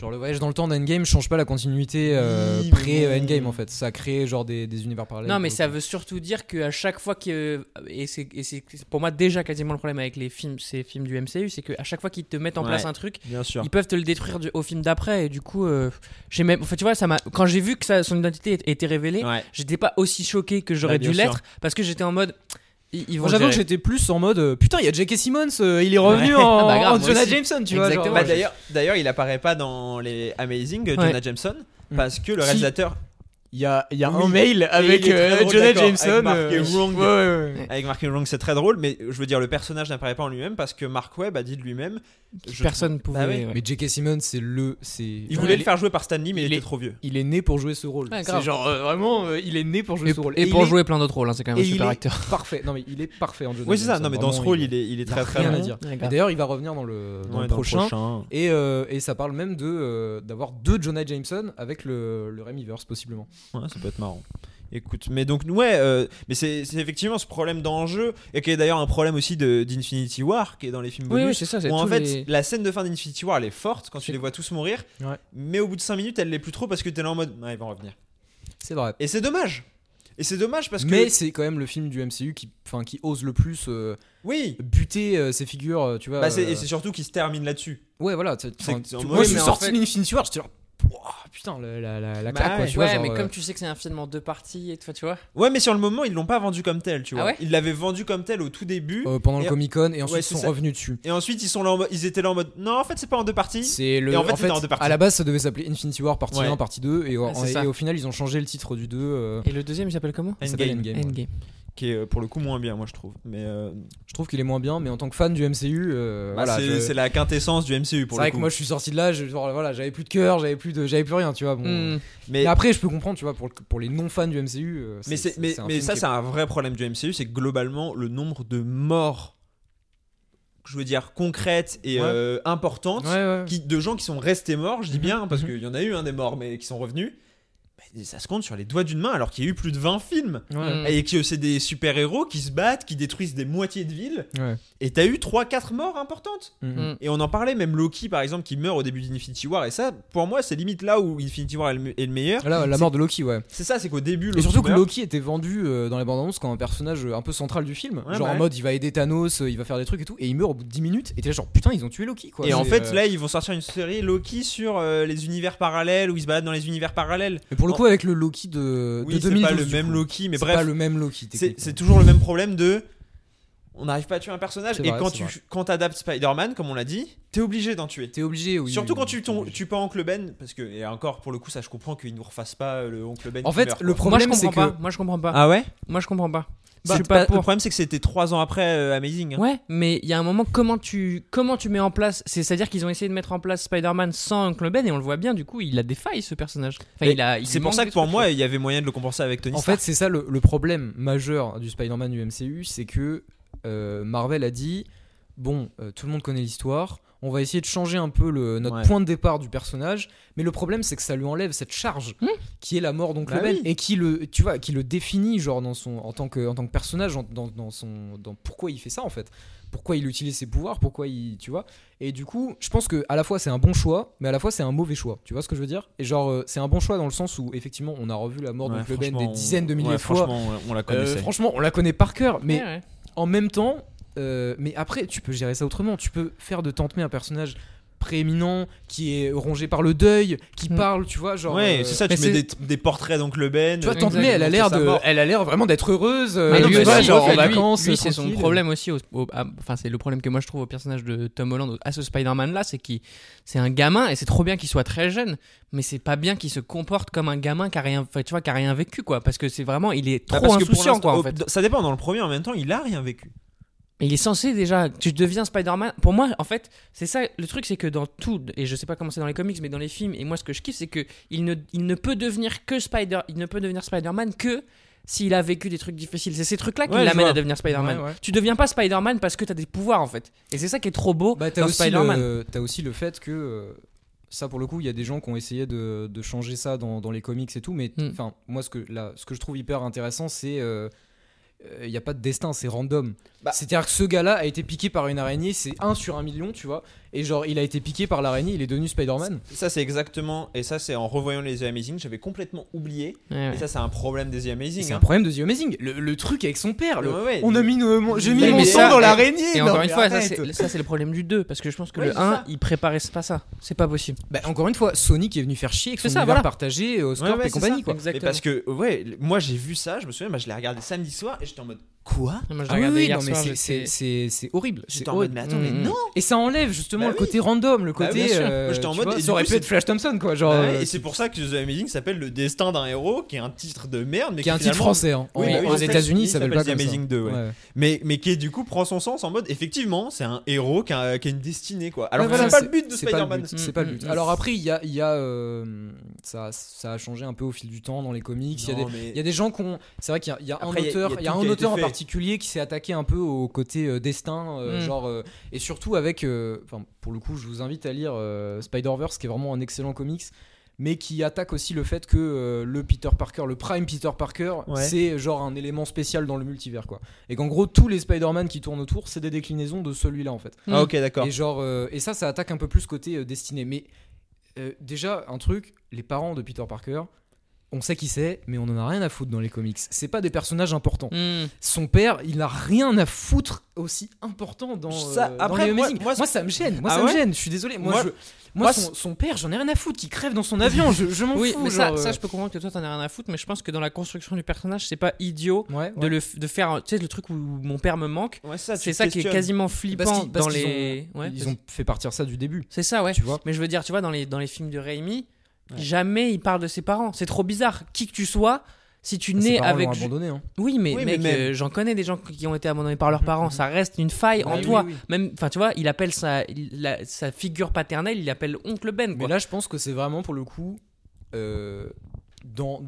S5: Genre le voyage dans le temps d'Endgame change pas la continuité euh,
S3: Oui, mais
S5: pré-Endgame
S3: bon.
S5: en fait. Ça crée genre des, des univers parallèles.
S4: Non, mais
S5: pour le
S4: ça
S5: coup.
S4: veut surtout dire qu'à chaque fois que. Et c'est et c'est- c'est pour moi déjà quasiment le problème avec les films, ces films du MCU, c'est qu'à chaque fois qu'ils te mettent en
S3: Ouais.
S4: place un truc,
S3: Bien sûr.
S4: ils peuvent te le détruire du- au film d'après. Et du coup, euh, j'ai même. Enfin, tu vois, ça m'a. Quand j'ai vu que ça, son identité a- était révélée,
S3: Ouais.
S4: j'étais pas aussi choqué que j'aurais
S3: Ouais,
S4: dû
S3: bien
S4: l'être parce que j'étais en mode. Ils, ils vont
S5: Moi, j'avoue que
S4: gérer.
S5: j'étais plus en mode euh, putain, il y a J.K. Simmons, euh, il est revenu en,
S4: Ah bah grave,
S5: en
S4: moi
S5: Jonah
S4: aussi.
S5: Jameson, tu vois. genre, euh,
S4: Exactement.
S3: Bah,
S5: ouais.
S3: d'ailleurs, d'ailleurs, il apparaît pas dans les Amazing, euh,
S4: Ouais.
S3: Jonah Jameson,
S5: Mm.
S3: parce que le
S5: Si.
S3: réalisateur,
S5: Il y a, il y a
S3: Oui.
S5: un mail avec
S3: il est très
S5: euh,
S3: drôle,
S5: Jonah
S3: d'accord, avec
S5: Jameson.
S3: Mark
S5: euh,
S3: Wrong.
S5: ouais, ouais, ouais.
S3: avec Mark Wrong, c'est très drôle, mais je veux dire, le personnage n'apparaît pas en lui-même parce que Mark Webb a dit de lui-même. je-
S4: Personne pouvait.
S3: Bah oui.
S4: ouais.
S5: Mais J.K. Simmons, c'est le. c'est-
S3: Il
S5: Genre,
S3: voulait
S5: est-
S3: le faire jouer par Stanley, mais il,
S5: il est-
S3: était trop vieux.
S5: Il est né pour jouer ce rôle.
S4: Ouais, grave.
S5: c'est genre euh, vraiment, euh, il est né pour jouer
S4: Et,
S5: ce rôle.
S4: et
S5: il
S4: pour
S5: est
S4: jouer plein d'autres rôles, hein, c'est quand même
S5: Et
S4: un super
S5: il est-
S4: acteur.
S5: Parfait. Non, mais il est parfait en Jonah
S3: Oui, c'est ça.
S5: Jameson,
S3: Non, mais dans ce
S5: vraiment,
S3: rôle, il est, il est très très
S5: Rien à
S3: bon.
S5: dire.
S4: Ouais,
S5: Et
S4: grave.
S5: D'ailleurs, il va revenir dans le, dans
S3: Ouais,
S5: le
S3: dans le
S5: prochain. Et, euh, et ça parle même de euh, d'avoir deux Jonah Jameson avec le, le Remiverse possiblement.
S3: Ouais, ça peut être marrant. Écoute, mais donc, ouais, euh, mais c'est c'est effectivement ce problème d'enjeu, et qui est d'ailleurs un problème aussi de- d'Infinity War, qui est dans les films
S4: Oui,
S3: bonus.
S4: oui, c'est ça, c'est
S3: où en
S4: tous
S3: fait,
S4: les-
S3: la scène de fin d'Infinity War, elle est forte quand tu
S5: C'est-
S3: les vois tous mourir,
S5: Ouais.
S3: mais au bout de 5 minutes, elle l'est plus trop parce que t'es là en mode, ah, ils vont revenir.
S5: C'est vrai.
S3: Et c'est dommage. Et c'est dommage parce
S5: mais
S3: que.
S5: c'est quand même le film du MCU qui, enfin, qui ose le plus euh,
S3: Oui!
S5: buter euh, ses figures, euh, tu vois.
S3: Bah, c'est-
S5: euh,
S3: et c'est surtout qu'il se termine là-dessus.
S5: Ouais, voilà. tu-
S3: C'est-
S5: enfin,
S3: c'est- oui,
S5: tu- moi, je suis
S4: mais en
S5: sorti
S4: fait-
S5: de l'Infinity War, j'étais genre, Ouah, putain, la, la, la, la
S3: Bah
S5: claque, quoi,
S3: ouais.
S5: tu vois,
S4: ouais,
S5: genre,
S4: mais
S5: euh,
S4: comme tu sais que c'est un film en deux parties, et toi, tu vois.
S3: Ouais, mais sur le moment, ils l'ont pas vendu comme tel, tu
S4: Ah
S3: vois.
S4: ouais
S3: ils l'avaient vendu comme tel au tout début.
S5: euh, pendant
S3: Et-
S5: le Comic Con, et ensuite
S3: Ouais,
S5: ils
S3: c'est
S5: sont
S3: ça.
S5: revenus dessus.
S3: Et ensuite, ils, sont là en mode- ils étaient là en mode Non, en fait, c'est pas en deux parties.
S5: C'est le.
S3: Et en fait, c'était en deux parties.
S5: à la base, ça devait s'appeler Infinity War partie
S3: Ouais.
S5: 1, partie 2, et,
S4: Ouais,
S5: en-
S4: c'est ça.
S5: et au final, ils ont changé le titre du 2. euh,
S4: Et le deuxième, il s'appelle comment
S5: il s'appelle
S3: Endgame.
S5: Endgame, ouais.
S4: Endgame.
S3: Qui est euh, pour le coup moins bien, moi, je trouve. Mais euh,
S5: Je trouve qu'il est moins bien, mais en tant que fan du MCU, euh,
S3: bah,
S5: voilà,
S3: c'est
S5: je-
S3: c'est la quintessence du MCU
S5: C'est
S3: pour le
S5: vrai que
S3: coup.
S5: moi, je suis sorti de là, je- genre, voilà, j'avais plus de cœur, j'avais plus de, j'avais plus rien, tu vois. Bon.
S4: Hmm.
S3: mais
S5: Mais après, je Ah, peux comprendre, tu vois, pour, le- pour les non-fans du MCU. euh,
S3: mais, c'est- mais,
S5: un
S3: mais
S5: film
S3: ça,
S5: qui est-
S3: c'est un vrai problème du MCU c'est que globalement, le nombre de morts je veux dire, concrètes et
S5: Ouais.
S3: euh, importantes
S5: Ouais, Mhm. ouais.
S3: qui- de gens qui sont restés morts, je dis bien, parce qu'il y en a eu un des morts, mais qui sont revenus. bah, ça se compte sur les doigts d'une main, alors qu'il y a eu plus de 20 films.
S5: Ouais.
S4: Mm.
S3: Et que c'est des super-héros qui se battent, qui détruisent des moitiés de villes.
S5: Ouais.
S3: Et t'as eu 3-4 morts importantes.
S5: Mhm.
S3: Et on en parlait, même Loki, par exemple, qui meurt au début d'Infinity War. Et ça, pour moi, c'est limite là où Infinity War est le, est le meilleur.
S5: Là, la mort de Loki, ouais.
S3: C'est ça, c'est qu'au début, Loki.
S5: Et surtout que
S3: meurt.
S5: Loki était vendu euh, dans la bande-annonce comme un personnage euh, un peu central du film.
S3: Ouais, bah
S5: genre en
S3: ouais.
S5: mode il va aider Thanos, euh, il va faire des trucs et tout. Et il meurt au bout de 10 minutes. Et t'es là genre putain, ils ont tué Loki quoi.
S3: Et en
S5: C'est,
S3: fait,
S5: euh,
S3: là, ils vont sortir une série Loki sur euh, les univers parallèles, où ils se battent dans les univers parallèles.
S5: Mais pour le coup, avec le Loki de,
S3: Oui,
S5: de
S3: c'est
S5: 2012.
S3: pas le
S5: du
S3: même
S5: coup.
S3: Loki, mais
S5: C'est
S3: bref.
S5: pas le même Loki.
S3: C'est
S5: techniquement.
S3: c'est toujours le même problème de. On n'arrive pas à tuer un personnage.
S5: C'est
S3: Et
S5: vrai,
S3: quand
S5: c'est
S3: tu
S5: vrai.
S3: quand t'adaptes Spider-Man, comme on l'a dit, t'es obligé d'en tuer.
S5: T'es obligé, oui.
S3: Surtout
S5: oui,
S3: quand
S5: oui,
S3: tu,
S5: t'es
S3: ton,
S5: obligé.
S3: tu pas Oncle Ben, parce que, et encore pour le coup, ça je comprends qu'ils nous refassent pas le Oncle Ben.
S5: En
S3: qui
S5: fait,
S3: meurt,
S5: le
S3: quoi.
S4: Moi je
S5: problème c'est
S4: comprends
S5: que.
S4: pas. Moi je comprends pas.
S3: Ah ouais
S4: Moi je comprends pas.
S3: Bah,
S4: je suis pas
S3: bah, Le
S4: pour.
S3: problème, c'est que c'était 3 ans après euh, Amazing. hein.
S4: Ouais, mais il y a un moment comment tu comment tu mets en place C'est- C'est-à-dire qu'ils ont essayé de mettre en place Spider-Man sans Uncle Ben et on le voit bien. Du coup, il a des failles ce personnage. Enfin,
S3: Mais
S4: il a. il
S3: C'est
S4: lui
S3: pour
S4: manque
S3: ça
S4: des
S3: que pour
S4: trucs,
S3: moi, il y avait moyen de le compenser avec Tony
S5: En fait,
S3: Stark.
S5: c'est ça le, le problème majeur du Spider-Man du MCU, c'est que euh, Marvel a dit bon, euh, tout le monde connaît l'histoire, on va essayer de changer un peu le, notre
S3: Ouais.
S5: point de départ du personnage, mais le problème c'est que ça lui enlève cette charge qui est la mort d'Oncle
S3: Bah
S5: Ben
S3: oui.
S5: et qui le tu vois qui le définit genre dans son en tant que en tant que personnage en- dans, dans son dans pourquoi il fait ça en fait. Pourquoi il utilise ses pouvoirs, pourquoi il tu vois et du coup, je pense que à la fois c'est un bon choix, mais à la fois c'est un mauvais choix. Tu vois ce que je veux dire Et genre euh, c'est un bon choix dans le sens où effectivement on a revu la mort
S3: Ouais,
S5: d'Oncle Ben
S3: franchement,
S5: des
S3: on-
S5: dizaines de milliers
S3: ouais,
S5: de fois.
S3: Franchement, on- on la
S5: Euh,
S3: connaissait.
S5: franchement, on la connaît par cœur, mais
S4: Ouais, ouais.
S5: en même temps, euh, mais après, tu peux gérer ça autrement. Tu peux faire de Tante May un personnage prééminent qui est rongé par le deuil, qui
S4: Mm.
S5: parle, tu vois, genre.
S3: ouais,
S5: euh,
S3: c'est ça,
S4: mais
S3: tu mets des, des portraits d'Oncle Ben.
S5: Tu vois,
S3: euh,
S5: Tante May, elle a
S3: montre
S5: l'air
S3: sa
S5: de,
S3: mort. Ah
S5: elle a l'air vraiment d'être heureuse. euh,
S4: Mais
S5: tu
S4: lui
S5: vois,
S4: aussi,
S5: genre
S4: ouais,
S5: en
S4: lui-
S5: vacances.
S4: lui, c'est son
S5: tranquille.
S4: problème aussi. au- au- à- Enfin, c'est le problème que moi je trouve au personnage de Tom Holland, à ce Spider-Man là, c'est qu'il c'est un gamin et c'est trop bien qu'il soit très jeune, mais c'est pas bien qu'il se comporte comme un gamin qui a rien, enfin, tu vois, qui a rien vécu quoi, parce que c'est vraiment il est
S3: Bah,
S4: trop
S3: parce que pour
S4: insouciant
S3: l'instant,
S4: quoi en
S3: au-
S4: fait.
S3: Ça dépend, dans le premier, en même temps, il a rien vécu.
S4: Mais Il est censé déjà, tu deviens Spider-Man. Pour moi, en fait, c'est ça. Le truc, c'est que dans tout, et je sais pas comment c'est dans les comics, mais dans les films, et moi, ce que je kiffe, c'est que il ne, il ne peut devenir que Spider, il ne peut devenir Spider-Man que s'il a vécu des trucs difficiles. C'est ces trucs-là qui
S3: Ouais, je
S4: l'amènent
S3: vois.
S4: à devenir Spider-Man.
S5: Ouais, ouais.
S4: Tu deviens pas Spider-Man parce que t'as des pouvoirs, en fait. Et c'est ça qui est trop beau
S5: Bah, t'as
S4: dans
S5: aussi,
S4: Spider-Man.
S5: le- t'as aussi le fait que. euh, Ça, pour le coup, il y a des gens qui ont essayé de, de changer ça dans, dans les comics et tout, mais
S4: Mm.
S5: enfin, moi, ce que, là, ce que je trouve hyper intéressant, c'est. euh, euh, Il n'y a pas de destin, c'est random.
S3: Bah-
S5: C'est-à-dire que ce gars-là a été piqué par une araignée, c'est 1 sur 1 million, tu vois. Et genre, il a été piqué par l'araignée, il est devenu Spider-Man.
S3: Ça, c'est exactement, et ça, c'est en revoyant les The Amazing, j'avais complètement oublié.
S4: Ouais, ouais.
S3: Et ça, c'est un problème des The
S5: Et
S3: Amazing.
S5: C'est
S3: hein.
S5: un problème de The Amazing. Le, le truc avec son père, le-
S3: Ouais, ouais.
S5: on a mis nos- mon- j'ai mis
S4: Mais-
S5: mon
S4: mais
S5: sang
S4: ça,
S5: dans
S4: et-
S5: l'araignée.
S4: Et
S5: non,
S4: encore
S5: mais
S4: une fois, ça
S5: arrête.
S4: c'est ça, c'est le problème du 2, parce que je pense que
S3: Ouais,
S4: le
S3: c'est
S4: 1,
S3: ça.
S4: il préparait pas ça. C'est pas possible.
S5: Bah, encore une fois, Sonic est venu faire chier avec son
S4: C'est ça,
S5: univers
S4: voilà.
S5: partagé, euh, Oscorp
S3: Ouais, ouais,
S5: et
S3: c'est
S5: compagnie,
S3: ça.
S5: quoi.
S3: Et parce que, ouais, l- moi j'ai vu ça, je me souviens, moi, je l'ai regardé samedi soir et j'étais en mode Quoi
S4: Moi, je l'ai
S5: Ah oui,
S4: regardé
S5: oui,
S4: hier
S5: non, mais
S4: soir,
S5: c'est-
S4: j'étais-
S5: c'est- c'est c'est horrible.
S3: J'étais
S5: C'est
S3: en mode,
S5: horrible.
S3: mais attends,
S4: Mm,
S3: mais
S4: mm.
S3: non
S5: Et ça enlève justement
S3: Bah
S5: le
S3: oui.
S5: côté random, le
S3: Bah
S5: côté.
S3: bien sûr.
S5: euh,
S3: Moi, j'étais en
S5: tu
S3: mode,
S5: vois,
S3: et du
S5: ça aurait
S3: coup,
S5: pu
S3: c'est-
S5: être Flash Thompson, quoi. Genre,
S3: Ouais,
S5: euh,
S3: Et c'est pour ça que The Amazing s'appelle Le destin d'un héros, qui est un titre de merde, mais
S5: qui est un titre
S3: finalement-
S5: français. hein.
S3: Oui,
S5: En-
S3: bah oui,
S5: aux
S3: je sais,
S5: États-Unis,
S3: il
S5: ça s'appelle
S3: s'appelle
S5: pas
S3: The
S5: comme ça.
S3: Amazing 2, ouais.
S5: Ouais.
S3: Mais, mais qui du coup prend son sens en mode effectivement, c'est un héros qui a, qui a une destinée quoi. Alors
S5: Ouais,
S3: que
S5: voilà,
S3: c'est pas le but de
S5: c'est pas le
S3: Spider-Man.
S5: but, C'est pas le
S4: Mm,
S5: but.
S4: mm, mm.
S5: Alors après, il y a, il y a, euh, ça, ça a changé un peu au fil du temps dans les comics. Il y a des,
S3: Non, mais-
S5: il y a des gens qui ont. C'est vrai qu'il y a- il y, a un
S3: Après, il y a-
S5: auteur,
S3: il y a
S5: il y a
S3: tout
S5: un
S3: qui a été
S5: auteur en
S3: fait.
S5: particulier qui s'est attaqué un peu au côté euh, destin, euh,
S4: Mm.
S5: genre euh, et surtout avec. euh, Enfin, pour le coup, je vous invite à lire euh, Spider-Verse, qui est vraiment un excellent comics. Mais qui attaque aussi le fait que euh, le Peter Parker, le Prime Peter Parker,
S3: Ouais.
S5: c'est genre un élément spécial dans le multivers, quoi. Et qu'en gros, tous les Spider-Man qui tournent autour, c'est des déclinaisons de celui-là, en fait.
S3: Ah ok, d'accord.
S5: Et genre, euh, et ça, ça attaque un peu plus côté euh, destinée. Mais euh, déjà, un truc, les parents de Peter Parker, on sait qui c'est, mais on en a rien à foutre dans les comics. C'est pas des personnages importants.
S4: Mm.
S5: Son père, il a rien à foutre aussi important dans,
S3: Ça,
S5: euh, dans
S3: après,
S5: les
S3: moi-
S5: Amazing.
S3: moi, c'est-
S5: ça me gêne. Moi,
S3: Ah
S5: ça me
S3: ouais
S5: gêne. Je suis désolé. Moi,
S3: Moi-
S5: je-
S3: moi,
S5: moi, son, son père, j'en ai rien à foutre. Qui crève dans son avion. Je, je m'en
S4: Oui,
S5: fous.
S4: mais ça,
S5: genre,
S4: ça,
S5: euh,
S4: je peux comprendre que toi, t'en as rien à foutre, mais je pense que dans la construction du personnage, c'est pas idiot
S5: Ouais,
S4: de
S5: ouais.
S4: le f- de faire tu sais le truc où mon père me manque
S3: Ouais, ça, tu
S4: c'est ça qui est
S3: questionnes.
S4: quasiment flippant
S5: Ah, Parce qu'ils- parce
S4: dans
S5: qu'ils
S4: les
S5: ont-
S4: Ouais,
S5: ils
S4: vas-y.
S5: ont fait partir ça du début.
S4: c'est ça ouais
S5: Tu vois.
S4: mais je veux dire tu vois dans les dans les films de Raimi
S3: Ouais.
S4: jamais il parle de ses parents c'est trop bizarre qui que tu sois si tu
S5: Ses
S4: nais
S5: parents l'ont
S4: avec
S5: abandonné. hein.
S4: oui mais
S3: Oui,
S4: mec
S3: mais même-
S4: euh, j'en connais des gens qui ont été abandonnés par leurs parents ça reste une faille en
S5: Mhm, Bah Oui,
S4: toi
S5: oui, oui.
S4: même enfin tu vois il appelle sa il- la- sa figure paternelle il l'appelle oncle Ben
S5: Mais
S4: quoi
S5: là, je pense que c'est vraiment pour le coup euh, dans,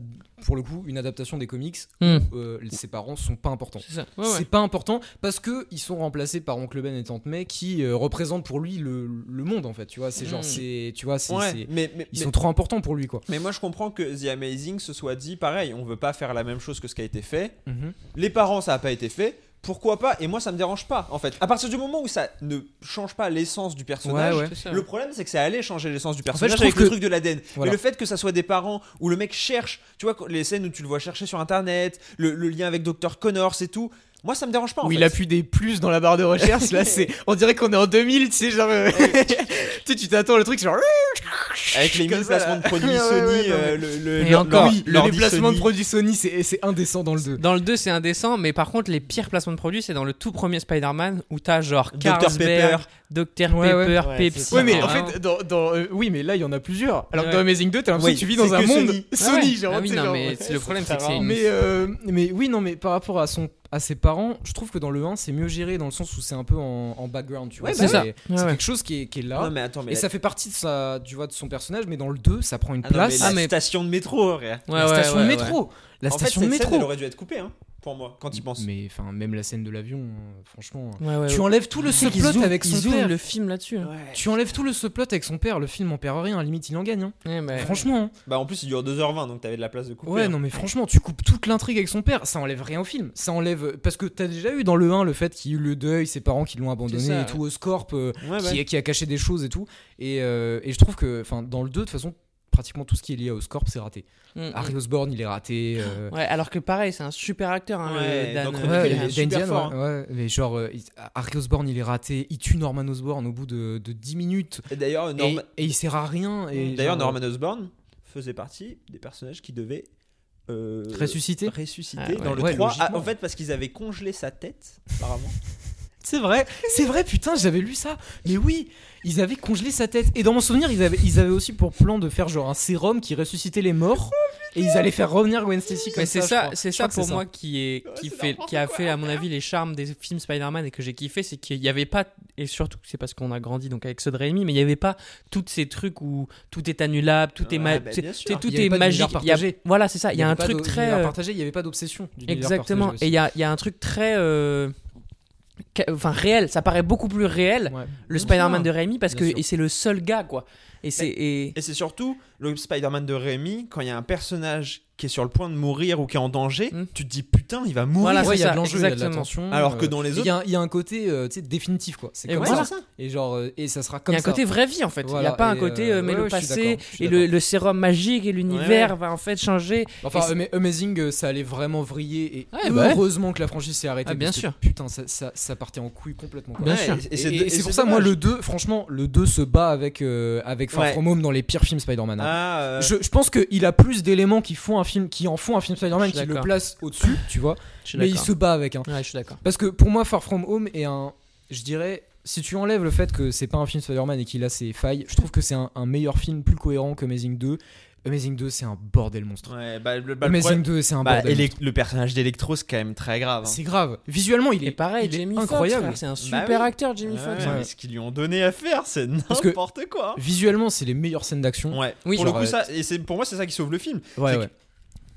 S5: pour le coup, une adaptation des comics
S4: Hmm.
S5: où euh, ses parents sont pas importants.
S4: C'est ça. Ouais, ouais.
S5: C'est pas important parce que ils sont remplacés par oncle Ben et tante May qui euh, représentent pour lui le, le monde en fait. Tu vois, c'est genre,
S4: Mm.
S5: c'est, tu vois, c'est,
S3: Ouais,
S5: c'est-
S3: mais, mais-
S5: ils
S3: mais-
S5: sont trop importants pour lui quoi.
S3: mais moi je comprends que The Amazing se soit dit pareil, on veut pas faire la même chose que ce qui a été fait.
S4: Mhm.
S3: Les parents, ça a pas été fait. Pourquoi pas Et moi, ça me dérange pas, en fait. À partir du moment où ça ne change pas l'essence du personnage,
S5: Ouais, ouais.
S4: C'est ça.
S3: le problème, c'est que ça allait changer l'essence du personnage
S5: je trouve
S3: avec le
S5: que-
S3: truc de l'ADN.
S5: Voilà.
S3: Mais le fait que ça soit des parents où le mec cherche, tu vois, les scènes où tu le vois chercher sur internet, le, le lien avec Dr. Connors et tout, moi, ça me dérange pas. en
S5: Où il
S3: fait.
S5: appuie des plus dans la barre de recherche, là c'est. On dirait qu'on est en 2000, tu sais, genre. euh, tu sais, tu t'attends le truc, genre.
S3: Avec les
S5: Comme
S3: 1000
S5: ça, là.
S3: placements de produits
S5: Ouais, ouais,
S3: Sony,
S5: ouais, non,
S3: euh, le, le,
S4: Et
S3: l'or-
S4: encore,
S3: l'or-
S5: oui, le
S3: l'ordi
S5: déplacement
S3: Sony.
S5: de produits Sony, c'est c'est indécent dans le 2.
S4: Dans le 2, c'est indécent, mais par contre, les pires placements de produits, c'est dans le tout premier Spider-Man où t'as genre
S3: Dr.
S4: Carlsberg, Dr.
S5: Ouais, ouais.
S4: Pepper,
S3: Ouais,
S4: Pepsi.
S3: c'est
S5: Ouais, mais
S4: enfin, hein.
S5: en fait, dans, dans, euh, oui, mais là, il y en a plusieurs. Alors que
S4: Ouais.
S5: dans Amazing 2, t'as l'impression
S3: Oui,
S5: que tu vis
S3: c'est
S5: dans un
S3: que
S5: monde
S3: Sony.
S5: Sony,
S4: Ah ouais.
S5: genre.
S4: Ah oui,
S5: tu sais,
S4: non,
S5: genre,
S4: mais
S5: ouais.
S4: c'est le problème, c'est que c'est une-
S5: Mais, euh, mais oui, non, mais par rapport à, son, à ses parents, je trouve que dans le 1, c'est mieux géré dans le sens où c'est un peu en, en background, tu vois.
S3: Ouais,
S4: bah oui.
S5: C'est
S4: Ouais, ouais.
S5: quelque chose qui est, qui est là.
S3: Non, mais attends, mais
S5: hein. et
S3: la-
S5: ça fait partie de, sa, tu vois, de son personnage, mais dans le 2, ça prend une
S3: ah non, mais
S5: place.
S3: la
S4: mais-
S3: station de métro, regarde.
S4: ouais,
S5: la
S4: ouais,
S5: station
S4: ouais,
S5: de
S4: ouais.
S5: métro La
S3: en fait,
S5: station
S3: cette
S5: de
S3: scène, elle
S5: métro
S3: aurait dû être coupée, hein, pour moi, quand il pense.
S5: Mais enfin, même la scène de l'avion, euh, franchement.
S4: Ouais, ouais,
S5: Tu
S4: ouais.
S5: enlèves tout le
S4: C'est qu'ils
S5: subplot
S4: zooment-
S5: avec
S4: ils
S5: son
S4: zooment
S5: père.
S4: le film là-dessus. hein.
S3: Ouais.
S5: Tu enlèves tout le subplot avec son père, le film en perd rien, limite il en gagne. hein.
S4: Ouais, mais-
S5: Franchement. hein.
S3: Bah, en plus, il dure 2h20, donc t'avais de la place de couper.
S5: Ouais,
S3: hein.
S5: non, mais franchement, tu coupes toute l'intrigue avec son père, ça enlève rien au film. Ça enlève. Parce que t'as déjà eu dans le 1 le fait qu'il y ait eu le deuil, ses parents qui l'ont abandonné
S4: C'est ça,
S5: et
S4: ouais.
S5: tout, Oscorp, euh,
S3: Ouais, ouais.
S5: qui, qui a caché des choses et tout. Et, euh, et je trouve que, enfin, dans le 2, de toute façon, pratiquement tout ce qui est lié à Oscorp, c'est raté.
S4: Mm, mm.
S5: Harry Osborn, il est raté. euh,
S4: Ouais, alors que pareil, c'est un super acteur, hein,
S3: Ouais,
S4: le Dan.
S3: donc,
S4: euh,
S3: on
S5: Ouais,
S3: il est
S5: Dan
S3: super
S5: Diane,
S3: fort, hein.
S5: ouais, ouais, mais genre, euh, il- Harry Osborn il est raté, il tue Norman Osborn au bout de, de 10 minutes,
S3: Et D'ailleurs,
S5: et,
S3: Norma-
S5: et il sert à rien. et
S3: D'ailleurs,
S5: genre, euh,
S3: Norman Osborn faisait partie des personnages qui devaient euh,
S5: Ressuscité
S3: ressusciter
S4: Ah, ouais.
S3: dans le
S5: Ouais,
S3: 3. Ah,
S5: logiquement.
S3: en fait, parce qu'ils avaient congelé sa tête, apparemment.
S5: C'est vrai, c'est vrai, putain, j'avais lu ça. Mais oui, ils avaient congelé sa tête. Et dans mon souvenir, ils avaient, ils avaient aussi pour plan de faire genre un sérum qui ressuscitait les
S3: Oh,
S5: morts. et ils allaient faire revenir Gwen Stacy comme
S4: Mais
S5: ça.
S4: c'est
S5: je
S4: ça,
S5: crois.
S4: c'est
S5: Je
S4: ça
S5: crois que
S4: pour moi qui est qui fait qui a fait à mon avis les charmes des films Spider-Man et que j'ai kiffé, c'est qu'il n'y avait pas et surtout c'est parce qu'on a grandi donc avec Sod Raimi, mais il n'y avait pas toutes ces trucs où tout est annulable, tout est
S3: Ah,
S4: ma-
S3: bah,
S4: c'est-
S3: bien
S4: c'est-
S3: sûr.
S4: tout
S5: Il y avait
S4: est
S5: pas
S4: magique.
S5: d'univers
S4: il y a-
S5: partagé.
S4: voilà, c'est ça. Il y a
S5: avait
S4: un
S5: pas
S4: truc
S5: d'o-
S4: très
S5: d'univers
S4: euh,
S5: partagé, il n'y avait pas d'obsession. du univers
S4: exactement.
S5: partagé
S4: Et
S5: aussi.
S4: il y a, il y a un truc très euh, ca- enfin réel. Ça paraît beaucoup plus réel
S5: Ouais.
S4: le
S5: Bien
S4: Spider-Man
S5: sûr.
S4: de Raimi parce
S5: Bien
S4: que
S5: sûr. Bah,
S4: et c'est le seul gars quoi. Et c'est et
S3: Et c'est surtout le Spider-Man de Rémi, quand il y a un personnage qui est sur le point de mourir ou qui est en danger,
S4: Mm.
S3: tu te dis putain, il va mourir.
S4: Voilà,
S5: Hmm. Ouais,
S4: c'est
S5: il y a
S4: ça,
S5: de l'enjeu, il y a de
S4: exactement.
S5: l'attention.
S3: Alors que
S5: euh,
S3: dans les
S5: et
S3: autres-
S5: il y a- il y, a un côté euh, tu sais, définitif quoi. C'est
S4: Et
S5: comme
S4: ouais,
S5: ça.
S4: c'est
S5: Et genre euh, et ça sera
S4: Il
S5: comme
S4: y a un
S5: ça.
S4: côté vraie vie en fait. Il
S5: Voilà,
S4: n'y a pas un
S5: et,
S4: côté
S5: euh,
S4: euh, mêle
S5: ouais,
S4: au
S5: ouais, je suis
S4: passé
S5: d'accord, je suis
S4: et le,
S5: d'accord.
S4: le sérum magique et l'univers va en fait changer.
S5: Enfin,
S4: Et c'est-
S5: Ama- Amazing, euh, ça allait vraiment vriller et
S4: Ouais, bah ouais.
S5: heureusement que la franchise s'est arrêtée.
S4: Ah, bien
S5: parce que,
S4: sûr.
S5: Putain, ça, ça- ça partait en couille complètement. quoi.
S4: Bien
S3: Ouais,
S4: sûr.
S3: et- Et,
S5: Et,
S3: c'est
S5: et
S3: et
S5: c'est pour
S3: c'est
S5: ça, moi,
S3: dommage.
S5: le 2, franchement, le 2 se bat avec, euh, avec Far
S3: Ouais.
S5: From Home dans les pires films Spider-Man. hein.
S3: Ah, euh,
S5: Je, je pense qu'il a plus d'éléments qui, font un film- qui en font un film Spider-Man
S4: Je suis
S5: qui le
S4: d'accord.
S5: place au-dessus, tu vois.
S4: Je suis
S5: Mais il
S4: d'accord.
S5: se bat avec. hein.
S4: Ouais, je suis d'accord.
S5: Parce que pour moi, Far From Home est un. Je dirais, si tu enlèves le fait que c'est pas un film Spider-Man et qu'il a ses failles, je trouve que c'est un, un meilleur film plus cohérent qu'Amazing 2. Amazing 2, c'est un bordel monstre.
S3: ouais, bah, le, bah, le
S5: Amazing
S3: problème-
S5: 2, c'est un
S3: bah,
S5: bordel.
S3: élec-
S5: monstre.
S3: le personnage d'Electro, c'est quand même très grave. hein.
S5: C'est grave. Visuellement, il est
S4: Et pareil,
S5: il est
S4: Jamie Foxx,
S5: incroyable. Bah
S4: frère, c'est un super
S3: oui.
S4: acteur, Jamie
S3: Ouais,
S4: Foxx.
S3: mais
S5: ouais.
S3: ce qu'ils lui ont donné à faire, c'est
S5: que-
S3: n'importe quoi.
S5: Visuellement, c'est les meilleures scènes d'action.
S3: Ouais.
S4: Oui,
S3: pour le
S5: genre,
S3: coup,
S5: euh,
S3: ça, et c'est pour moi, c'est ça qui sauve le film.
S5: ouais,
S3: C'est
S5: ouais.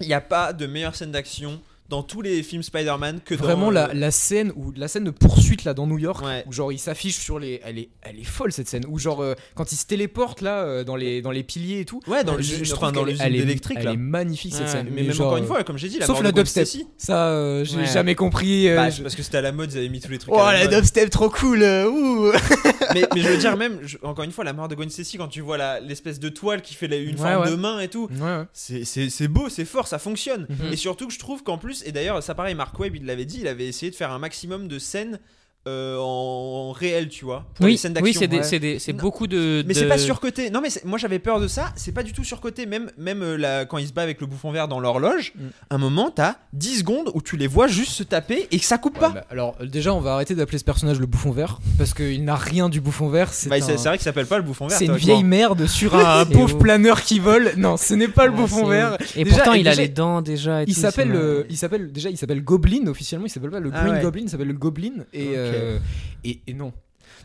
S3: Il n'y a pas de meilleure scène d'action dans tous les films Spider-Man que dans,
S5: Vraiment la,
S3: euh,
S5: la scène où la scène de poursuite là dans New York
S3: Ouais.
S5: où genre il s'affiche sur les elle est elle est folle cette scène où genre euh, quand il se téléporte là euh, dans les dans les piliers et tout
S3: Ouais, dans
S5: euh,
S3: l'usine
S5: trouve
S3: enfin, dans
S5: qu'elle est-
S3: l'usine
S5: elle est-
S3: d'électrique,
S5: elle
S3: là.
S5: est magnifique cette
S4: Ouais,
S5: scène
S3: mais,
S5: Mais
S3: même
S5: genre,
S3: encore une
S5: euh,
S3: fois, comme j'ai dit, la
S5: sauf
S3: mort
S5: la
S3: de Gwen
S5: dubstep
S3: Stacy.
S5: ça euh, j'ai
S4: Ouais.
S5: jamais compris euh,
S3: Bah,
S5: je-
S3: c'est parce que c'était à la mode, ils avaient mis tous les trucs.
S5: oh
S3: à
S5: la
S3: mode.
S5: dubstep trop cool euh, ouh.
S3: mais, mais je veux dire, même, je- encore une fois, la mort de Gwen Stacy, quand tu vois la- l'espèce de toile qui fait la- une
S5: Ouais,
S3: forme
S5: ouais.
S3: de main et tout,
S5: Ouais, ouais.
S3: c'est- c'est c'est beau, c'est fort, ça fonctionne.
S5: Mhm.
S3: Et surtout que je trouve qu'en plus, et d'ailleurs, ça pareil, Mark Webb, il l'avait dit, il avait essayé de faire un maximum de scènes euh, en, en réel, tu vois. Pour les
S4: Oui,
S3: scènes
S4: oui
S3: d'action.
S4: c'est des-
S5: ouais.
S4: c'est des- c'est
S3: Non.
S4: beaucoup de.
S3: Mais
S4: de-
S3: c'est pas surcoté. Non, mais c'est- moi j'avais peur de ça. C'est pas du tout surcoté. Même, même euh, la- quand il se bat avec le bouffon vert dans l'horloge,
S5: Mm.
S3: un moment, t'as 10 secondes où tu les vois juste se taper et que ça coupe pas.
S5: Ouais, bah, alors euh, déjà on va arrêter d'appeler ce personnage le bouffon vert parce qu'il n'a rien du bouffon vert c'est
S3: Bah,
S5: un-
S3: C'est c'est vrai qu'il s'appelle pas le bouffon vert. Ah,
S5: C'est une
S3: toi,
S5: vieille
S3: quoi.
S5: merde sur un, un
S4: C'est
S5: pauvre
S4: ouf.
S5: planeur qui vole. Non, ce n'est pas le
S4: Ouais,
S5: beau fond
S4: c'est-
S5: vert.
S4: Et
S5: Déjà-
S4: pourtant,
S5: et
S4: il a
S5: déjà-
S4: les dents déjà. et
S5: Il
S4: tout,
S5: s'appelle
S4: c'est-
S5: le, il s'appelle déjà, il s'appelle Goblin officiellement. Il s'appelle pas le
S3: Ah
S5: Green
S3: ouais.
S5: Goblin, il s'appelle le Goblin
S3: Ok.
S5: et euh, et, et non.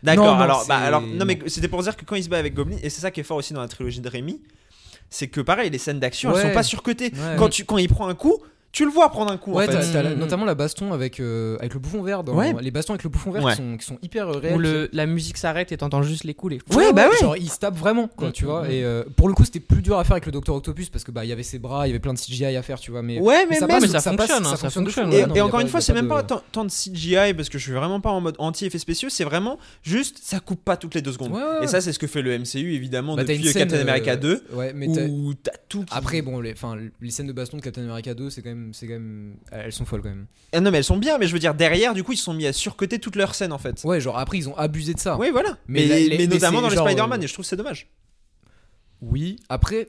S3: D'accord,
S5: Non, non,
S3: alors, bah,
S5: c'est-
S3: alors. Non, mais c'était pour dire que quand il se bat avec Goblin, et c'est ça qui est fort aussi dans la trilogie de Rémi, c'est que pareil, les scènes d'action, elles
S5: Ouais.
S3: sont pas surcotées.
S5: Ouais.
S3: Quand, tu, quand il prend un coup, tu le vois prendre un coup.
S5: Ouais,
S3: en
S5: t'as-
S3: fait.
S5: t'as la-
S4: Mm, mm.
S5: notamment la baston avec, euh, avec le bouffon vert. dans-
S3: Ouais.
S5: Les bastons avec le bouffon vert
S3: Ouais.
S5: qui, sont, qui sont hyper euh, réels.
S4: Où le, la musique s'arrête et t'entends juste les coups. Les...
S5: Ouais, bah ouais, Genre, il se tape vraiment, quoi,
S4: Mm,
S5: tu
S4: mm,
S5: vois.
S4: mm.
S5: Et euh, pour le coup, c'était plus dur à faire avec le Docteur Octopus parce que bah il y avait ses bras, il y avait plein de CGI à faire, tu vois. Mais,
S3: Ouais, mais,
S5: ça
S3: même-
S5: passe,
S4: mais ça
S5: passe,
S4: fonctionne, hein, ça
S5: de fou.
S4: fonctionne,
S3: Et,
S4: ouais,
S3: et
S5: non, y a
S3: encore
S5: pas-
S3: une
S5: y a
S3: fois, c'est
S5: pas
S3: même
S5: de-
S3: pas tant, tant de CGI parce que je suis vraiment pas en mode anti-effets spéciaux, c'est vraiment juste ça coupe pas toutes les deux secondes.
S5: Ouais, ouais,
S3: Et
S5: ouais.
S3: ça, c'est ce que fait le MCU évidemment
S5: Bah, t'as
S3: depuis
S5: une scène,
S3: Captain America
S5: euh,
S3: 2
S5: Ouais, mais t'as- Ah.
S3: où t'as tout. qui-
S5: Après, bon, les, enfin, les scènes de baston de Captain America 2, c'est quand même, c'est quand même, elles sont folles quand même.
S3: Ah non, mais elles sont bien, mais je veux dire, derrière, du coup, ils se sont mis à surcoter toutes leurs scènes en fait.
S5: Ouais, genre après, ils ont abusé de ça.
S3: Oui, voilà. Mais,
S5: Mais la- les-
S3: mais
S5: mais
S3: notamment
S5: c'est
S3: dans les
S5: genre,
S3: Spider-Man,
S5: euh,
S3: et je trouve que c'est dommage.
S5: Oui. Après,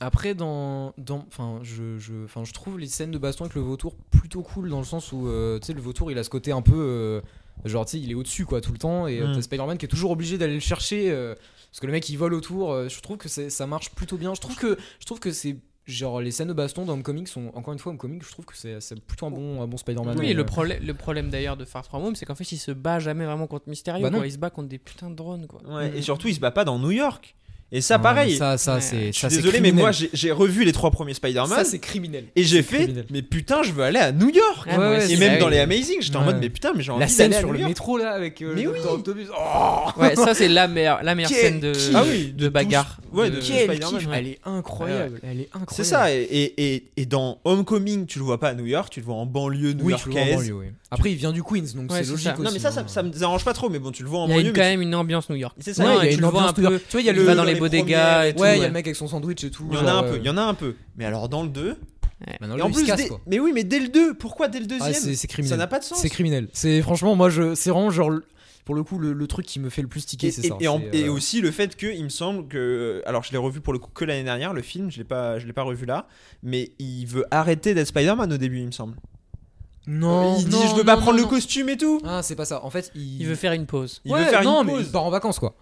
S5: après dans, dans, enfin, je, je, enfin, je trouve les scènes de baston avec le vautour plutôt cool dans le sens où, euh, tu sais, le vautour, il a ce côté un peu, euh, genre, tu sais, il est au-dessus quoi tout le temps et euh,
S3: Mm.
S5: t'as Spider-Man qui est toujours obligé d'aller le chercher euh, parce que le mec il vole autour. euh, je trouve que c'est- ça marche plutôt bien. Je trouve que, je trouve que c'est Genre les scènes de baston dans Homecoming sont encore une fois Homecoming, je trouve que c'est c'est plutôt un bon, un bon Spider-Man.
S4: Oui,
S5: euh,
S4: le, problème le problème d'ailleurs de Far From Home, c'est qu'en fait, il se bat jamais vraiment contre Mysterio.
S5: Bah non.
S4: quoi. Il se bat contre des putains de drones. Quoi.
S3: Ouais,
S4: Mm.
S3: Et surtout, il se bat pas dans New York. Et ça,
S5: Ah,
S3: pareil.
S5: mais Ça, ça,
S4: Ouais.
S5: c'est.
S3: je suis
S5: ça, c'est
S3: désolé, mais moi,
S5: criminel.
S3: j'ai j'ai revu les trois premiers
S5: ça,
S3: Spider-Man.
S5: c'est criminel.
S3: Et j'ai fait,
S5: criminel.
S3: mais putain, je veux aller à New York.
S4: Ouais, moi
S5: ouais,
S4: aussi.
S3: Et
S5: c'est-
S3: même
S5: ah
S3: dans
S5: oui.
S3: les Amazing, j'étais en mode,
S5: Ouais.
S3: mais putain, mais j'ai envie
S5: La scène
S3: d'aller à
S5: sur
S3: New
S5: le
S3: York.
S5: métro là avec euh,
S3: Mais
S5: le
S3: oui.
S5: Dr. Octopus. Oh
S4: Ouais, ça, c'est la meilleure, la meilleure
S3: Qui-
S4: scène de,
S3: qui- Ah oui,
S4: de bagarre.
S3: tout- ouais,
S4: de-
S3: de-
S5: Quel
S3: Spider-Man,
S5: kiff
S4: ouais.
S5: Elle est incroyable. Elle est incroyable.
S3: C'est ça, et, et, et, et dans Homecoming, tu le vois pas à New York, tu le vois en banlieue
S5: Oui, tu le vois en
S3: new-yorkaise.
S5: banlieue, oui. Après, il vient du Queens, donc
S4: Ouais,
S5: c'est
S4: c'est
S5: logique
S4: ça.
S5: aussi.
S3: non, mais ça, ça,
S5: hein.
S3: ça me dérange pas trop, mais bon, tu le vois en
S4: Il y a une-
S3: banlieue.
S4: quand
S3: mais
S4: même une ambiance New York.
S3: C'est ça,
S4: Non,
S3: il y a
S4: et
S5: une
S4: tu le vois
S5: ambiance
S4: un
S5: New
S4: peu.
S5: Tu vois, il y a
S4: il
S5: le.
S4: va dans les bodegas et
S3: premières-
S4: tout.
S5: Ouais, il y a
S4: ouais.
S5: le mec avec son sandwich et tout.
S3: Il y en a un peu, il y en a un peu. Mais alors, dans le 2,
S5: Maintenant,
S3: et en
S5: lui, Ah il
S3: plus,
S5: se
S3: dès-
S5: casse quoi.
S3: mais oui, mais dès le 2, pourquoi dès le
S5: Ah,
S3: deuxième
S5: c'est c'est
S3: Ça n'a
S5: criminel.
S3: pas de sens.
S5: C'est criminel. C'est franchement, moi, je, c'est vraiment genre. le- Pour le coup, le, le truc qui me fait le plus
S3: Et,
S5: tiquer, c'est ça.
S3: et- et en-
S5: c'est,
S3: et
S5: euh,
S3: aussi le fait que, il me semble que, alors je l'ai revu pour le coup que l'année dernière, le film, je l'ai pas, je l'ai pas revu là, mais il veut arrêter d'être Spider-Man au début, il me semble.
S5: Non,
S3: il dit,
S5: Oh, non,
S3: je veux pas
S5: non,
S3: prendre
S5: non,
S3: le
S5: non.
S3: costume et tout.
S5: Ah, c'est pas ça. En fait, il.
S4: Il veut faire une pause.
S3: Il
S5: Ouais,
S3: veut faire
S5: non,
S3: une
S5: mais
S3: pause.
S5: il part en vacances quoi.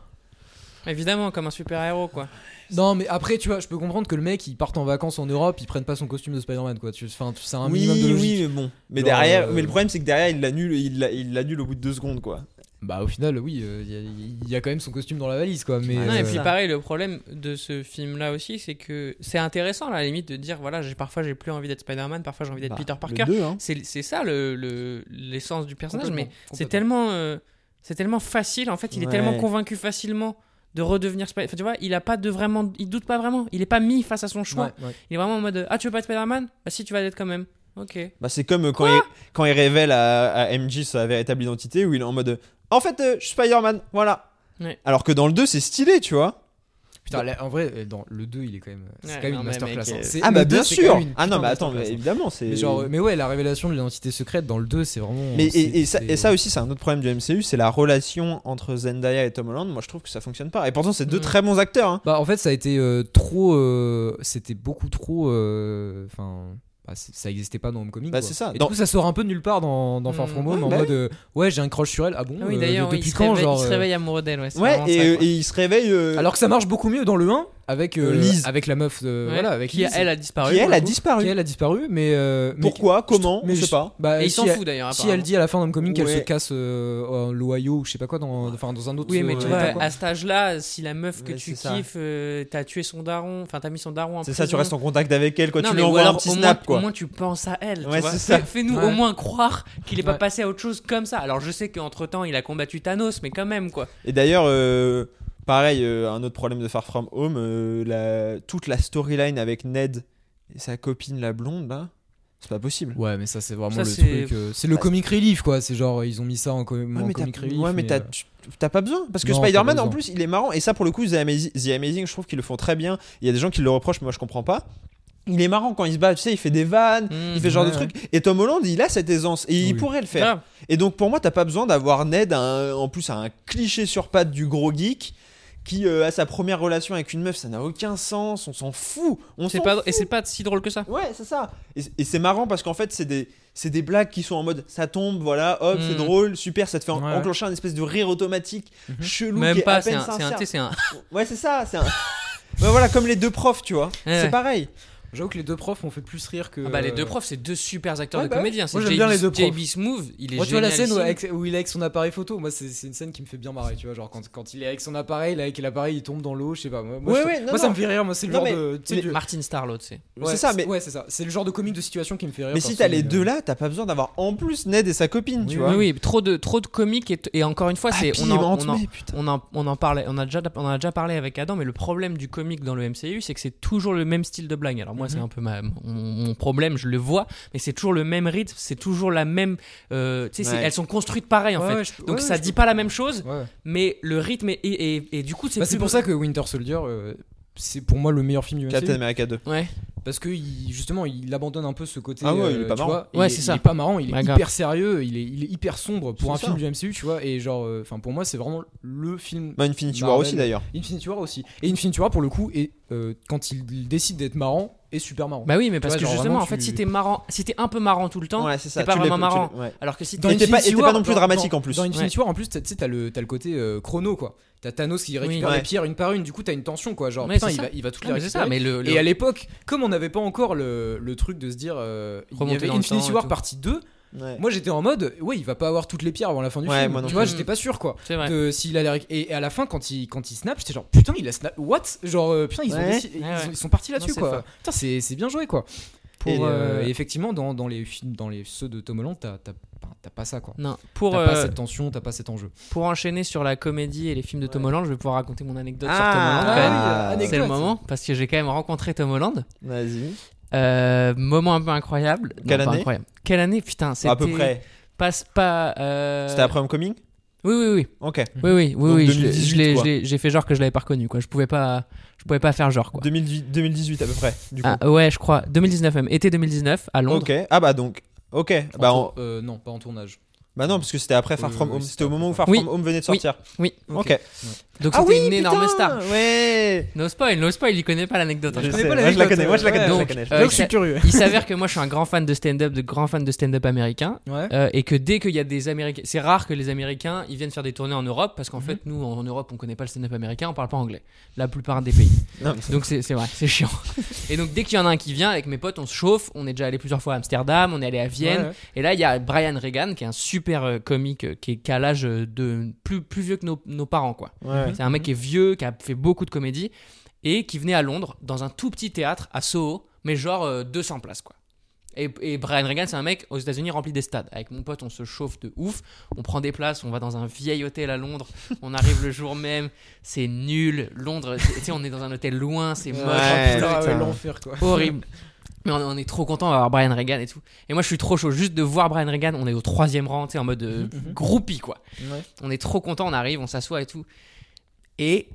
S4: Évidemment, comme un super-héros, quoi.
S5: Non, mais après, tu vois, je peux comprendre que le mec, il parte en vacances en Europe, il prenne pas son costume de Spider-Man, quoi. Tu- Enfin, tu- c'est un
S3: oui,
S5: minimum de logique.
S3: oui, mais bon. Mais
S5: Genre,
S3: derrière,
S5: euh,
S3: mais le problème c'est que derrière il l'annule, il l'a- il l'annule au bout de deux secondes quoi.
S5: Bah, au final, oui, euh, il y a- il y, a quand même son costume dans la valise, quoi. Mais,
S4: Non,
S5: euh,
S4: et puis
S3: ça.
S4: pareil, le problème de ce film-là aussi, c'est que c'est intéressant, là, à la limite, de dire voilà, j'ai parfois j'ai plus envie d'être Spider-Man, parfois j'ai envie d'être
S3: Bah,
S4: Peter
S3: le
S4: Parker.
S3: deux, hein.
S4: C'est c'est ça le- le- l'essence du personnage, mais
S5: complètement,
S4: c'est
S5: complètement.
S4: tellement, euh, c'est tellement facile. En fait, il est
S3: Ouais.
S4: tellement convaincu facilement de redevenir Spider-Man. Enfin, tu vois, il a pas de vraiment, il doute pas vraiment. Il est pas mis face à son choix.
S5: Ouais, ouais.
S4: Il est vraiment en mode ah tu veux pas être Spider-Man Bah si, tu vas l'être quand même. Ok. Ah
S3: Bah, c'est comme euh, quand il, quand il révèle à, à MJ sa véritable identité où il est en mode, euh, en fait, euh, je suis Spider-Man, voilà.
S4: Ouais.
S3: Alors que dans le 2 c'est stylé, tu vois.
S5: Putain, là, en vrai, euh, dans le 2, il est quand même. C'est
S4: Ouais,
S5: quand même
S4: non,
S5: une
S4: mais mec,
S5: masterclass. hein.
S4: euh,
S5: C'est-
S3: Ah
S5: le
S3: bah
S5: deux,
S3: bien
S5: c'est quand
S3: sûr.
S5: même une
S3: Ah non,
S5: putain de
S3: mais attends, mais
S5: masterclass, hein.
S3: évidemment c'est.
S5: Mais genre, euh, mais ouais, la révélation de l'identité secrète dans le 2, c'est vraiment.
S3: Mais
S5: c'est-
S3: et, et ça,
S5: c'est-
S3: et ça aussi, c'est un autre problème du MCU, c'est la relation entre Zendaya et Tom Holland. Moi, je trouve que ça fonctionne pas. Et pourtant, c'est deux
S4: Mm.
S3: très bons acteurs. hein.
S5: Bah, en fait, ça a été euh, trop. euh, C'était beaucoup trop. euh, Enfin. bah, c'est- ça existait pas dans Homecoming.
S3: Bah,
S5: quoi.
S3: c'est ça.
S5: Et
S3: Dans-
S5: du coup, ça sort un peu de nulle part dans, dans Far
S4: Mm.
S5: From Home
S3: Ouais,
S5: en
S3: bah
S5: mode euh, ouais, j'ai un crush sur elle. Ah bon
S4: Ah oui,
S5: euh,
S4: d'ailleurs,
S5: de-
S4: oui, il,
S5: Depuis
S4: se
S5: quand
S4: réveille,
S5: genre,
S4: il se
S5: euh,
S4: réveille amoureux d'elle. Ouais, c'est
S3: Ouais,
S4: vraiment
S3: et,
S4: ça,
S3: euh,
S4: quoi.
S3: et il se réveille. euh,
S5: Alors que ça marche beaucoup mieux dans le 1 avec euh,
S3: Lise.
S5: avec la meuf de,
S4: Ouais.
S5: voilà avec
S4: qui
S5: Lise,
S4: elle a disparu.
S3: qui elle
S4: pour
S3: a
S4: le coup.
S3: disparu.
S5: qui, elle a disparu mais euh, mais-
S3: Pourquoi Comment
S5: mais
S3: Je sais pas.
S5: bah,
S4: Et il
S5: si
S4: s'en
S5: elle-
S4: fout d'ailleurs.
S5: si elle dit à la fin d'Homecoming qu'elle
S3: Ouais.
S5: se casse euh, en l'Ohio ou je sais pas quoi dans enfin dans un autre
S4: Oui, mais tu
S5: euh,
S4: vois,
S5: état, quoi.
S4: à cet âge-là, si la meuf que
S3: Ouais,
S4: tu
S3: c'est ça.
S4: kiffes, euh, t'as tué son daron, enfin t'as mis son daron en
S3: C'est ça, tu
S4: prison.
S3: restes en contact avec elle, quoi.
S4: Non,
S3: tu
S4: mais
S3: lui
S4: ou
S3: envoies un
S4: alors,
S3: petit
S4: au
S3: snap,
S4: moins,
S3: quoi.
S4: Au moins, tu penses à elle. tu
S3: Ouais,
S4: vois.
S3: c'est ça.
S4: Fais- Fais-nous
S5: Ouais.
S4: au moins croire qu'il est pas
S5: Ouais.
S4: passé à autre chose comme ça. Alors, je sais qu'entre temps, il a combattu Thanos, mais quand même, quoi.
S3: Et d'ailleurs, euh, pareil, euh, un autre problème de Far From Home, euh, la- toute la storyline avec Ned et sa copine, la blonde, là, c'est pas possible.
S5: Ouais, mais ça c'est vraiment
S4: Ça,
S5: le
S4: c'est-
S5: truc euh, c'est le
S3: Bah,
S5: comic relief quoi, c'est genre ils ont mis ça en, com- en
S3: Ouais, mais t'as-
S5: comic relief.
S3: ouais, mais t'as-
S5: euh,
S3: tu- t'as pas besoin. Parce que
S5: Non, t'as pas
S3: Spider-Man, en
S5: besoin.
S3: plus, il est marrant. Et ça, pour le coup, The Amazing, The Amazing, je trouve qu'ils le font très bien. Il y a des gens qui le reprochent, mais moi, je comprends pas. Il est marrant quand il se bat, tu sais, il fait des vannes, Hmm. il fait ce genre de
S5: Mm. ouais,
S3: trucs. Et Tom Holland, il a cette aisance. Et il
S5: Oui.
S3: pourrait le faire.
S4: Grave.
S3: Et donc, pour moi, t'as pas besoin d'avoir Ned, un- en plus, un cliché sur pattes du gros geek qui euh, a sa première relation avec une meuf. Ça n'a aucun sens. On s'en fout. On
S4: C'est
S3: s'en
S4: pas...
S3: fout.
S4: Et c'est pas si drôle que ça.
S3: Ouais, c'est ça. Et, et c'est marrant parce qu'en fait, c'est des, c'est des blagues qui sont en mode ça tombe, voilà, hop, c'est
S4: Mm.
S3: drôle, super, ça te fait en-
S5: Ouais, ouais.
S3: enclencher un espèce de rire automatique
S5: Mhm.
S3: chelou. qui
S4: Même
S3: est à
S4: pas, c'est
S3: peine
S4: un, c'est un,
S3: sincère.
S4: tu sais, c'est un-
S3: Ouais, c'est ça, c'est un. Ouais, voilà, comme les deux profs, tu vois.
S4: Ouais,
S3: c'est
S4: ouais.
S3: pareil.
S5: J'avoue que les deux profs m'ont fait plus rire
S3: Euh,
S5: que. euh,
S4: Ah bah, les deux profs, c'est deux super acteurs
S5: ouais,
S4: de
S5: bah ouais.
S4: comédiens. C'est
S5: Moi, j'aime bien
S4: JB
S5: les deux profs.
S4: JB Smooth, il est
S5: Moi, tu vois la scène où,
S4: génialissime.
S5: avec- où il est avec son appareil photo, moi c'est c'est une scène qui me fait bien marrer, tu vois, genre quand, quand il est avec son appareil, là, avec l'appareil, il tombe dans l'eau, je sais pas. Moi, moi,
S3: Ouais,
S5: je-
S3: ouais, non,
S5: moi, ça
S3: non.
S5: me fait rire, moi c'est le
S3: Non,
S5: genre
S3: mais
S5: de. tu sais,
S3: les-
S5: du-
S4: Martin Star, l'autre, c'est.
S5: ouais,
S3: c'est ça, mais-
S5: Ouais, c'est ça. C'est le genre de comique de situation qui me fait rire. euh,
S3: Mais si
S5: parce
S3: t'as
S5: que-
S3: les deux là, t'as pas besoin d'avoir en plus Ned et sa copine, tu
S5: Oui,
S3: vois.
S4: euh,
S3: Ah,
S4: Oui, oui, trop de, trop de comiques et, et encore une fois, c'est.
S3: Happy
S4: On en,
S3: Ant-Man,
S4: on, en,
S3: putain.
S4: on, en, on en parlait, on, a déjà, on en a déjà parlé avec Adam, mais le problème du comique dans le MCU, c'est que c'est toujours le même style de blague. Alors, moi,
S5: Mhm.
S4: c'est un peu ma, mon, mon problème, je le vois, mais c'est toujours le même rythme, c'est toujours la même. euh, tu sais, c'est-
S3: Ouais.
S4: elles sont construites pareil en
S5: Ouais,
S4: fait.
S5: ouais, je-
S4: Donc,
S5: ouais,
S4: ça
S5: je-
S4: dit pas la même chose,
S5: Ouais.
S4: mais le rythme est. Et, et- et du coup, c'est.
S5: Bah, c'est
S4: plus-
S5: pour ça que Winter Soldier, euh, c'est pour moi le meilleur film du MCU.
S3: Captain America 2.
S4: Ouais.
S5: Parce que il- justement, il abandonne un peu ce côté.
S3: Ah ouais,
S5: euh,
S3: il est pas
S5: tu
S3: marrant.
S5: vois, il
S4: Ouais,
S5: est-
S4: c'est
S5: il
S4: ça.
S5: est pas marrant, il est
S4: Ouais,
S5: hyper
S4: grave.
S5: sérieux, il est, il est hyper sombre pour
S3: C'est ça.
S5: un film du MCU, tu vois. Et genre, euh, enfin, pour moi, c'est vraiment le film.
S3: Bah, Infinity War
S5: Marvel.
S3: aussi d'ailleurs.
S5: Infinity War aussi. Et Infinity War, pour le coup, est, euh, quand il décide d'être marrant, est super marrant.
S4: Bah oui, mais parce
S5: Ouais,
S4: que
S5: genre,
S4: justement,
S5: vraiment,
S4: en fait,
S5: tu-
S4: si t'es marrant, si t'es un peu marrant tout le temps,
S3: Ouais, c'est ça.
S4: c'est pas
S3: tu
S4: vraiment
S3: l'es- tu l'es-
S4: marrant.
S3: ouais.
S4: alors que si
S3: Dans
S4: t'es-
S3: était pas-
S5: Infinity
S3: était pas
S5: War-
S3: non plus
S5: dans-
S3: dramatique,
S5: dans-
S3: en plus.
S5: Dans Infinity War, en plus, t'as- tu sais, t'as le, t'as le côté euh, chrono, quoi. T'as Thanos qui récupère
S3: Ouais.
S5: les pierres une par une, du coup, t'as une tension, quoi. Genre,
S4: Ouais,
S5: putain,
S4: c'est
S5: il
S4: ça.
S5: va, il va toutes
S4: Ah,
S5: les
S4: mais c'est ça,
S5: récupérer.
S4: mais le, le-
S5: Et à l'époque, comme on n'avait pas encore le, le truc de se dire euh, il y
S4: Remonter
S5: avait
S4: dans le
S5: Infinity
S4: temps et
S5: War
S4: tout.
S5: partie 2,
S3: Ouais.
S5: moi j'étais en mode ouais, il va pas avoir toutes les pierres avant la fin du
S3: Ouais,
S5: film.
S3: moi non
S5: tu vois,
S4: plus.
S5: j'étais pas sûr quoi.
S4: c'est vrai.
S5: De, s'il allait réc- et, et à la fin quand il quand il snap, j'étais genre putain, il a snap what Genre euh, putain, ils ont
S3: Ouais.
S5: décidé- ils
S4: Ouais, ouais.
S5: ont- ils sont partis là-dessus
S4: Non, c'est
S5: quoi.
S4: fort.
S5: Putain, c'est c'est bien joué quoi.
S4: Pour,
S5: et, euh,
S4: euh,
S5: et effectivement dans, dans les films dans les ceux de Tom Holland, t'as t'as pas- t'as pas ça quoi.
S4: Non, pour,
S5: T'as pas
S4: euh,
S5: cette tension, t'as pas cet enjeu.
S4: pour enchaîner sur la comédie et les films de Tom Holland, je vais pouvoir raconter mon anecdote sur
S3: Ah,
S4: Tom Holland.
S3: ah,
S4: quand même.
S3: oui,
S5: anecdote.
S4: C'est le moment parce que j'ai quand même rencontré Tom Holland.
S3: Vas-y.
S4: Euh, moment un peu incroyable. Non,
S3: Quelle
S4: pas
S3: année
S4: incroyable. Quelle année Putain, c'était euh,
S3: À peu près.
S4: Passe pas. euh,
S3: C'était après Homecoming
S4: Oui, oui, oui,
S3: Ok.
S4: oui, oui, oui,
S3: Donc
S4: oui, je l'ai-
S3: 2018,
S4: je l'ai-
S3: quoi.
S4: je l'ai- j'ai fait genre que je l'avais pas reconnu quoi. Je pouvais pas, je pouvais pas faire genre quoi.
S3: 2018 2018 à peu près, du coup.
S4: Ah, ouais, je crois. 2019 même. Été 2019 à Londres.
S3: Ok. Ah bah donc. Ok.
S5: En
S3: Bah,
S5: tour-
S3: on-
S5: euh, non, pas en tournage.
S3: bah non, parce que c'était après Far
S5: Oui,
S3: From
S5: oui,
S3: Home.
S5: c'était
S3: C'était au moment où Far
S4: Euh, Oui.
S3: From Home venait de
S4: Oui.
S3: sortir.
S4: Oui.
S3: Ok.
S4: Donc
S3: Ah
S4: c'était une énorme star.
S3: Ouais.
S4: No spoil, no spoil. Il connaît pas l'anecdote. hein,
S3: Je
S4: je
S3: sais, moi, je la connais, moi, je la connais,
S4: Donc,
S3: je la connais, je la
S4: euh,
S3: connais.
S5: je suis curieux.
S4: Il s'avère que moi je suis un grand fan de stand-up, de grand fan de stand-up américain.
S5: Ouais.
S4: euh, et que dès qu'il y a des Américains, c'est rare que les Américains ils viennent faire des tournées en Europe parce qu'en fait nous en Europe on connaît pas le stand-up américain, on parle pas anglais. La plupart des pays.
S3: Non, mais-
S4: Donc c'est c'est vrai, c'est chiant. Et donc dès qu'il y en a un qui vient avec mes potes, on se chauffe. On est déjà allé plusieurs fois à Amsterdam, on est allé à Vienne.
S5: Ouais, ouais.
S4: Et là il y a Brian Regan qui est un super euh, comique euh, qui est qu'à l'âge de plus plus vieux que nos, nos parents quoi.
S3: Ouais.
S4: C'est un mec qui est vieux, qui a fait beaucoup de comédies et qui venait à Londres dans un tout petit théâtre à Soho, mais genre euh, 200 places quoi. Et, et Brian Regan, c'est un mec aux États-Unis rempli des stades. Avec mon pote, on se chauffe de ouf, on prend des places, on va dans un vieil hôtel à Londres, on arrive le jour même, c'est nul. Londres, tu sais, on est dans un hôtel loin, c'est moche.
S3: Ouais,
S4: Oh, putain,
S5: Ah ouais,
S3: putain.
S5: l'enfer quoi.
S4: horrible. Mais on, on est trop content d'avoir Brian Regan et tout. Et moi, je suis trop chaud. Juste de voir Brian Regan, on est au troisième rang, tu sais, en mode euh, groupie, quoi.
S5: Ouais.
S4: On est trop content, on arrive, on s'assoit et tout. Et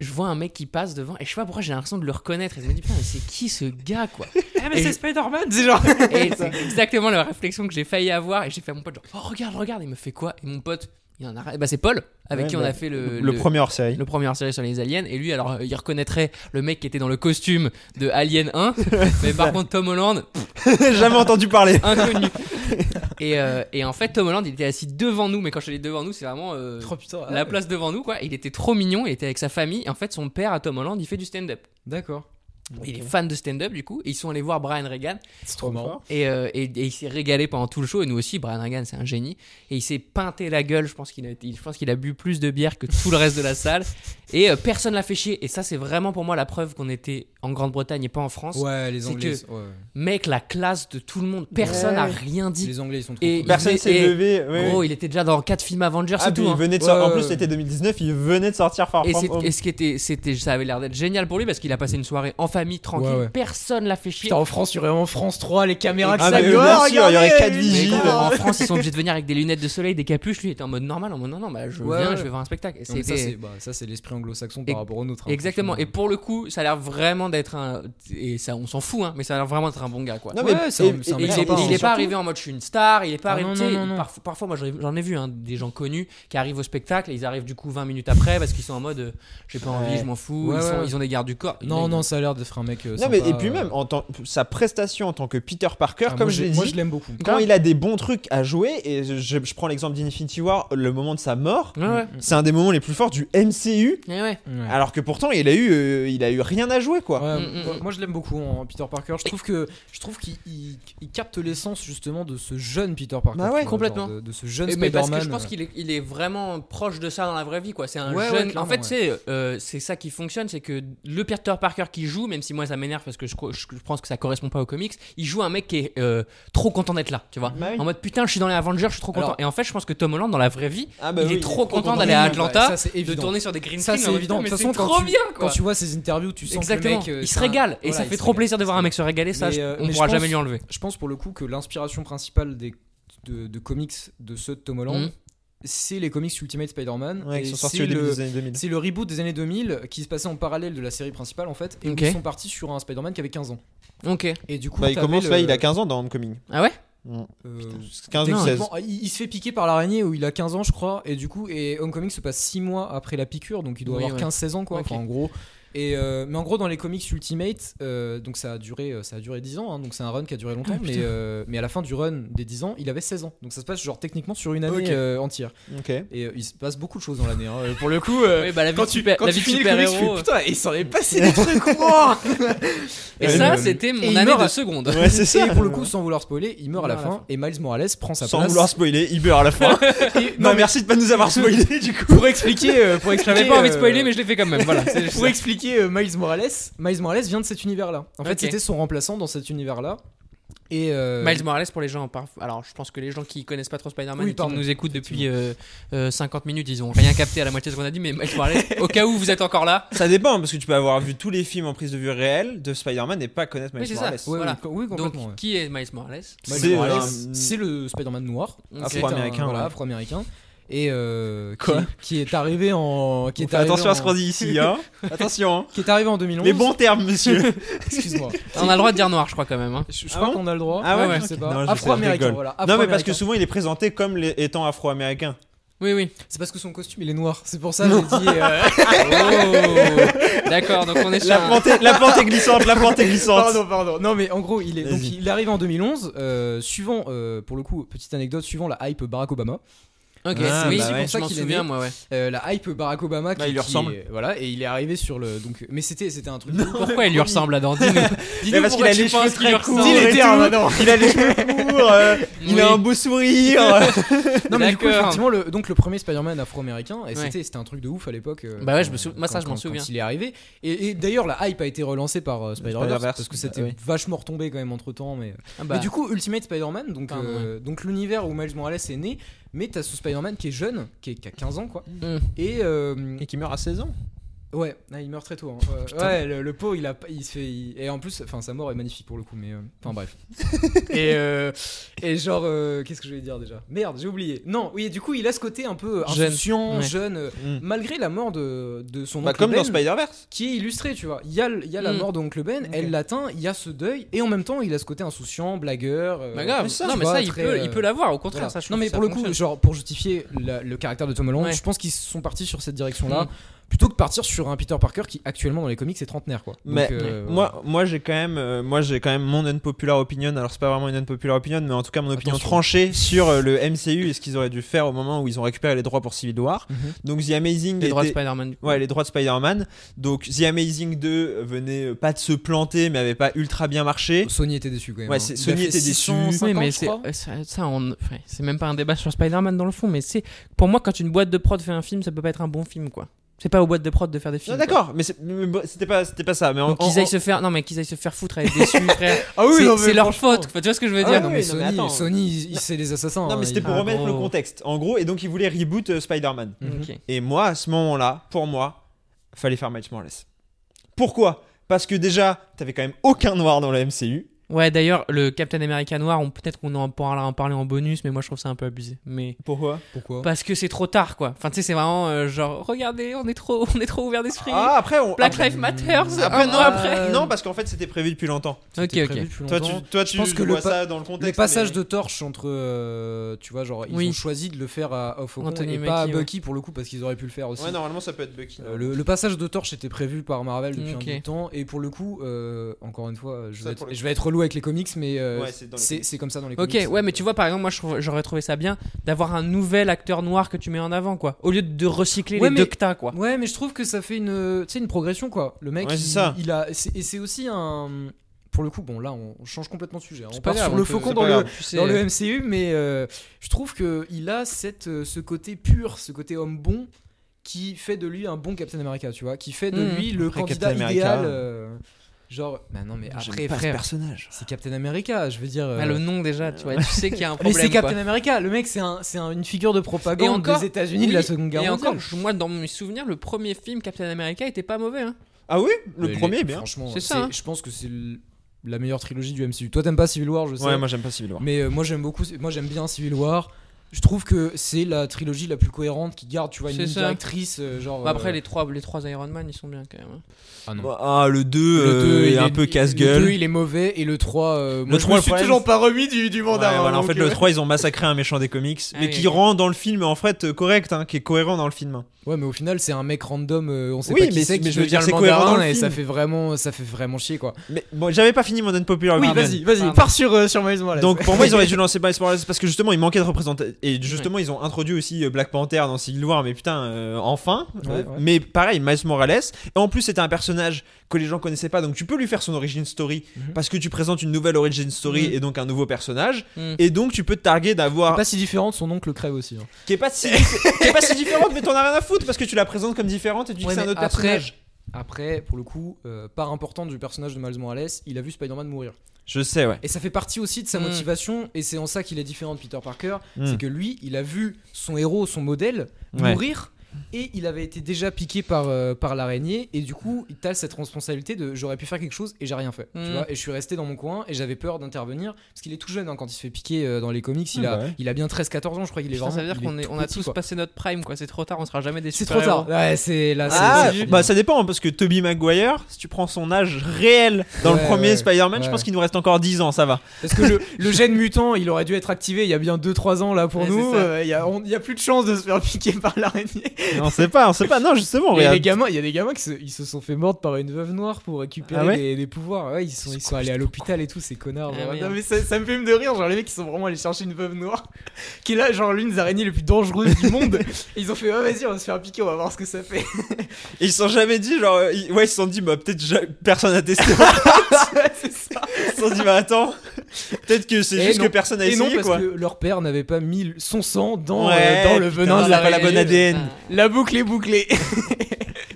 S4: je vois un mec qui passe devant, et je sais pas pourquoi j'ai l'impression de le reconnaître. Et je me dis, putain, mais c'est qui ce gars, quoi
S5: Ah
S4: mais c'est
S5: Spider-Man, c'est genre.
S4: Et c'est exactement la réflexion que j'ai failli avoir. Et j'ai fait à mon pote, genre, oh, regarde, regarde, il me fait quoi Et mon pote, il en a. rien. Bah, c'est Paul, avec
S3: Ouais,
S4: qui on
S3: bah,
S4: a fait le.
S3: Le premier hors série.
S4: le premier hors série sur les aliens et lui alors euh, il reconnaîtrait le mec qui était dans le costume de Alien 1 mais par contre Tom Holland
S3: Jamais entendu parler.
S4: inconnu. et, euh, et en fait, Tom Holland, il était assis devant nous, mais quand je te dis devant nous, c'est vraiment euh,
S5: Trop putain. ah
S4: la
S5: ouais.
S4: place devant nous, quoi. Il était trop mignon, il était avec sa famille. Et en fait, son père à Tom Holland, il fait du stand-up.
S5: D'accord.
S4: Il est fan de stand-up, du coup. Et ils sont allés voir Brian Regan
S5: C'est trop marrant.
S4: et, euh, et- et il s'est régalé pendant tout le show. Et nous aussi, Brian Regan, c'est un génie. Et il s'est peinté la gueule. Je pense qu'il a, été- je pense qu'il a bu plus de bière que tout le reste de la salle. Et euh, personne l'a fait chier. Et ça, c'est vraiment pour moi la preuve qu'on était en Grande-Bretagne et pas en France.
S5: Ouais, les
S4: C'est
S5: Anglais.
S4: que-
S5: c'est- ouais.
S4: Mec, la classe de tout le monde. Personne n'a rien dit.
S5: Les Anglais ils sont trop.
S4: Et
S5: cool.
S4: il
S3: Personne
S4: venait-
S3: s'est
S4: et-
S3: levé. ouais,
S4: Gros,
S3: ouais.
S4: il était déjà dans 4 films Avengers
S3: Ah,
S4: et
S3: puis
S4: tout.
S3: il
S4: hein.
S3: venait de
S5: Ouais,
S3: sortir. En
S5: ouais,
S3: plus,
S5: ouais.
S3: c'était 2019. Il venait de sortir Far
S4: Et,
S3: From
S4: c'est-
S3: Home.
S4: et ce qui était, c'était, ça avait l'air d'être génial pour lui parce qu'il a passé une soirée en famille, tranquille.
S5: Ouais, ouais.
S4: Personne l'a fait chier.
S5: Putain, en France, il y aurait en France 3, les caméras qui
S3: Ah, mais
S5: s'aggorent,
S3: bien sûr, il y aurait
S5: regardez,
S3: quatre
S5: les
S4: Mais
S3: vigiles.
S5: gars.
S4: gros, en France, ils sont obligés de venir avec des lunettes de soleil, des capuches. Lui il était en mode normal, en mode non, non, bah, je
S5: Ouais,
S4: viens,
S5: ouais.
S4: je vais voir un spectacle. Et
S5: Non, mais ça,
S4: c'était-
S5: c'est bah, ça, c'est l'esprit anglo-saxon
S4: Et-
S5: par rapport au nôtre. hein,
S4: Exactement. Et
S5: franchement.
S4: pour le coup, ça a l'air vraiment d'être un. Et ça, on s'en fout, hein, mais ça a l'air vraiment d'être un bon gars, quoi.
S3: Non,
S5: Ouais,
S3: mais
S5: c'est un-
S3: et-
S5: c'est un
S4: Et
S3: et-
S4: il,
S5: mec
S4: est,
S5: sympa,
S4: il
S5: hein.
S4: est pas
S5: Surtout-
S4: arrivé en mode je suis une star, il est pas
S5: Ah
S4: arrivé.
S5: non,
S4: tu sais,
S5: non, non, non.
S4: parf- parfois, moi j'en j'en ai vu hein, des gens connus qui arrivent au spectacle et ils arrivent du coup 20 minutes après parce qu'ils sont en mode euh, j'ai pas envie,
S3: Ouais.
S4: je m'en fous,
S5: Ouais,
S4: ils, sont-
S5: ouais.
S4: ils ont des gardes du corps. Il
S5: Non,
S4: a-
S5: non, ça a l'air d'être un mec. euh,
S3: Non, mais
S5: sympa,
S3: et puis
S5: euh.
S3: même, en tant- sa prestation en tant que Peter Parker,
S5: Ah,
S3: comme
S5: moi,
S3: je
S5: j'ai-
S3: l'ai
S5: Moi, je
S3: dit,
S5: l'aime beaucoup.
S3: quand il a des bons trucs à jouer, et je, je prends l'exemple d'Infinity War, le moment de sa mort,
S5: Mm,
S4: Ouais, ouais.
S3: c'est un des moments les plus forts du MCU.
S4: Eh ouais.
S3: Alors que pourtant, il a eu, euh, il a eu rien à jouer, quoi.
S5: Ouais,
S4: Mm, mm,
S5: moi-
S4: mm.
S5: Moi, je l'aime beaucoup, en Peter Parker. Je trouve que je trouve qu'il il- il capte l'essence justement de ce jeune Peter Parker.
S3: Bah ouais,
S5: tu vois, genre
S4: complètement.
S5: De, de ce jeune
S4: Et mais parce que
S5: Spider-Man. euh.
S4: je pense qu'il est, il est vraiment proche de ça dans la vraie vie, quoi. C'est un
S5: Ouais, ouais,
S4: jeune. en
S5: clairement,
S4: fait,
S5: ouais.
S4: c'est euh, c'est ça qui fonctionne, c'est que le Peter Parker qui joue, même si moi ça m'énerve parce que je, co- je pense que ça correspond pas aux comics, il joue un mec qui est euh, trop content d'être là, tu vois.
S3: Bah oui.
S4: En mode putain, je suis dans les Avengers, je suis trop content.
S5: Alors-
S4: Et en fait, je pense que Tom Holland dans la vraie vie,
S3: Ah bah
S4: il
S3: oui,
S4: est trop content d'aller à
S5: Oui,
S4: Atlanta,
S5: bah, ça, c'est
S4: de
S5: évident.
S4: tourner sur des green
S5: ça
S4: screens.
S5: c'est
S4: en mode,
S5: évident. De
S4: putain,
S5: toute
S4: mais
S5: façon,
S4: c'est
S5: quand,
S4: trop
S5: tu,
S4: bien,
S5: quand
S4: quoi.
S5: tu vois ses interviews, tu sens
S4: Exactement.
S5: que le mec. euh,
S4: il se
S5: c'est un-
S4: régale et
S5: voilà,
S4: ça
S5: il
S4: fait
S5: se
S4: trop
S5: régale.
S4: plaisir de voir un mec se régaler. Ça,
S5: Mais,
S4: je-
S5: euh,
S4: on
S5: mais je
S4: pourra jamais
S5: pense-
S4: lui enlever.
S5: Je pense pour le coup que l'inspiration principale des de, de comics de ceux de Tom Holland,
S4: Mhm.
S5: c'est les comics Ultimate Spider-Man.
S3: Ouais,
S5: et
S3: qui sont sortis
S5: c'est
S3: au début
S5: le-
S3: des années 2000.
S5: C'est le reboot des années 2000 qui se passait en parallèle de la série principale en fait. Et où
S4: Ok.
S5: ils sont partis sur un Spider-Man qui avait 15 ans.
S4: Ok.
S5: Et du coup,
S3: Bah, il
S5: t'avais
S3: commence
S5: le-
S3: là, il a 15 ans dans Homecoming.
S4: Ah ouais
S5: euh,
S4: Non,
S3: 15 ou 16.
S5: techniquement, il, il se fait piquer par l'araignée où il a 15 ans, je crois. Et du coup, et Homecoming se passe 6 mois après la piqûre, donc il doit
S4: Oui,
S5: avoir
S4: ouais.
S5: 15-16 ans, quoi.
S4: Ok.
S5: Enfin, en gros. Et euh, mais en gros, dans les comics Ultimate, euh, donc ça a duré, euh, ça a duré 10 ans, hein, donc c'est un run qui a duré longtemps.
S4: Ah,
S5: mais, euh, mais à la fin du run des 10 ans, il avait 16 ans. Donc ça se passe genre techniquement sur une année
S4: Ok.
S5: euh, entière.
S3: Ok.
S5: Et euh, il se passe beaucoup de choses dans l'année. hein. Euh, Pour le coup,
S4: Ouais, bah, la vie de super- la vie de super-héros, euh.
S5: putain, il s'en est passé des trucs. ouah
S4: Et
S3: Et
S4: ça,
S3: le-
S4: c'était mon
S5: Euh, il
S4: année
S5: meurt
S4: de
S5: à-
S4: seconde.
S3: Ouais, c'est ça.
S5: Et pour le coup, sans vouloir spoiler, il meurt à la, fin, et Miles Morales prend sa
S3: sans
S5: place.
S3: vouloir spoiler, il meurt à la fin.
S5: Et-
S3: non,
S5: non, mais
S3: merci de pas nous avoir spoilé du coup.
S5: pour expliquer, euh, pour expliquer,
S4: J'avais pas envie de
S5: euh,
S4: spoiler, mais je l'ai fait quand même. Voilà. c'est juste
S5: pour
S4: ça.
S5: expliquer euh, Miles Morales, Miles Morales vient de cet univers-là. En fait,
S4: Ok.
S5: c'était son remplaçant dans cet univers-là. Et euh,
S4: Miles Morales pour les gens. par- Alors, je pense que les gens qui connaissent pas trop Spider-Man
S5: Oui,
S4: et qui
S5: pardon.
S4: nous écoutent depuis euh, euh, 50 minutes, ils ont rien capté à la moitié de ce qu'on a dit. Mais Miles Morales, au cas où vous êtes encore là,
S3: Ça dépend parce que tu peux avoir vu tous les films en prise de vue réelle de Spider-Man et pas connaître
S4: Oui,
S3: Miles
S4: c'est ça.
S3: Morales.
S5: ouais,
S4: Voilà.
S5: oui, co- oui,
S4: donc
S5: complètement. ouais.
S4: qui est Miles Morales
S5: Miles
S3: C'est,
S5: Morales,
S3: euh,
S5: c'est le Spider-Man noir,
S4: Ok.
S5: C'est un,
S3: Afro-américain,
S5: voilà,
S3: ouais.
S5: afro-américain, et euh, qui-
S3: Quoi
S5: qui, est arrivé en, qui
S3: On
S5: est
S3: fait
S5: arrivé
S3: attention à ce
S5: en-
S3: qu'on dit ici, hein. attention. hein.
S5: qui est arrivé en 2011.
S3: Les bons termes, monsieur.
S5: excuse-moi.
S4: On a le droit de dire noir, je crois quand même. hein.
S5: Je, je
S3: Ah
S5: crois
S3: bon
S5: qu'on a le droit.
S3: Ah ouais,
S5: je
S3: ok.
S5: sais pas.
S3: Non, je sais, je
S5: afro-américain,
S3: rigole.
S5: voilà.
S3: non, mais parce que
S5: afro-américain.
S3: souvent il est présenté comme les- étant afro-américain.
S4: Oui, oui.
S5: c'est parce que son costume il est noir. C'est pour ça que j'ai dit. euh,
S4: Oh. D'accord. Donc on est sur.
S3: La
S4: un-
S3: pente, est, la pente est glissante, la pente est glissante.
S5: Pardon, pardon. Non, mais en gros, il est, donc,
S3: Vas-y.
S5: il est arrivé en 2011, euh, suivant, euh, pour le coup, petite anecdote, suivant la hype Barack Obama.
S4: Ok.
S3: Ah,
S4: oui,
S3: bah
S4: c'est
S3: ouais.
S4: pour ça qu'il
S5: Je m'en
S4: est
S5: souviens,
S4: moi, ouais.
S5: Euh, la hype Barack Obama qui,
S3: Bah, il lui
S5: qui
S3: ressemble.
S5: est- voilà, et il est arrivé sur le. Donc, mais c'était c'était un truc.
S4: Pourquoi il lui ressemble à Dandy
S3: Mais parce qu'il a les cheveux très courts. et
S5: était un
S3: tout.
S5: maintenant.
S3: Il a les cheveux courts. euh, Il a
S4: Oui.
S3: un beau sourire.
S5: Non, mais du coup,
S4: D'accord.
S5: effectivement, le, donc le premier Spider-Man afro-américain, et
S4: Ouais.
S5: c'était c'était un truc de ouf à l'époque. euh,
S4: Bah ouais, je
S5: quand-
S4: me souviens- moi, ça,
S5: quand-
S4: je m'en
S5: quand-
S4: souviens.
S5: Quand il est arrivé. Et, et d'ailleurs, la hype a été relancée par euh, Spider-Verse Bah.
S3: Spider-Verse,
S5: parce que c'était
S3: bah oui.
S5: vachement retombé quand même entre temps, mais.
S4: bah.
S5: Mais du coup, Ultimate Spider-Man, donc,
S4: Pardon,
S5: euh, donc l'univers où Miles Morales est né, mais t'as ce Spider-Man qui est jeune, qui, est- qui a 15 ans, quoi.
S4: Mm.
S5: Et euh,
S3: qui meurt à 16 ans.
S5: ouais, ah, il meurt très tôt. hein. Euh, ouais, le, le pot, il, a, pas- il se fait. il- et en plus, enfin, sa mort est magnifique pour le coup, mais. euh, Enfin, bref. et, euh, et genre, euh, qu'est-ce que je vais dire déjà Merde, j'ai oublié. Non, oui, du coup, il a ce côté un peu
S4: Jeune.
S5: insouciant,
S4: Ouais.
S5: jeune. euh,
S3: Mm.
S5: Malgré la mort de, de son
S3: Bah,
S5: oncle
S3: comme
S5: Ben,
S3: dans Spider-Verse.
S5: qui est illustré, tu vois. Il y a, le- il y a la
S4: Mm.
S5: mort d'Oncle Ben,
S3: Ok.
S5: elle l'atteint, il y a ce deuil, et en même temps, il a ce côté insouciant, blagueur. euh,
S4: Bah grave.
S5: mais ça,
S4: non
S5: tu
S4: mais
S5: vois,
S4: ça il
S5: très,
S4: peut,
S5: euh,
S4: il peut l'avoir au contraire
S5: voilà.
S4: ça je
S5: non
S4: trouve
S5: mais
S4: que
S5: pour
S4: ça
S5: le coup,
S4: fonctionne.
S5: genre pour justifier la- le caractère de Tom Holland,
S4: Ouais.
S5: je pense qu'ils sont partis sur cette direction-là
S4: Mm.
S5: plutôt que partir sur un Peter Parker qui actuellement dans les comics est trentenaire quoi. Donc,
S3: Mais
S5: euh,
S3: Moi, moi j'ai quand même, euh, moi j'ai quand même mon unpopular opinion. Alors c'est pas vraiment une unpopular opinion, mais en tout cas mon opinion
S5: Attention.
S3: tranchée sur euh, le MCU et ce qu'ils auraient dû faire au moment où ils ont récupéré les droits pour Civil War.
S5: Mhm.
S3: Donc The Amazing
S4: les droits de
S3: était-
S4: Spider-Man. du coup.
S3: Ouais, les droits de Spider-Man. Donc The Amazing 2 venait euh, pas de se planter, mais avait pas ultra bien marché.
S5: Sony était déçu quand même.
S3: Ouais,
S5: hein.
S3: c'est-
S5: Il a
S3: Sony
S5: fait
S3: était déçu. Ah
S5: 650,
S4: Oui, mais
S5: je
S4: c'est
S5: crois.
S4: euh, ça, ça, on- enfin, c'est même pas un débat sur Spider-Man dans le fond, mais c'est pour moi quand une boîte de prod fait un film, ça peut pas être un bon film quoi. C'est pas aux boîtes de prod de faire des films.
S3: Non,
S4: quoi.
S3: Ah, d'accord, mais c'est- mais bon, c'était pas, c'était pas ça. Mais en-
S4: Donc, Qu'ils
S3: en-
S4: aillent se faire non mais qu'ils aillent se faire foutre à être déçus frère.
S5: Ah oui,
S4: C'est-
S5: non, mais
S4: c'est leur
S5: franchement.
S4: faute. quoi. Tu vois ce que je veux
S5: Ah
S4: dire
S5: oui,
S3: non, mais
S5: mais
S3: non, mais
S5: Sony,
S3: attends.
S5: Sony, il- il- c'est les assassins.
S3: Non, mais
S5: hein,
S3: c'était
S5: il-
S3: pour
S5: Ah,
S3: remettre le
S5: gros.
S3: contexte. En gros, et donc ils voulaient reboot euh, Spider-Man.
S5: Mhm.
S4: Ok.
S3: Et moi, à ce moment-là, pour moi, fallait faire Miles Morales. Pourquoi Parce que déjà, t'avais quand même aucun noir dans la MCU.
S4: Ouais d'ailleurs le Captain America noir, on peut-être qu'on en pourra en parler en bonus, mais moi je trouve ça un peu abusé. Mais
S3: Pourquoi
S5: Pourquoi
S4: parce que c'est trop tard quoi. Enfin tu sais c'est vraiment euh, genre regardez on est trop on est trop ouvert d'esprit.
S3: Ah, après, on.
S4: Black
S3: après-
S4: Lives Matter.
S3: après,
S4: un
S3: non,
S4: an après.
S3: non, parce qu'en fait, c'était prévu depuis longtemps.
S5: C'était
S4: Ok
S5: prévu
S4: ok.
S5: depuis
S3: Toi,
S5: longtemps.
S3: tu, toi, tu
S5: pense que le
S3: vois
S5: pa-
S3: ça dans le contexte.
S5: le passage
S3: mais-
S5: de torche entre euh, tu vois genre ils
S4: Oui.
S5: ont choisi de le faire à, à Faucon
S4: Anthony
S5: et pas à
S4: Mackie, ouais.
S5: Bucky pour le coup parce qu'ils auraient pu le faire aussi
S3: Ouais, normalement, ça peut être Bucky.
S5: Euh, le, le passage de torche était prévu par Marvel depuis
S4: Ok.
S5: un bout de temps et pour le coup euh, encore une fois je
S3: Ça,
S5: vais,
S3: pour
S5: être,
S3: le
S5: je vais être relou relou avec les comics, mais euh,
S3: Ouais, c'est dans les
S5: c'est
S3: comics.
S5: c'est comme ça dans les
S4: Ok,
S5: comics.
S4: ouais, mais tu vois, par exemple, moi, je trouve- j'aurais trouvé ça bien d'avoir un nouvel acteur noir que tu mets en avant, quoi. Au lieu de recycler
S5: Ouais,
S4: les
S5: mais-
S4: deux que t'as, quoi.
S5: Ouais, mais je trouve que ça fait une, tu sais, une progression quoi. Le mec,
S3: Ouais,
S5: il,
S3: c'est ça.
S5: il a, c'est- et c'est aussi un, pour le coup, bon là, on change complètement de sujet. hein. On
S4: C'est
S5: part
S4: pas grave,
S5: sur le
S4: on peut-
S5: faucon
S4: c'est
S5: dans
S3: pas
S5: le,
S3: grave.
S4: Tu sais,
S5: dans le MCU, mais euh, je trouve que il a cette, euh, ce côté pur, ce côté homme bon, qui fait de lui un bon Captain America, tu vois, qui fait de
S4: Mhm.
S5: lui le
S3: Après,
S5: candidat
S3: Captain America.
S5: idéal. euh, genre, bah non, mais après,
S3: J'aime pas ce
S5: frère,
S3: personnage.
S5: c'est Captain America, je veux dire.
S4: bah,
S5: euh,
S4: le nom, déjà, tu vois, tu sais qu'il y a un
S5: mais
S4: problème.
S5: c'est
S4: quoi.
S5: Captain America, le mec c'est un, c'est un- une figure de propagande
S4: encore-
S5: des États-Unis de
S4: Oui,
S5: la Seconde Guerre
S4: Et
S5: mondiale.
S4: encore, je- moi, dans mes souvenirs, le premier film Captain America était pas mauvais, hein.
S3: Ah oui,
S5: Mais
S3: le
S5: les-
S3: premier est euh, bien.
S5: Franchement,
S4: C'est
S5: c'est
S4: ça, hein.
S5: je pense que c'est le- la meilleure trilogie du MCU. Toi, t'aimes pas Civil War, je sais.
S3: Ouais, moi j'aime pas Civil War.
S5: Mais euh, moi, j'aime beaucoup. Moi, j'aime bien Civil War. Je trouve que c'est la trilogie la plus cohérente qui garde, tu vois, une
S4: C'est
S5: ligne
S4: ça.
S5: directrice. euh, genre.
S4: Bah, après,
S5: euh,
S4: les trois, les trois Iron Man, ils sont bien, quand même. hein.
S5: Ah non.
S3: Ah, le 2,
S5: Le deux,
S3: il est un peu
S5: Le 2,
S3: casse-gueule.
S5: il est mauvais. Et le 3,
S3: trois,
S5: moi, je me
S3: le
S5: suis
S3: problème,
S5: toujours pas remis du, du
S3: Ouais,
S5: mandarin.
S3: voilà, en fait,
S5: donc,
S3: le
S5: euh,
S3: 3, ils ont massacré un méchant des comics,
S4: Ah
S3: mais
S4: oui,
S3: qui
S4: oui.
S3: rend dans le film, en fait, euh, correct, hein, qui est cohérent dans le film.
S5: Ouais, mais au final, c'est un mec random. euh, on sait
S3: Oui,
S5: pas qui
S3: mais-
S5: c'est.
S3: mais
S5: qui
S3: je veux
S5: devient
S3: dire,
S5: le
S3: c'est cohérent dans
S5: mandarin,
S3: le
S5: Et ça
S3: film.
S5: fait vraiment, ça fait vraiment chier, quoi.
S3: Mais bon, j'avais pas fini mon unpopular
S5: Oui,
S3: opinion.
S5: vas-y, vas-y.
S4: Pardon.
S5: Pars sur euh, sur Miles Morales.
S3: Donc pour moi ils auraient dû lancer Miles Morales parce que justement il manquait de représentation et justement ils ont introduit aussi euh, Black Panther dans Civil War mais putain euh, enfin
S5: Ouais,
S3: Euh,
S5: ouais.
S3: mais pareil Miles Morales et en plus c'était un personnage que les gens connaissaient pas donc tu peux lui faire son origin story
S5: Mhm.
S3: parce que tu présentes une nouvelle origin story
S4: Mhm.
S3: et donc un nouveau personnage
S4: Mhm.
S3: et donc tu peux te targuer d'avoir
S5: Pas si différente, son oncle crève aussi. hein.
S3: qui est pas si qui est pas si différente mais t'en as rien à foutre parce que tu la présentes comme différente et tu dis
S5: Ouais,
S3: que c'est un
S5: mais
S3: autre
S5: après-
S3: personnage
S5: Après, pour le coup, euh, part importante du personnage de Miles Morales, il a vu Spider-Man mourir.
S3: je sais ouais
S5: Et ça fait partie aussi de sa
S4: Mm.
S5: motivation, et c'est en ça qu'il est différent de Peter Parker,
S3: Mm.
S5: c'est que lui, il a vu son héros, son modèle,
S3: Ouais.
S5: mourir, et il avait été déjà piqué par, euh, par l'araignée, et du coup, il a cette responsabilité de j'aurais pu faire quelque chose et j'ai rien fait. Tu
S4: Mm.
S5: vois et je suis resté dans mon coin, et j'avais peur d'intervenir, parce qu'il est tout jeune hein, quand il se fait piquer euh, dans les comics, il,
S3: Ah
S5: a,
S3: bah ouais.
S5: il a bien 13-14 ans, je crois qu'il est
S4: Putain,
S5: vraiment.
S4: ça veut dire
S5: il est
S4: qu'on est-
S5: tout
S4: on a
S5: petit,
S4: tous
S5: quoi.
S4: passé notre prime, quoi. C'est trop tard, on sera jamais des
S5: C'est trop tard.
S4: super-héros.
S5: Ouais, c'est là.
S3: Ah,
S5: c'est-
S3: bah ça dépend hein, parce que Toby Maguire, si tu prends son âge réel dans
S5: Ouais,
S3: le premier
S5: ouais.
S3: Spider-Man, je
S5: Ouais.
S3: pense qu'il nous reste encore 10 ans, ça va.
S5: Parce que le, le gène mutant, il aurait dû être activé il y a bien 2-3 ans là pour
S4: Ouais,
S5: nous.
S4: c'est ça.
S5: Euh, Il y, a, on- il y a plus de chance de se faire piquer par l'araignée.
S3: On sait pas, on sait pas. Non, justement,
S5: Il y a
S3: Oh, regarde.
S5: des gamins, il y a des gamins qui se, ils se sont fait mordre par une veuve noire pour récupérer
S3: Ah ouais
S5: des, des pouvoirs. Ouais, ils sont, ils sont allés à l'hôpital et tout, ces connards.
S4: Ah
S5: genre.
S4: ouais.
S5: Non, mais ça, ça me fait me de rire, genre les mecs ils sont vraiment allés chercher une veuve noire qui est là, genre l'une des araignées les plus dangereuses du monde. Et ils ont fait, ouais, vas-y, on va se faire piquer, on va voir ce que ça fait.
S3: Et ils se sont jamais dit, genre, euh, ils- ouais, ils se sont dit, bah peut-être ja- personne a testé.
S5: Ouais, c'est ça.
S3: Ils se sont dit, bah attends, peut-être que c'est
S5: Et
S3: juste
S5: non.
S3: que personne a
S5: Et non,
S3: essayé
S5: parce
S3: quoi.
S5: que leur père n'avait pas mis son sang dans,
S3: Ouais,
S5: euh, dans le
S3: putain,
S5: venin de
S3: on a pas la bonne
S5: l'araignée.
S4: bah,
S3: ADN.
S5: La boucle est bouclée.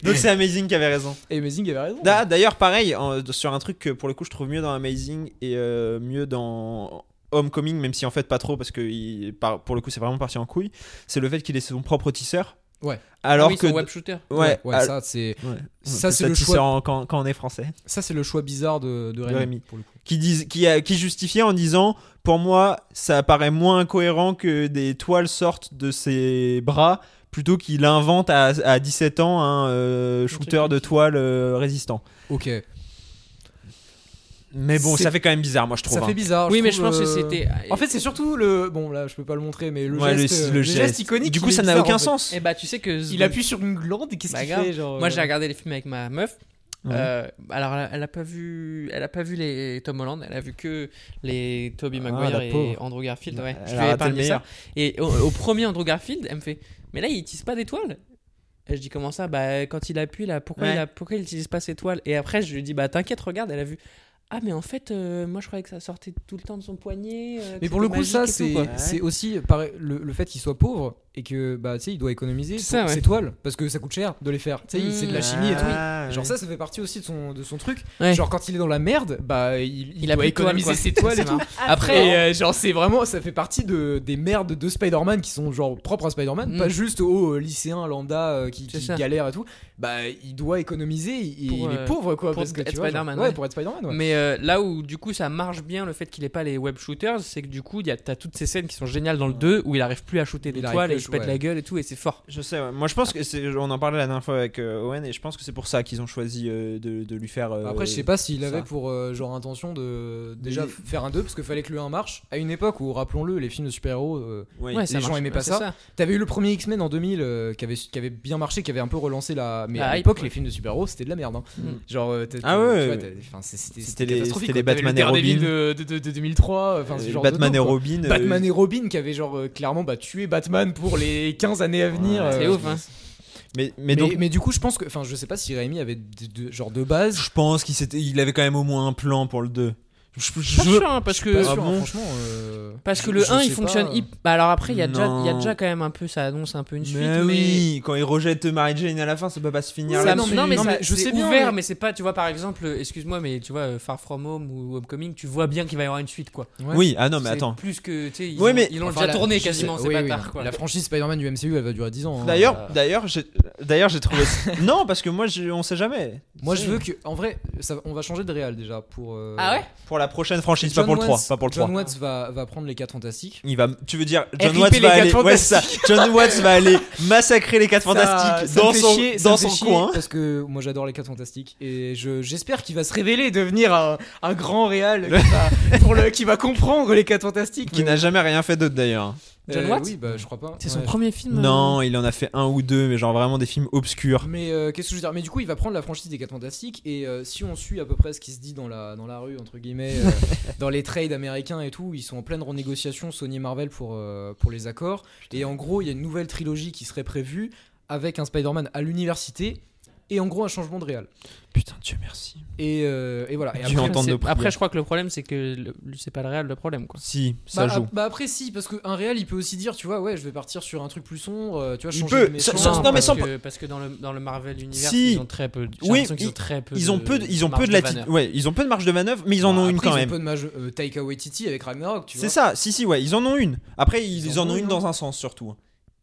S3: Donc c'est Amazing qui avait raison.
S5: Et Amazing avait raison.
S3: Da- D'ailleurs, pareil, en- sur un truc que pour le coup je trouve mieux dans Amazing et euh, mieux dans Homecoming, même si en fait pas trop, parce que il- par- pour le coup c'est vraiment parti en couille, c'est le fait qu'il ait son propre tisseur.
S5: Ouais. Ah
S3: Alors
S4: oui,
S3: que.
S4: son web shooter.
S3: Ouais,
S5: ouais,
S3: al-
S5: ça c'est
S3: Ouais.
S5: Ça,
S3: Peut-être
S5: c'est le
S3: si
S5: choix.
S3: en- quand, quand on est français.
S5: ça c'est le choix bizarre de, de Rémi,
S3: Rémi.
S5: pour le coup.
S3: Qui, disent, qui, a- qui justifiait en disant Pour moi, ça paraît moins cohérent que des toiles sortent de ses bras plutôt qu'il invente à, à 17 ans un euh, shooter de toile euh, résistant.
S5: Ok.
S3: Mais bon,
S5: C'est-
S3: ça fait quand même bizarre, moi je trouve.
S5: Ça
S3: hein.
S5: fait bizarre.
S4: Oui, mais je
S5: trouve,
S4: pense que
S5: euh,
S4: c'était.
S5: En fait, c'est surtout le. Bon, là, je peux pas le montrer, mais le,
S3: Ouais,
S5: geste, euh,
S3: le-
S5: le
S3: le
S5: geste
S3: geste.
S5: iconique.
S3: Du
S5: il
S3: coup,
S5: est
S3: ça n'a
S5: bizarre,
S3: aucun
S5: en fait.
S3: sens.
S4: Et bah, tu sais que.
S5: Il appuie sur une glande, et qu'est-ce
S4: Bah,
S5: qu'il
S4: grave.
S5: fait genre,
S4: Moi,
S5: euh,
S4: j'ai regardé les films avec ma meuf.
S3: Ouais.
S4: Euh, alors, elle a, elle a pas vu, elle a pas vu les Tom Holland. Elle a vu que les Tobey
S3: Ah,
S4: Maguire
S3: la
S4: et
S3: pauvre.
S4: Andrew Garfield. Ouais.
S3: Elle
S4: Je
S3: a
S4: lui ai
S3: raté
S4: épargné
S3: le
S4: ça. Et au, au premier Andrew Garfield, elle me fait, mais là, il utilise pas d'étoiles. Et je dis comment ça Bah, quand il appuie là, pourquoi
S3: Ouais.
S4: il a, pourquoi il utilise pas ses toiles Et après, je lui dis, bah, t'inquiète, regarde, elle a vu. Ah, mais en fait, euh, moi, je croyais que ça sortait tout le temps de son poignet. euh, que
S5: Mais pour le
S4: c'était
S5: coup, ça,
S4: magique et
S5: c'est
S4: tout, quoi.
S5: c'est aussi pareil, le, le fait qu'il soit pauvre et que bah tu sais, il doit économiser
S4: C'est ça,
S5: pour
S4: ouais.
S5: ses toiles parce que ça coûte cher de les faire. Tu sais, il- c'est de la chimie
S4: Mmh.
S5: et tout.
S3: Ah,
S5: Genre
S3: oui.
S5: ça, ça fait partie aussi de son, de son truc.
S4: Ouais.
S5: Genre quand il est dans la merde, bah il, il
S4: a
S5: doit
S4: plus de toile,
S5: économiser
S4: quoi.
S5: ses toiles et
S4: C'est
S5: tout.
S4: marrant.
S5: Après,
S4: Après,
S5: euh, genre, c'est vraiment, ça fait partie de, des merdes de Spider-Man qui sont genre propres à Spider-Man,
S4: Mm.
S5: pas juste aux euh, lycéens lambda euh, qui,
S4: C'est
S5: qui
S4: ça.
S5: galèrent et tout. Bah, il doit économiser, il,
S4: Pour,
S5: il est
S4: euh,
S5: pauvre quoi.
S4: pour
S5: parce que,
S4: être
S5: tu vois, genre-
S4: Spider-Man,
S5: ouais,
S4: ouais.
S5: pour être Spider-Man, ouais.
S4: Mais euh, là où du coup ça marche bien le fait qu'il ait pas les web shooters, c'est que du coup il y a- t'as toutes ces scènes qui sont géniales dans le 2 où il arrive plus à shooter des
S5: Il arrive
S4: toiles
S5: plus
S4: et
S5: à
S4: il je pète
S5: ouais.
S4: la gueule et tout, et c'est fort.
S3: Je sais, ouais. moi je pense que c'est. On en parlait la dernière fois avec euh, Owen et je pense que c'est pour ça qu'ils ont choisi euh, de, de lui faire. euh,
S5: Bah, Après, je sais pas s'il
S3: ça.
S5: avait pour euh, genre intention de déjà
S3: Mais-
S5: faire un 2 parce que fallait que le 1 marche à une époque où, rappelons-le, les films de super-héros, euh,
S3: Ouais,
S4: Ouais, ça
S5: gens
S4: marche.
S5: aimaient
S4: Ouais,
S5: pas
S4: c'est
S5: ça. T'avais eu le premier X-Men en 2000 euh, qui, avait, qui avait bien marché, qui avait un peu relancé la. Mais
S4: La
S5: à
S4: hype,
S5: l'époque,
S4: ouais.
S5: les films de super-héros, c'était de la merde. hein.
S4: Mm.
S5: Genre, euh, t'as-
S3: Ah
S5: t'as-
S3: ouais,
S5: tu vois,
S3: ouais.
S5: t'as- enfin, c'est- c'était
S3: C'était
S5: c'était
S3: les-
S5: catastrophique.
S3: c'était les
S5: quoi. T'avais
S3: Batman et
S5: le Daredevil
S3: Robin.
S5: de, de- de- de 2003, enfin, ce
S3: euh,
S5: genre de
S3: Batman
S5: truc,
S3: et
S5: quoi.
S3: Robin. euh,
S5: Batman et Robin qui avait genre euh, clairement bah, tué Batman pour les 15 années à venir.
S4: C'est
S5: euh,
S4: ouf, hein.
S3: Mais, mais
S5: Mais,
S3: donc.
S5: mais du coup, je pense que. Enfin, je sais pas si Raimi avait de- de- genre de base.
S3: Je pense qu'il s'était- il avait quand même au moins un plan pour le 2. Je, je-
S4: Pas
S3: je-
S4: sûr, hein, parce
S5: Pas
S4: que.
S3: Ah
S5: sûr, hein,
S3: bon
S5: franchement. euh,
S4: Parce que
S5: je-
S4: le
S5: je
S4: 1
S5: sais
S4: il
S5: pas,
S4: fonctionne
S5: euh.
S4: hyp- Bah alors après il y a déjà il y a
S3: Non.
S4: déjà quand même un peu ça annonce un peu une suite
S3: mais
S5: Ben
S4: mais
S3: oui, quand il rejette Mary Jane à la fin, ça peut pas se finir
S5: Ouais,
S4: Ça-
S3: là.
S5: non, mais-
S4: non mais,
S5: non,
S4: ça-
S5: mais je
S4: c'est
S5: sais bien,
S4: ouvert mais,
S5: mais-
S4: c'est pas tu vois par exemple euh, excuse-moi mais tu vois euh, Far From Home ou Homecoming tu vois bien qu'il va y avoir une suite quoi.
S5: Ouais.
S3: Oui, ah non, mais
S4: C'est
S3: attends.
S4: Plus que tu sais ils
S3: Ouais,
S4: ont-
S3: mais-
S4: ils l'ont
S5: Enfin,
S4: déjà
S5: la-
S4: tourné
S5: je sais-
S4: quasiment ces
S5: oui, oui,
S4: bâtards
S5: oui.
S4: quoi.
S5: La franchise Spider-Man du MCU, elle va durer 10 ans. hein.
S3: D'ailleurs,
S4: euh,
S3: d'ailleurs, j'ai, d'ailleurs, j'ai trouvé. non, parce que moi, j'ai- on sait jamais.
S5: Moi,
S3: C'est-
S5: je veux que. En vrai, ça- on va changer de réal déjà pour. euh,
S4: Ah ouais
S3: Pour la prochaine franchise,
S5: John
S3: pas pour le 3.
S5: Watts-
S3: Pas pour le 3.
S5: John Watts va, va prendre les 4 fantastiques.
S3: Il va, tu veux dire, John
S5: RIP
S3: Watts
S5: les
S3: va aller,
S5: quatre
S3: ouais, c'est ça. John Watts va aller massacrer les 4 fantastiques
S5: Ça- ça
S3: dans
S5: me fait
S3: son,
S5: chier, ça
S3: dans
S5: me fait
S3: son
S5: chier,
S3: coin.
S5: Parce que moi j'adore les 4 fantastiques et je- j'espère qu'il va se révéler, devenir un, un grand réal qui, va, pour le, qui va comprendre les 4 fantastiques.
S3: Qui n'a jamais rien fait d'autre d'ailleurs.
S4: John Watts
S5: Oui, bah je crois pas.
S4: C'est son
S5: Ouais,
S4: premier film euh,
S3: Non, il en a fait un ou deux, mais genre vraiment des films obscurs.
S5: Mais euh, qu'est-ce que je veux dire Mais du coup, il va prendre la franchise des 4 Fantastiques et euh, si on suit à peu près ce qui se dit dans la, dans la rue, entre guillemets, euh, dans les trades américains et tout, ils sont en pleine renégociation Sony et Marvel pour, euh, pour les accords. Et en gros, il y a une nouvelle trilogie qui serait prévue avec un Spider-Man à l'université et en gros un changement de réal.
S3: Putain, Dieu merci.
S5: Et, euh, et voilà. Et
S3: Tu
S5: après,
S3: en entends
S4: c'est-
S3: nos prières.
S4: Après je crois que le problème c'est que le- c'est pas le réel le problème quoi.
S3: Si, ça
S5: bah,
S3: joue.
S5: ap- bah après si parce qu'un réal il peut aussi dire tu vois ouais je vais partir sur un truc plus sombre euh, tu vois
S3: Il
S5: changer
S3: peut,
S5: de
S3: ça-
S5: méchant,
S3: ça- non, mais
S4: parce
S3: sans-
S4: que, parce que dans le dans le Marvel univers
S3: Si.
S4: ils ont très peu de-
S3: Oui,
S4: j'ai l'impression qu'ils
S3: ils-
S4: ont très peu
S3: Ils ont peu, de, ils ont peu
S4: marge
S3: de latitude.
S4: manœuvre.
S3: Ouais, ils ont peu de marge de manœuvre, mais ils en
S5: Bah,
S3: ont une
S5: après,
S3: quand
S5: ils
S3: même.
S5: peu de mage- euh, Taika Waititi avec Ragnarok tu vois
S3: C'est ça, si, si, ouais, ils en ont une. Après, ils, en ont une dans un sens surtout.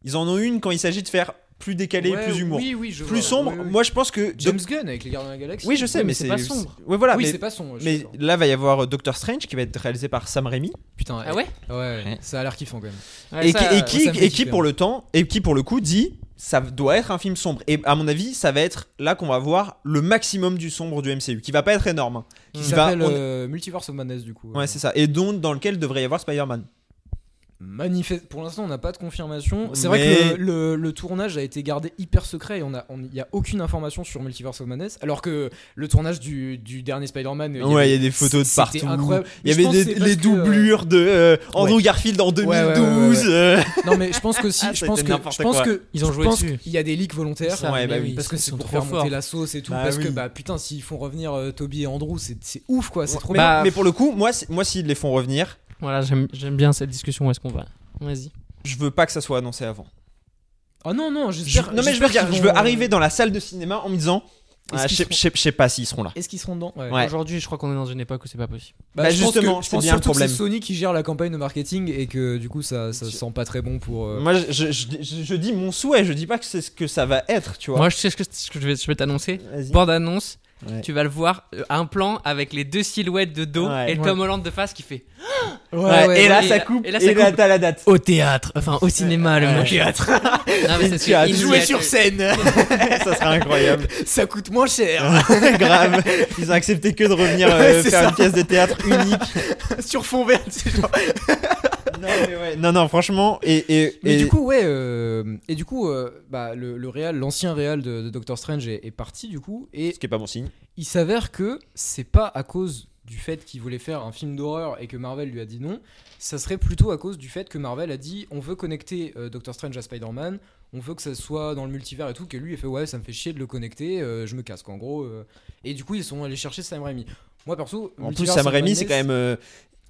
S3: Ils en ont une quand il s'agit de faire plus décalé,
S5: Ouais,
S3: plus humour.
S5: oui, oui, je
S3: plus
S5: vois,
S3: sombre,
S5: oui, oui.
S3: moi je pense que.
S5: James Gunn avec les Gardiens de la Galaxie.
S3: Oui, je sais,
S4: Oui,
S3: mais,
S4: mais c'est pas sombre.
S3: Ouais, voilà,
S5: oui,
S3: mais,
S5: c'est pas son. je suis
S3: mais
S5: d'accord.
S3: là va y avoir euh, Doctor Strange qui va être réalisé par Sam Raimi.
S5: putain. eh,
S4: Ah ouais
S5: Ouais, ouais, ça a l'air kiffant quand même.
S4: Ouais,
S3: et,
S4: ça,
S3: qui, et
S4: euh,
S3: qui,
S5: ça me fait
S3: et qui,
S5: flipper,
S3: pour
S5: hein.
S3: le temps, et qui pour le coup dit ça doit être un film sombre. Et à mon avis, ça va être là qu'on va voir le maximum du sombre du MCU, qui va pas être énorme.
S5: Qui
S3: Il
S5: s'appelle
S3: va- on-
S5: euh, Multiverse of Madness du coup.
S3: Ouais, c'est ça. Et donc dans lequel devrait y avoir Spider-Man.
S5: Manifeste. Pour l'instant, on n'a pas de confirmation. C'est vrai
S3: Mais-
S5: que le, le- le tournage a été gardé hyper secret et on a, on- il y a aucune information sur Multiverse of Madness. Alors que le tournage du, du dernier Spider-Man. il
S3: Ouais, il y a
S5: avait-
S3: des photos de
S5: c'était
S3: partout.
S5: incroyable.
S3: Il y
S5: Mais je
S3: avait
S5: pense
S3: des-
S5: que c'est
S3: les
S5: parce que, euh,
S3: doublures de euh, Andrew Garfield en 2012.
S5: ouais, ouais, ouais,
S3: euh.
S5: Non, mais je pense que si.
S3: Ah,
S5: je
S3: ça a
S5: pense
S3: été
S5: que.
S3: n'importe
S5: Je pense
S3: quoi.
S5: que.
S4: Ils ont
S5: je
S4: joué
S5: pense
S4: dessus.
S5: qu'il y a des leaks volontaires.
S4: Ça,
S3: Ouais,
S4: mais
S3: bah
S4: oui,
S3: oui,
S5: Parce que
S4: ils
S5: c'est
S4: sont
S5: pour
S4: trop
S5: faire
S4: forts.
S5: monter la sauce et tout.
S3: Bah
S5: parce que
S3: oui.
S5: bah putain, s'ils font revenir euh, Toby et Andrew, c'est c'est ouf quoi, c'est trop
S3: mais,
S5: bien.
S4: Bah,
S3: mais pour le coup, moi, c'est- moi s'ils les font revenir,
S4: Voilà, j'aime j'aime bien cette discussion où est-ce qu'on va. Vas-y.
S3: je veux pas que ça soit annoncé avant.
S5: Ah non, non,
S3: Je-
S5: j'espère.
S3: non mais je veux
S5: j'espère
S3: dire,
S5: qu'ils
S3: je veux
S5: vont- euh,
S3: arriver dans la salle de cinéma en me disant,
S5: Est-ce
S3: ah, je
S5: qu'ils
S3: sais-
S5: seront-
S3: je sais- je sais pas s'ils seront là.
S5: Est-ce qu'ils seront dedans
S3: Ouais.
S4: Aujourd'hui, je crois qu'on est dans une époque où c'est pas possible.
S3: Bah, justement,
S5: je
S3: c'est
S5: pense
S3: bien le
S5: surtout que
S3: problème.
S5: c'est Sony qui gère la campagne de marketing et que du coup ça, ça sent pas très bon pour. euh,
S3: Moi, je, je- je- je dis mon souhait, je dis pas que c'est ce que ça va être, tu vois.
S4: Moi, je sais ce que, ce que je vais, je vais t'annoncer.
S3: Vas-y.
S4: Bande annonce,
S3: Ouais.
S4: tu vas le voir, euh, un plan avec les deux silhouettes de dos
S3: Ouais.
S4: et Tom Holland de face qui fait
S3: Ouais, et là,
S4: ouais.
S3: ça
S4: Et-
S3: coupe,
S4: et
S3: et
S4: là,
S3: là,
S4: ça coupe.
S3: t'as la date.
S4: au théâtre, enfin au cinéma, le mot théâtre. non, mais
S3: Tu as joué
S5: scène,
S3: ça serait incroyable.
S5: ça coûte moins cher
S3: Grave. Ils ont accepté que de revenir euh,
S5: Ouais, c'est
S3: faire
S5: ça.
S3: une pièce de théâtre unique.
S5: sur fond vert. c'est genre-
S3: non, mais ouais. Non, non, franchement. Et, et,
S5: Mais
S3: et-
S5: du coup ouais, euh, et du coup euh, bah le, le réal, l'ancien réal de, de Doctor Strange est, est parti du coup et
S3: Ce qui est pas bon signe.
S5: il s'avère que c'est pas à cause du fait qu'il voulait faire un film d'horreur et que Marvel lui a dit non, ça serait plutôt à cause du fait que Marvel a dit on veut connecter euh, Doctor Strange à Spider-Man, on veut que ça soit dans le multivers et tout, que lui il fait ouais ça me fait chier de le connecter, euh, je me casse qu'en gros. euh. Et du coup ils sont allés chercher Sam Raimi. Moi perso,
S3: En plus,
S5: Multiverse
S3: Sam
S5: of
S3: Raimi,
S5: Madness-
S3: c'est quand même. euh,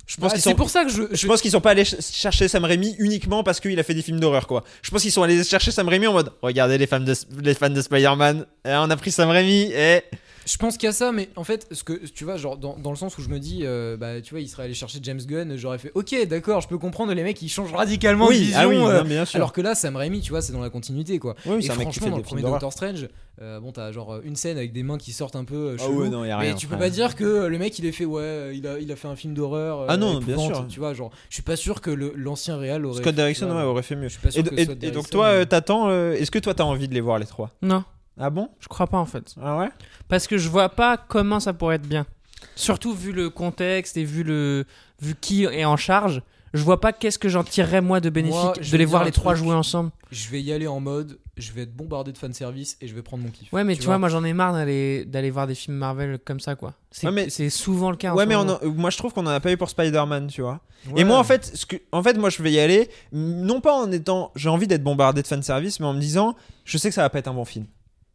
S3: je pense
S5: Ah,
S3: qu'ils
S5: c'est
S3: sont.
S5: pour ça que je,
S3: Je pense qu'ils sont pas allés ch- chercher Sam Raimi uniquement parce qu'il a fait des films d'horreur, quoi. Je pense qu'ils sont allés chercher Sam Raimi en mode Regardez les fans de, les fans de Spider-Man, eh, on a pris Sam Raimi, et.
S5: je Je pense qu'il y a ça, mais en fait, ce que tu vois, genre dans, dans le sens où je me dis, euh, bah tu vois, il serait allé chercher James Gunn, j'aurais fait, ok, d'accord, je peux comprendre les mecs, ils changent radicalement de vision.
S3: ah oui,
S5: euh,
S3: non, bien sûr.
S5: alors que là, Sam Raimi, tu vois, c'est dans la continuité, quoi.
S3: Oui, oui,
S5: Et
S3: c'est un mec qui
S5: franchement,
S3: fait
S5: dans
S3: des films
S5: le premier
S3: d'horreur.
S5: Doctor Strange, euh, bon, t'as genre euh, une scène avec des mains qui sortent un peu. euh,
S3: Ah
S5: chelou,
S3: ouais, non, y a rien,
S5: Mais tu peux
S3: ouais.
S5: pas dire que euh, le mec, il ait fait, ouais, euh, il a, il a fait un film d'horreur. euh,
S3: Ah non, bien
S5: épouvante,
S3: sûr.
S5: Tu vois, genre, je suis pas sûr que le- l'ancien réal aurait.
S3: Scott Derrickson
S5: tu vois,
S3: ouais, aurait fait mieux.
S5: euh, Je suis pas sûr
S3: Et,
S5: que
S3: et-
S5: Scott
S3: et donc
S5: Derrickson,
S3: toi,
S5: euh,
S3: euh, t'attends. euh, Est-ce que toi, t'as envie de les voir les trois
S4: Non,
S3: Ah bon
S4: je crois pas en fait.
S3: Ah ouais
S4: Parce que je vois pas comment ça pourrait être bien. Surtout vu le contexte et vu, le, vu qui est en charge, je vois pas qu'est-ce que j'en tirerais moi de bénéfique
S5: Moi, je
S4: de
S5: vais
S4: les
S5: dire
S4: voir
S5: un
S4: les trois
S5: truc.
S4: jouer ensemble.
S3: euh,
S5: je vais y aller en mode, je vais être bombardé de fanservice et je vais prendre mon kiff.
S4: Ouais, mais tu, vois, moi j'en ai marre d'aller d'aller voir des films Marvel comme ça quoi. C'est
S3: Ouais, mais-
S4: c'est souvent le cas. en
S3: Ouais,
S4: ce
S3: mais on
S4: moment.
S3: en- euh, moi, je trouve qu'on en a pas eu pour Spider-Man, tu vois.
S5: Ouais.
S3: Et moi, en fait, ce que, en fait, moi, je vais y aller, m- non pas en étant, j'ai envie d'être bombardé de fanservice, mais en me disant, je sais que ça va pas être un bon film.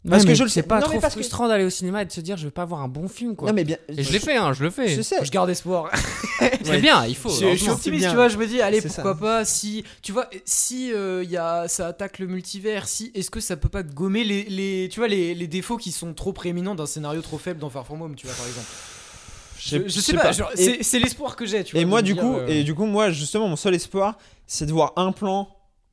S3: parce
S4: Ouais,
S3: que
S4: mais
S3: je le
S4: c'est
S3: sais-
S4: pas
S3: non, mais
S4: trop
S3: parce que-
S4: frustrant d'aller au cinéma et de se dire je vais pas voir un bon film quoi.
S3: Non, mais bien.
S4: Et je l'ai fait, hein, je le fais.
S3: Je sais.
S5: je garde espoir.
S4: C'est
S3: Ouais.
S4: bien, il faut.
S5: Je, je
S4: heureusement.
S5: suis optimiste,
S3: bien.
S5: tu vois. Je me dis, allez,
S3: C'est ça.
S5: pourquoi pas Si, tu vois, si euh, y a, ça attaque le multivers, si, est-ce que ça peut pas gommer les, les- tu vois, les, les défauts qui sont trop prééminents d'un scénario trop faible dans Far From Home, tu vois, par exemple. Je, je sais pas. genre,
S3: Et-
S5: c'est c'est l'espoir que j'ai, tu vois.
S3: Et
S5: de
S3: moi,
S5: me
S3: du
S5: dire,
S3: coup,
S5: euh,
S3: et du coup, moi, justement, mon seul espoir, c'est de voir un plan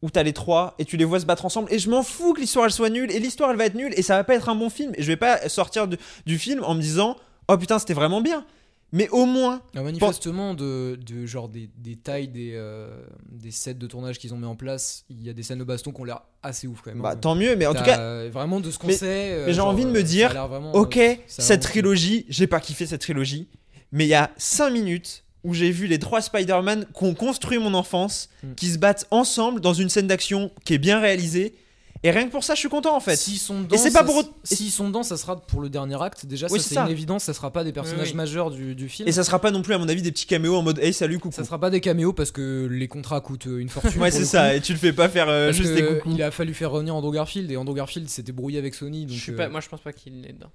S3: où t'as les trois et tu les vois se battre ensemble. Et je m'en fous que l'histoire elle soit nulle et l'histoire elle va être nulle et ça va pas être un bon film. Et je vais pas sortir du, du film en me disant, oh putain, c'était vraiment bien. Mais au moins,
S5: Alors, manifestement, de, de genre des, des tailles des, euh, des sets de tournage qu'ils ont mis en place, il y a des scènes au baston qui ont l'air assez ouf quand même.
S3: bah
S5: hein.
S3: tant mieux. Mais en tout
S5: T'as,
S3: cas,
S5: euh, vraiment de ce qu'on
S3: mais-
S5: sait. euh,
S3: mais j'ai
S5: genre,
S3: envie de
S5: euh,
S3: me
S5: ça a
S3: dire,
S5: l'air vraiment,
S3: ok,
S5: euh, ça a
S3: cette
S5: l'air-
S3: trilogie, j'ai pas kiffé cette trilogie, mais il y a 5 minutes où j'ai vu les trois Spider-Man qui ont construit mon enfance,
S5: Mm.
S3: qui se battent ensemble dans une scène d'action qui est bien réalisée. Et rien que pour ça, je suis content en fait.
S5: S'ils sont dedans,
S3: c'est pas
S5: ça-
S3: pour-
S5: s'ils sont dedans, ça sera pour le dernier acte. Déjà,
S3: Oui,
S5: ça
S3: c'est
S5: c'est
S3: ça.
S5: une évidence. Ça sera pas des personnages
S4: Oui, oui.
S5: majeurs du, du film.
S3: Et ça
S5: ça...
S3: sera pas non plus, à mon avis, des petits caméos en mode Hey, salut, coucou.
S5: sera pas des caméos parce que les contrats coûtent euh, une fortune.
S3: ouais,
S5: pour
S3: c'est
S5: le coup.
S3: ça, et tu le fais pas faire euh,
S5: Parce
S3: juste
S5: que
S3: des coucous.
S5: il a fallu faire revenir Andrew Garfield et Andrew Garfield s'était brouillé avec Sony. Donc,
S4: Je suis
S5: euh,
S4: pas, moi je pense pas qu'il est dedans.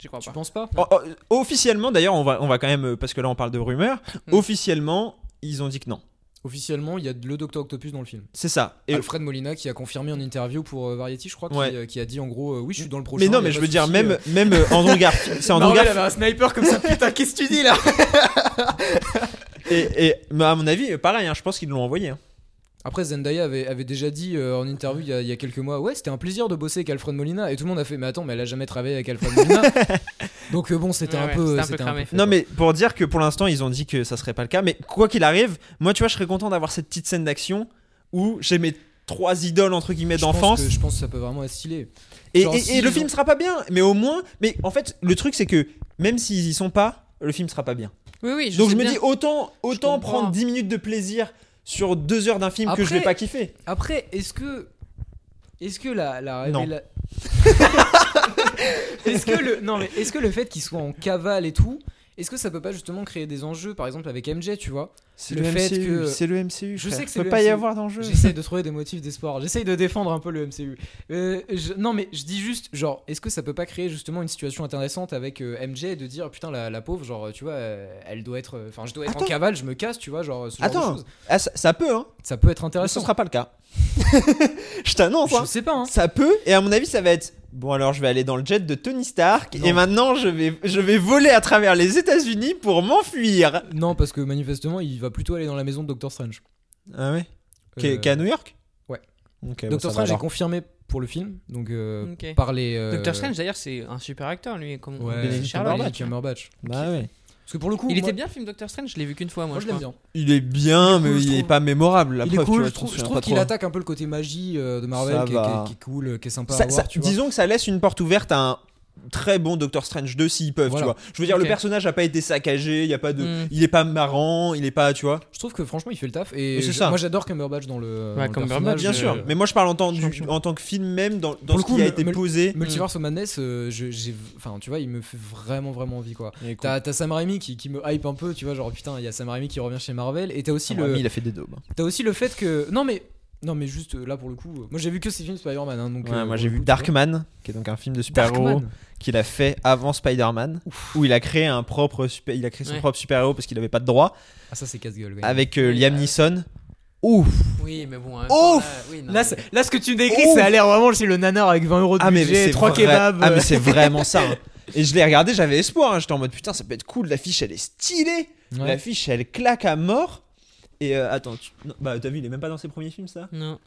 S4: J'y crois
S5: tu
S4: pas.
S5: penses pas
S3: Oh, oh, officiellement, d'ailleurs, on va, on va quand même, euh, parce que là on parle de rumeurs,
S5: Hmm.
S4: Mm.
S3: officiellement, ils ont dit que non.
S5: Officiellement, il y a le Docteur Octopus dans le film.
S3: C'est ça. Et-
S5: Et Alfred Molina qui a confirmé en interview pour euh, Variety, je crois, qui-
S3: Ouais.
S5: euh, qui, a dit en gros, euh, oui, je suis dans le prochain.
S3: mais non,
S5: y a
S3: mais je
S5: pas
S3: veux
S5: de
S3: dire,
S5: souci, euh.
S3: même, même euh, Andrew Garfield. C'est Andrew
S5: Marvel
S3: Garfield.
S5: avait un sniper comme ça, putain, qu'est-ce que tu dis là
S3: Et, et- mais à mon avis, pareil, hein, je pense qu'ils l'ont envoyé. hein.
S5: Après, Zendaya avait, avait déjà dit euh, en interview il y, a, il y a quelques mois Ouais, c'était un plaisir de bosser avec Alfred Molina. Et tout le monde a fait Mais attends, mais elle a jamais travaillé avec Alfred Molina. Donc, euh, bon, c'était
S4: Ouais,
S5: un
S4: ouais,
S5: peu.
S4: c'était un peu
S5: c'était un
S4: cramé.
S5: peu-
S3: Non, mais pour dire que pour l'instant, ils ont dit que ça serait pas le cas. Mais quoi qu'il arrive, moi, tu vois, je serais content d'avoir cette petite scène d'action où j'ai mes trois idoles, entre guillemets,
S5: Je pense
S3: d'enfance.
S5: que- Je pense que ça peut vraiment être stylé.
S3: Et,
S5: Genre,
S3: et-
S5: si
S3: et le
S5: ils
S3: film
S5: ont-
S3: sera pas bien, mais au moins. Mais en fait, le truc, c'est que même s'ils y sont pas, le film sera pas bien.
S4: Oui, oui, je
S3: Donc
S4: sais
S3: je me
S4: bien.
S3: dis, autant, autant
S4: comprends.
S3: prendre 10 minutes de plaisir sur 2 heures d'un film que je vais
S5: Après-
S3: pas kiffer.
S5: Après, est-ce que. Est-ce que la. la
S3: Non.
S5: révéla- est-ce que le. Non, mais est-ce que le fait qu'il soit en cavale et tout. Est-ce que ça peut pas justement créer des enjeux, par exemple avec MJ, tu vois
S3: C'est
S5: le
S3: le,
S5: fait
S3: MCU,
S5: que-
S3: c'est le MCU.
S5: Je
S3: frère.
S5: sais que c'est
S3: peut
S5: le
S3: pas y
S5: MCU.
S3: avoir d'enjeu.
S5: J'essaye de trouver des motifs d'espoir. J'essaye de défendre un peu le MCU. Euh, je- non, mais je dis juste, genre, est-ce que ça peut pas créer justement une situation intéressante avec euh, MJ et de dire, putain, la, la pauvre, genre, tu vois, euh, elle doit être. Enfin, je dois être
S3: Attends.
S5: en cavale, je me casse, tu vois, genre, ce genre
S3: Attends.
S5: de choses.
S3: Ah, ça, ça peut, hein.
S5: Ça peut
S3: Mais
S5: être
S3: ce
S5: intéressant.
S3: sera pas le cas. je t'annonce, hein.
S5: Je sais pas, hein.
S3: Ça peut, et à mon avis, ça va être. Bon, alors je vais aller dans le jet de Tony Stark,
S5: Non.
S3: et maintenant je vais, je vais voler à travers les États-Unis pour m'enfuir.
S5: Non, parce que manifestement, il va plutôt aller dans la maison de Doctor Strange.
S3: Ah ouais Qu'est
S5: Euh,
S3: qu'à New York
S5: ouais.
S3: Ok, bon, ça
S5: Doctor
S3: va
S5: Strange est
S3: alors.
S5: confirmé pour le film, donc euh,
S4: Ok.
S5: par les. euh,
S4: Doctor Strange d'ailleurs c'est un super acteur lui comme
S5: Ouais,
S3: Benedict
S4: Sherlock.
S5: Benedict Cumberbatch.
S3: Bah ouais.
S5: Parce que pour le coup,
S4: Il
S5: moi-
S4: était bien le film Doctor Strange, je l'ai vu qu'une fois moi,
S5: Moi, je
S4: je
S5: l'aime
S4: crois.
S5: bien.
S3: Il est bien,
S5: Il est
S3: mais
S5: cool,
S3: il
S5: je
S3: est
S5: trouve.
S3: pas mémorable. La
S5: il est
S3: preuve, tu
S5: cool,
S3: vois,
S5: je trouve, je
S3: t'en
S5: trouve
S3: souviens
S5: qu'il
S3: pas trop.
S5: attaque un peu le côté magie euh, de Marvel
S3: Ça
S5: qui est,
S3: va.
S5: qui est- qui est cool, euh, qui est sympa
S3: Ça-
S5: à
S3: ça-
S5: voir. tu vois.
S3: disons que ça laisse une porte ouverte à un très bon Doctor Strange 2 s'ils peuvent,
S5: Voilà.
S3: tu vois. Je veux dire, le
S4: Ok.
S3: personnage a pas été saccagé, il y a pas de,
S4: Mm.
S3: il est pas marrant, il est pas, tu vois.
S5: Je trouve que franchement, il fait le taf.
S3: Mais
S5: Et
S3: c'est
S5: je-
S3: ça.
S5: moi, j'adore Cumberbatch dans le. dans le
S4: Cumberbatch,
S5: personnage. euh,
S3: Bien
S4: je-
S3: sûr. Mais moi, je parle en tant, du-
S4: Champion.
S3: en tant que film même dans, dans
S5: Pour
S3: ce
S5: le coup,
S3: qui a
S5: me-
S3: été
S5: me-
S3: posé.
S5: Multiverse of Madness, euh, je- j'ai, enfin, tu vois, il me fait vraiment, vraiment envie, quoi.
S3: Et
S5: T'as, t'as Sam Raimi qui, qui me hype un peu, tu vois, genre putain, il y a Sam Raimi qui revient chez Marvel. Et t'as aussi le,
S3: a fait des daubes. hein.
S5: t'as aussi le fait que, non mais, non mais juste euh, là pour le coup, euh, moi j'ai vu que ces films Spider-Man, hein, donc.
S3: Ouais,
S5: euh,
S3: moi
S5: pour
S3: j'ai
S5: le
S3: vu
S5: coup, tu vois.
S3: Darkman, qui est donc un film de super-héros
S5: Darkman.
S3: qu'il a fait avant Spider-Man, où il a créé un propre super, il a créé son
S4: Ouais.
S3: propre super-héros parce qu'il avait pas de droit
S5: Ah ça c'est casse-gueule. ouais. bah,
S3: avec euh,
S4: Ouais,
S3: Liam
S4: ouais.
S3: Neeson. Ouf.
S4: Oui, mais bon.
S3: Ouf
S5: Là, c'est- là, ce que tu me décris,
S3: Ouf.
S5: ça a l'air vraiment Ah, c'est le nanar avec 20 euros de budget, 3
S3: Ah, vrai-
S5: kebabs.
S3: Ah
S5: euh,
S3: mais c'est vraiment ça. hein. Et je l'ai regardé, j'avais espoir. hein. J'étais en mode putain, ça peut être cool. L'affiche, elle est stylée.
S5: Ouais.
S3: L'affiche, elle claque à mort. Et euh, attends, tu... non, bah t'as vu, il est même pas dans ses premiers films, ça
S4: Non.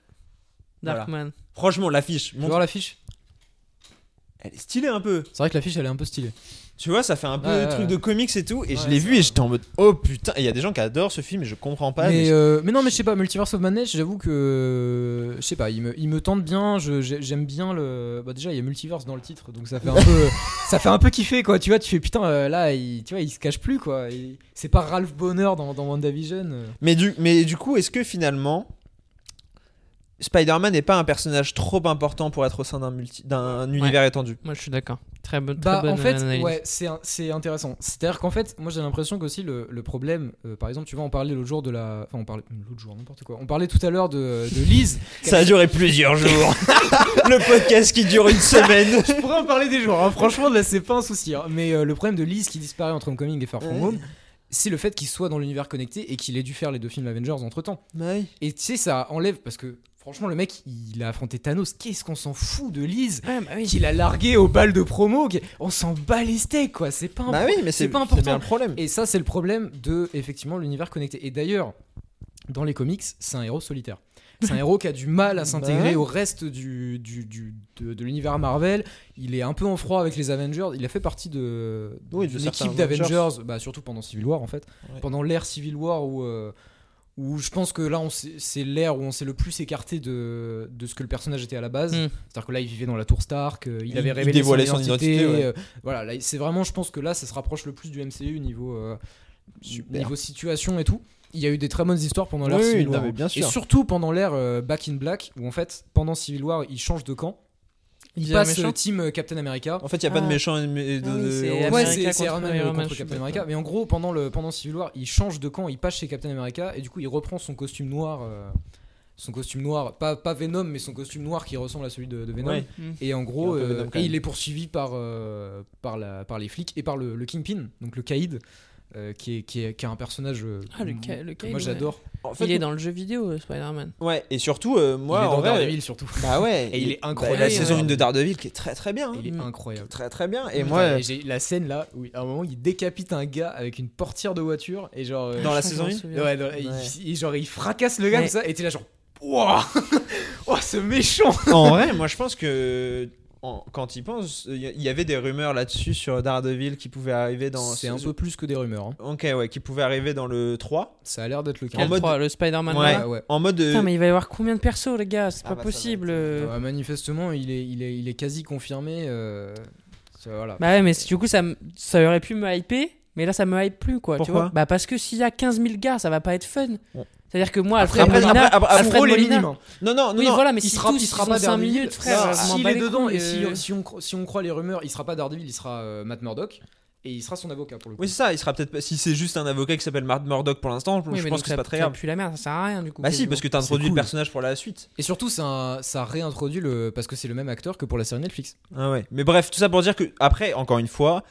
S3: Voilà.
S4: Darkman.
S3: Franchement, l'affiche,
S5: Tu veux
S3: montre-
S5: voir l'affiche
S3: elle est stylée un peu.
S5: C'est vrai que l'affiche elle est un peu stylée.
S3: Tu vois, ça fait un peu
S5: Ouais, ouais,
S3: truc
S5: ouais.
S3: de comics et tout. Et je
S5: Ouais,
S3: l'ai
S5: ça
S3: vu et j'étais en mode oh putain. Et il y a des gens qui adorent ce film et je comprends pas.
S5: mais,
S3: mais-
S5: euh, mais non, mais je sais pas, Multiverse of Madness, j'avoue que. Je sais pas, il me, il me tente bien, je- j'ai- j'aime bien le. Bah, déjà, il y a Multiverse dans le titre, donc ça fait un peu. ça fait un peu kiffer, quoi. Tu vois, tu fais putain, euh, là, il, tu vois, il se cache plus, quoi. Il- C'est pas Ralph Bonner dans, dans WandaVision. euh.
S3: Mais du, mais du coup, est-ce que finalement, Spider-Man n'est pas un personnage trop important pour être au sein d'un multi- d'un univers étendu
S4: Moi, je suis d'accord. Très, bonne très
S5: Bah,
S4: bonne
S5: en fait,
S4: analyse.
S5: ouais, c'est un- c'est intéressant. C'est-à-dire qu'en fait, moi j'ai l'impression qu'aussi le, le problème, euh, par exemple, tu vois, on parlait l'autre jour de la. Enfin, on parlait. L'autre jour, n'importe quoi. On parlait tout à l'heure de, de Lise.
S3: Ça a duré plusieurs jours. le podcast qui dure une semaine.
S5: Je pourrais en parler des jours, hein. franchement, là c'est pas un souci. hein. Mais euh, le problème de Liz qui disparaît entre Homecoming et Far From
S3: Ouais.
S5: Home, c'est le fait qu'il soit dans l'univers connecté et qu'il ait dû faire les deux films Avengers entre temps. Et tu sais, ça enlève parce que franchement, le mec il a affronté Thanos, qu'est-ce qu'on s'en fout de Liz
S4: Ouais, bah oui.
S5: qu'il a largué aux balles de promo, qu'il- on s'en bat les steaks quoi, c'est pas un
S3: Bah oui, mais c'est
S5: pas
S3: c'est
S5: important.
S3: bien le problème.
S5: et ça, c'est le problème de effectivement l'univers connecté. Et d'ailleurs, dans les comics, c'est un héros solitaire. C'est un héros qui a du mal à s'intégrer
S3: ouais.
S5: au reste du, du- du- de, de l'univers Marvel. Il est un peu en froid avec les Avengers. Il a fait partie de,
S3: Oui, de
S5: d'une
S3: certains
S5: équipe
S3: Avengers.
S5: d'Avengers, bah, surtout pendant Civil War en fait.
S3: Ouais.
S5: Pendant l'ère Civil War où, euh, où je pense que là, on s'est- c'est l'ère où on s'est le plus écarté de, de ce que le personnage était à la base.
S4: Mm.
S5: C'est-à-dire que là, il vivait dans la tour Stark, euh, il
S3: Il-
S5: avait
S3: il
S5: révélé
S3: dévoilait
S5: son
S3: son
S5: identité.
S3: identité, ouais.
S5: euh, voilà, là, c'est vraiment, je pense que là, ça se rapproche le plus du MCU niveau, euh,
S3: Super.
S5: niveau situation et tout. Il y a eu des très bonnes histoires pendant l'ère
S3: Oui, oui,
S5: Civil
S3: non,
S5: War.
S3: mais
S5: hein.
S3: bien
S5: et
S3: sûr.
S5: surtout pendant l'ère euh, Back in Black, où en fait, pendant Civil War, il change de camp.
S4: Il
S5: Il
S4: devient
S5: passe
S4: méchant
S5: euh, Team euh, Captain America.
S3: En fait, il n'y a pas de
S4: Ah.
S3: méchant et de- et de-
S4: Ah oui,
S3: de-
S4: c'est-
S3: héros.
S4: Captain
S5: Ouais,
S4: America
S5: c'est
S4: contre
S5: c'est Iron Man
S4: Iron
S5: euh,
S4: Man,
S5: contre
S4: je suis
S5: Captain
S4: d'accord.
S5: America. Mais en gros, pendant, le, pendant Civil War, il change de camp, il passe chez Captain America et du coup, il reprend son costume noir. euh, son costume noir, pas, pas Venom, mais son costume noir qui ressemble à celui de, de Venom.
S3: Ouais.
S4: Mm.
S5: Et en gros,
S3: Il est un peu
S5: euh,
S3: Venom, quand
S5: et
S3: même.
S5: il est poursuivi par, euh, par, la, par les flics et par le, le Kingpin, donc le Kaïd, euh, qui, est, qui, est, qui est un personnage euh,
S4: Ah, le Ka- le
S5: que
S4: Kaïd,
S5: moi
S4: ouais.
S5: j'adore.
S3: En fait,
S4: il est dans le jeu vidéo, euh, Spider-Man.
S3: Ouais, et surtout, euh, moi,
S5: il est
S3: en
S5: dans
S3: vrai.
S5: Daredevil surtout.
S4: Oh,
S3: Bah ouais.
S5: Et il est
S3: bah,
S5: incroyable.
S3: la
S4: Oui,
S3: saison
S4: ouais.
S3: 1 de Daredevil qui est très très bien. hein.
S5: Il est
S4: Mm.
S5: incroyable.
S3: Très très bien. Et
S5: Putain,
S3: moi, euh,
S5: et j'ai la scène là où à un moment il décapite un gars avec une portière de voiture et genre euh,
S3: Dans la
S4: Je
S3: saison
S4: m'en
S3: une
S4: souviens.
S5: Ouais, dans- il-
S3: Ouais.
S5: Il, genre il fracasse le gars
S4: Ouais.
S5: comme ça et t'es là genre Ouah Oh ce méchant
S3: en vrai, moi je pense que en- quand ils pensent, il y a- il y avait des rumeurs là-dessus sur Daredevil qui pouvait arriver dans.
S5: C'est un peu plus que des rumeurs. hein.
S3: Ok, ouais, qui pouvait arriver dans le 3.
S5: Ça a l'air d'être le cas.
S4: Quel
S3: mode-
S4: trois, le Spider-Man
S3: Ouais.
S4: là
S5: ouais.
S3: En mode. euh,
S4: Putain, mais il va y avoir combien de persos, les gars C'est
S3: Ah
S4: pas
S3: bah, ça va
S4: possible.
S3: être-
S4: euh.
S5: Ouais, Ah, manifestement il est, il est, il est quasi confirmé. euh, ça, voilà.
S4: Bah ouais, mais c- du coup, ça, me- ça aurait pu me hyper, mais là, ça me hype plus, quoi. tu
S3: Pourquoi
S4: vois bah parce que s'il y a 15 000 gars, ça va pas être fun.
S3: Bon.
S4: C'est-à-dire que moi,
S3: Après,
S4: Alfred
S3: après,
S4: Molina,
S3: après, après,
S4: Alfred
S5: Pour les
S4: Molina-
S5: minimes. hein.
S3: Non, non, non.
S4: Oui,
S3: non.
S4: voilà, mais
S5: il
S4: si
S5: sera,
S4: tous
S5: il
S4: ils
S5: sera
S4: sont
S5: pas
S4: 5
S5: Daredevil.
S4: minutes, frère.
S5: Non,
S4: je m'en
S5: s'il
S4: bats
S5: est
S4: les
S5: dedans
S4: couilles,
S5: et si,
S4: euh.
S5: si on, cro- si on croit les rumeurs, il sera pas Daredevil, il sera euh, Matt Murdock et il sera son avocat pour le coup.
S3: Oui, c'est ça. Il sera peut-être. pas- Si c'est juste un avocat qui s'appelle Mark Murdock pour l'instant, je-
S4: Oui,
S3: je
S4: mais
S3: pense
S4: donc
S3: que c'est
S4: ça-
S3: pas très
S4: ça
S3: grave.
S4: pue la merde, ça sert à rien du coup.
S3: Bah si,
S4: quasiment.
S3: parce que t'as
S5: C'est
S3: introduit
S5: cool.
S3: le personnage pour la suite.
S5: Et surtout ça, a- ça a réintroduit le parce que c'est le même acteur que pour la série Netflix.
S3: Ah ouais. Mais bref, tout ça pour dire que après, encore une fois,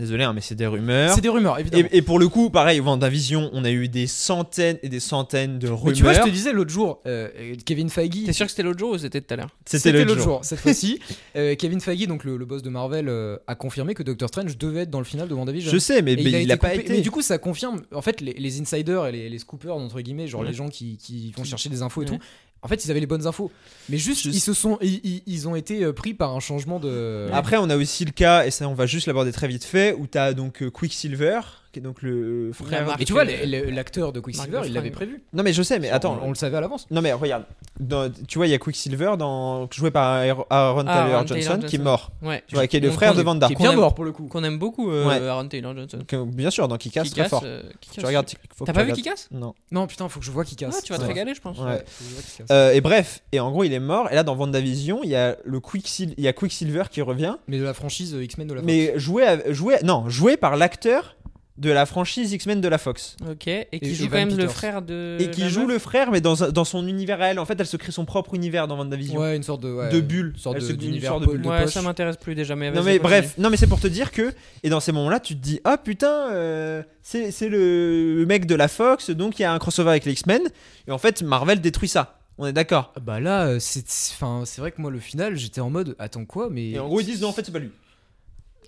S3: désolé, hein, mais c'est des rumeurs.
S5: C'est des rumeurs évidemment.
S3: Et, et pour le coup, pareil, Vendavision, on a eu des centaines et des centaines de rumeurs.
S5: Mais tu vois, je te disais l'autre jour, euh, euh, Kevin Feige.
S4: T'es sûr que c'était l'autre jour ou c'était tout à l'heure
S3: C'était l'autre jour.
S5: cette fois-ci. Euh, Kevin Feige, donc le, le boss de Marvel, euh, a confirmé que Doctor Strange devait être dans le final de WandaVision.
S3: Je sais, mais,
S5: Et
S3: mais il a
S5: été
S3: pas
S5: coupé.
S3: été.
S5: Mais du coup, ça confirme. En fait, les, les insiders et les, les scoopers, entre guillemets, genre
S4: Ouais.
S5: les gens qui, qui vont
S4: Qui-
S5: chercher des infos et
S4: Ouais.
S5: tout. En fait, ils avaient les bonnes infos. Mais juste,
S3: Je-
S5: ils se sont, ils, ils- ils ont été euh, pris par un changement de.
S3: Après, on a aussi le cas, et ça, on va juste l'aborder très vite fait, où t'as donc euh, Quicksilver, qui est donc le euh, frère.
S4: marque.
S5: Mais tu vois, les- les- l'acteur de Quicksilver,
S4: Mark
S5: il l'avait
S4: Frost.
S5: prévu.
S3: Non, mais je sais, mais attends.
S5: on, on le savait à l'avance.
S3: Non, mais regarde. Dans- tu vois, il y a Quicksilver dans, joué par Aaron Aaron
S4: Ah,
S3: Taylor
S4: Aaron
S3: Johnson,
S4: Taylor
S3: qui est
S4: Johnson.
S3: mort.
S4: Ouais.
S3: Tu vois, qui est le
S4: Donc,
S3: frère
S4: on-
S3: de Vanda.
S5: Qui est
S4: Qu'on
S5: bien
S4: aime-
S5: mort pour le coup.
S4: Qu'on aime beaucoup, euh,
S3: Ouais.
S4: Aaron Taylor Johnson.
S3: Que- Bien sûr, dans Kick-Ass,
S4: Qui
S3: très
S4: casse,
S3: fort.
S4: euh, qui
S3: Tu
S4: casse.
S3: regardes. faut que tu
S4: T'as pas vu
S3: regardes.
S4: qui casse
S3: Non.
S5: Non, putain, faut que je vois qui casse.
S4: Ah, tu vas te
S5: Ouais.
S4: régaler, je pense.
S3: Ouais.
S5: Faut que je vois qui casse.
S3: Euh, et bref, et en gros, il est mort. Et là, dans Vendavision, il y a le Quicksil- il y a Quicksilver qui revient.
S5: Mais de la franchise euh, X-Men de la
S3: mais joué, à- joué, non, joué par l'acteur de la franchise X-Men de la Fox.
S4: Ok, et qui
S5: Et
S4: joue
S5: Evan
S4: quand même le
S5: Peters.
S4: frère de.
S3: et qui
S4: la
S3: joue
S4: meuf
S3: le frère, mais dans, un- dans son univers à elle. En fait, elle se crée son propre univers dans WandaVision.
S5: Ouais, une sorte de, ouais,
S3: De bulle.
S5: une sorte
S3: Elle
S5: de-
S3: se- une
S5: d'univers
S3: sorte de
S5: bulle de
S4: Ouais,
S5: poche.
S4: ça m'intéresse plus déjà, mais
S5: Eh,
S3: Non
S4: vas-y,
S3: mais
S4: continue.
S3: bref, non mais c'est pour te dire que et dans ces moments-là, tu te dis ah putain euh, c'est c'est le mec de la Fox donc il y a un crossover avec les X-Men et en fait Marvel détruit ça. On est d'accord.
S5: Ah Bah là, euh, c'est enfin, c'est vrai que moi, le final, j'étais en mode, attends quoi, mais.
S3: Et en gros ils disent non en fait c'est pas lui.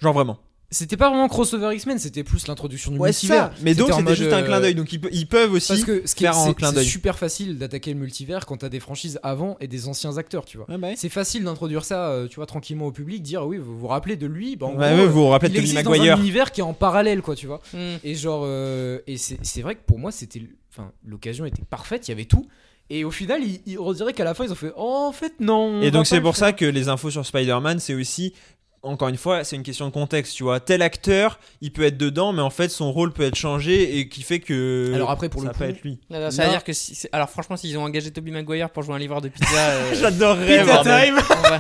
S3: Genre vraiment.
S5: C'était pas vraiment crossover X-Men, c'était plus l'introduction du
S3: Ouais,
S5: multivers.
S3: ça. Mais donc,
S5: en
S3: c'était
S5: mode,
S3: juste un
S5: euh,
S3: clin d'œil. Donc, ils, pe- ils peuvent aussi.
S5: Parce que ce qui est,
S3: faire en
S5: c'est-
S3: clin
S5: c'est
S3: d'œil.
S5: super facile d'attaquer le multivers quand t'as des franchises avant et des anciens acteurs, tu vois.
S3: Ouais, bah ouais.
S5: C'est facile d'introduire ça, euh, tu vois, tranquillement au public, dire oui, vous vous rappelez de lui, bah en
S3: Ouais,
S5: gros,
S3: ouais, vous vous rappelez
S5: il
S3: de Tobey
S5: existe dans un
S3: Maguire.
S5: univers qui est en parallèle, quoi, tu vois.
S4: Hmm.
S5: Et genre, euh, et c'est c'est vrai que pour moi, c'était, l- enfin, l'occasion était parfaite, il y avait tout. Et au final, il, il- on dirait qu'à la fin, ils ont fait, oh, en fait, non. on
S3: Et
S5: va
S3: donc
S5: pas
S3: c'est
S5: le
S3: pour
S5: faire.
S3: ça que les infos sur Spider-Man, c'est aussi, encore une fois, c'est une question de contexte, tu vois. Tel acteur, il peut être dedans, mais en fait son rôle peut être changé et qui fait que...
S5: Alors après, pour
S3: ça
S5: le
S3: va
S5: coup-
S3: pas être lui.
S4: Alors, ça veut dire que si, c'est- alors franchement, s'ils ont engagé Toby Maguire pour jouer un livreur de pizza, euh,
S3: J'adorerais
S5: Pizza
S3: voir des-
S5: time
S4: on va-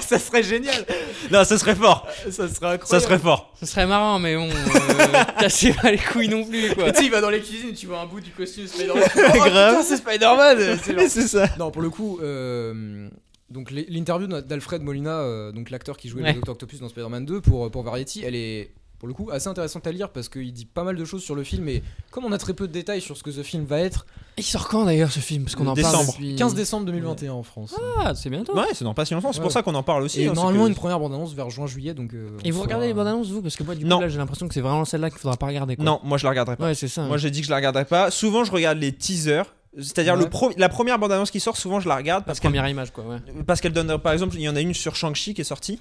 S5: Ça serait génial
S3: Non, ça serait fort,
S5: Ça serait incroyable
S3: ça serait fort.
S4: ce serait marrant, mais bon, euh, cassez pas les couilles non plus, quoi.
S5: Tu sais, il va dans les cuisines, tu vois un bout du costume Spider-Man. oh,
S3: Grave.
S5: c'est Spider-Man C'est genre-
S3: C'est ça.
S5: Non, pour le coup, euh, donc les- l'interview d'Alfred Molina, euh, donc l'acteur qui jouait
S4: Ouais.
S5: le Docteur Octopus dans Spider-Man 2 pour, pour Variety, elle est pour le coup assez intéressante à lire parce qu'il dit pas mal de choses sur le film et comme on a très peu de détails sur ce que ce film va être,
S4: Il sort quand d'ailleurs ce film Parce qu'on en parle
S3: Décembre.
S4: depuis...
S5: 15 décembre 2021 en France.
S4: Ah, c'est bientôt.
S3: Ouais, c'est dans pas si longtemps, c'est
S5: Ouais.
S3: pour ça qu'on en parle aussi.
S5: et
S3: hein, c'est
S5: normalement
S3: que-
S5: une première bande-annonce vers juin-juillet donc... euh,
S4: Et
S5: on
S4: vous
S5: saura-
S4: regardez les bandes annonces, vous Parce que moi, du coup,
S3: Non.
S4: là, j'ai l'impression que c'est vraiment celle-là qu'il faudra pas regarder. Quoi.
S3: Non, moi je la regarderai pas.
S4: Ouais, c'est ça. hein.
S3: Moi j'ai dit que je la regarderais pas. Souvent je regarde les teasers, c'est-à-dire
S5: Ouais.
S3: le pro- la première bande-annonce qui sort, souvent je la regarde
S4: la
S3: parce qu'elle...
S4: première image, quoi. Ouais.
S3: Parce qu'elle donne, par exemple, il y en a une sur Shang-Chi qui est sortie.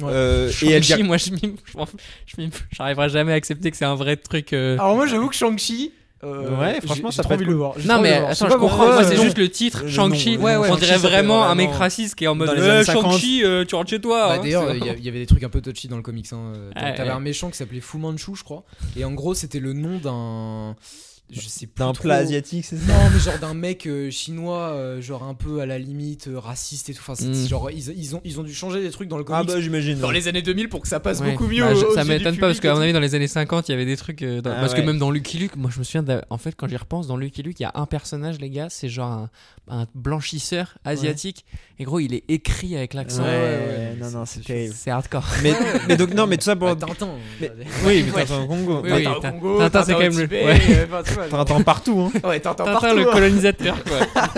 S5: Ouais.
S3: Euh, et elle
S4: Shang-Chi, moi, je m'y- je m'en- je m'y- j'arriverai jamais à accepter que c'est un vrai truc. euh,
S5: Alors moi j'avoue que Shang-Chi... euh,
S3: Ouais, franchement,
S5: j'ai-
S3: ça
S5: j'ai
S3: peut
S5: trop
S3: être
S5: envie de le voir. J'ai
S4: Non
S5: trop envie
S4: mais
S5: de le voir.
S4: attends,
S5: sais
S4: je
S5: pas
S4: comprends.
S5: pourquoi,
S4: Moi,
S5: euh,
S4: c'est
S5: non.
S4: juste le titre
S3: Le
S4: Shang-Chi.
S3: nom, ouais,
S5: ouais,
S4: on
S5: Shang-Chi,
S4: dirait
S5: ça fait
S4: vraiment un mec
S5: vraiment-
S4: raciste qui est en mode
S3: Dans les
S4: euh,
S3: années 50.
S4: Shang-Chi, euh, tu rentres chez toi.
S5: Bah,
S4: hein,
S5: D'ailleurs,
S4: c'est
S5: il y, a-
S4: vraiment-
S5: il y avait des trucs un peu touchy dans le comics. Hein. Euh,
S4: Ah,
S5: T'avais
S4: ouais.
S5: un méchant qui s'appelait Fu Manchu, je crois. Et en gros, c'était le nom d'un. Je sais plus.
S3: D'un
S5: trop.
S3: plat asiatique, c'est ça
S5: Non, mais genre d'un mec euh, chinois, euh, genre un peu à la limite euh, raciste et tout. Enfin, c'est-
S4: Mm.
S5: genre, ils, ils ont, ils ont dû changer des trucs dans le comics.
S3: Ah bah j'imagine.
S5: Dans les années 2000 pour que ça passe
S4: Ouais.
S5: beaucoup mieux.
S4: Bah,
S5: aux-
S4: je-
S5: aux
S4: ça
S5: yeux du
S4: m'étonne pas parce
S5: public et
S4: qu'à mon
S5: tout.
S4: avis dans les années 50 il y avait des trucs euh, dans-
S3: Ah
S4: parce
S3: ouais.
S4: que même dans Lucky Luke moi je me souviens d'a- en fait quand j'y repense dans Lucky Luke il y a un personnage les gars c'est genre un, un blanchisseur asiatique et gros il est écrit avec l'accent
S3: Ouais,
S5: ouais,
S3: ouais,
S5: ouais,
S3: non, non, c'est terrible.
S4: c'est hardcore
S3: Mais, mais donc, non, mais tout ça pour.
S5: Bah, Tintin.
S3: Mais-
S5: regardez.
S3: oui, mais t'entends au Congo. T'entends-
S4: Oui,
S5: Tintin au
S4: Tintin-
S5: Congo,
S4: Tintin, c'est
S5: au
S4: quand même le-
S5: Tibet,
S4: ouais.
S5: euh, enfin, tu vois, genre-
S3: T'entends partout, hein.
S5: Ouais, Tintin
S4: Tintin
S5: partout.
S4: le
S5: hein.
S4: colonisateur quoi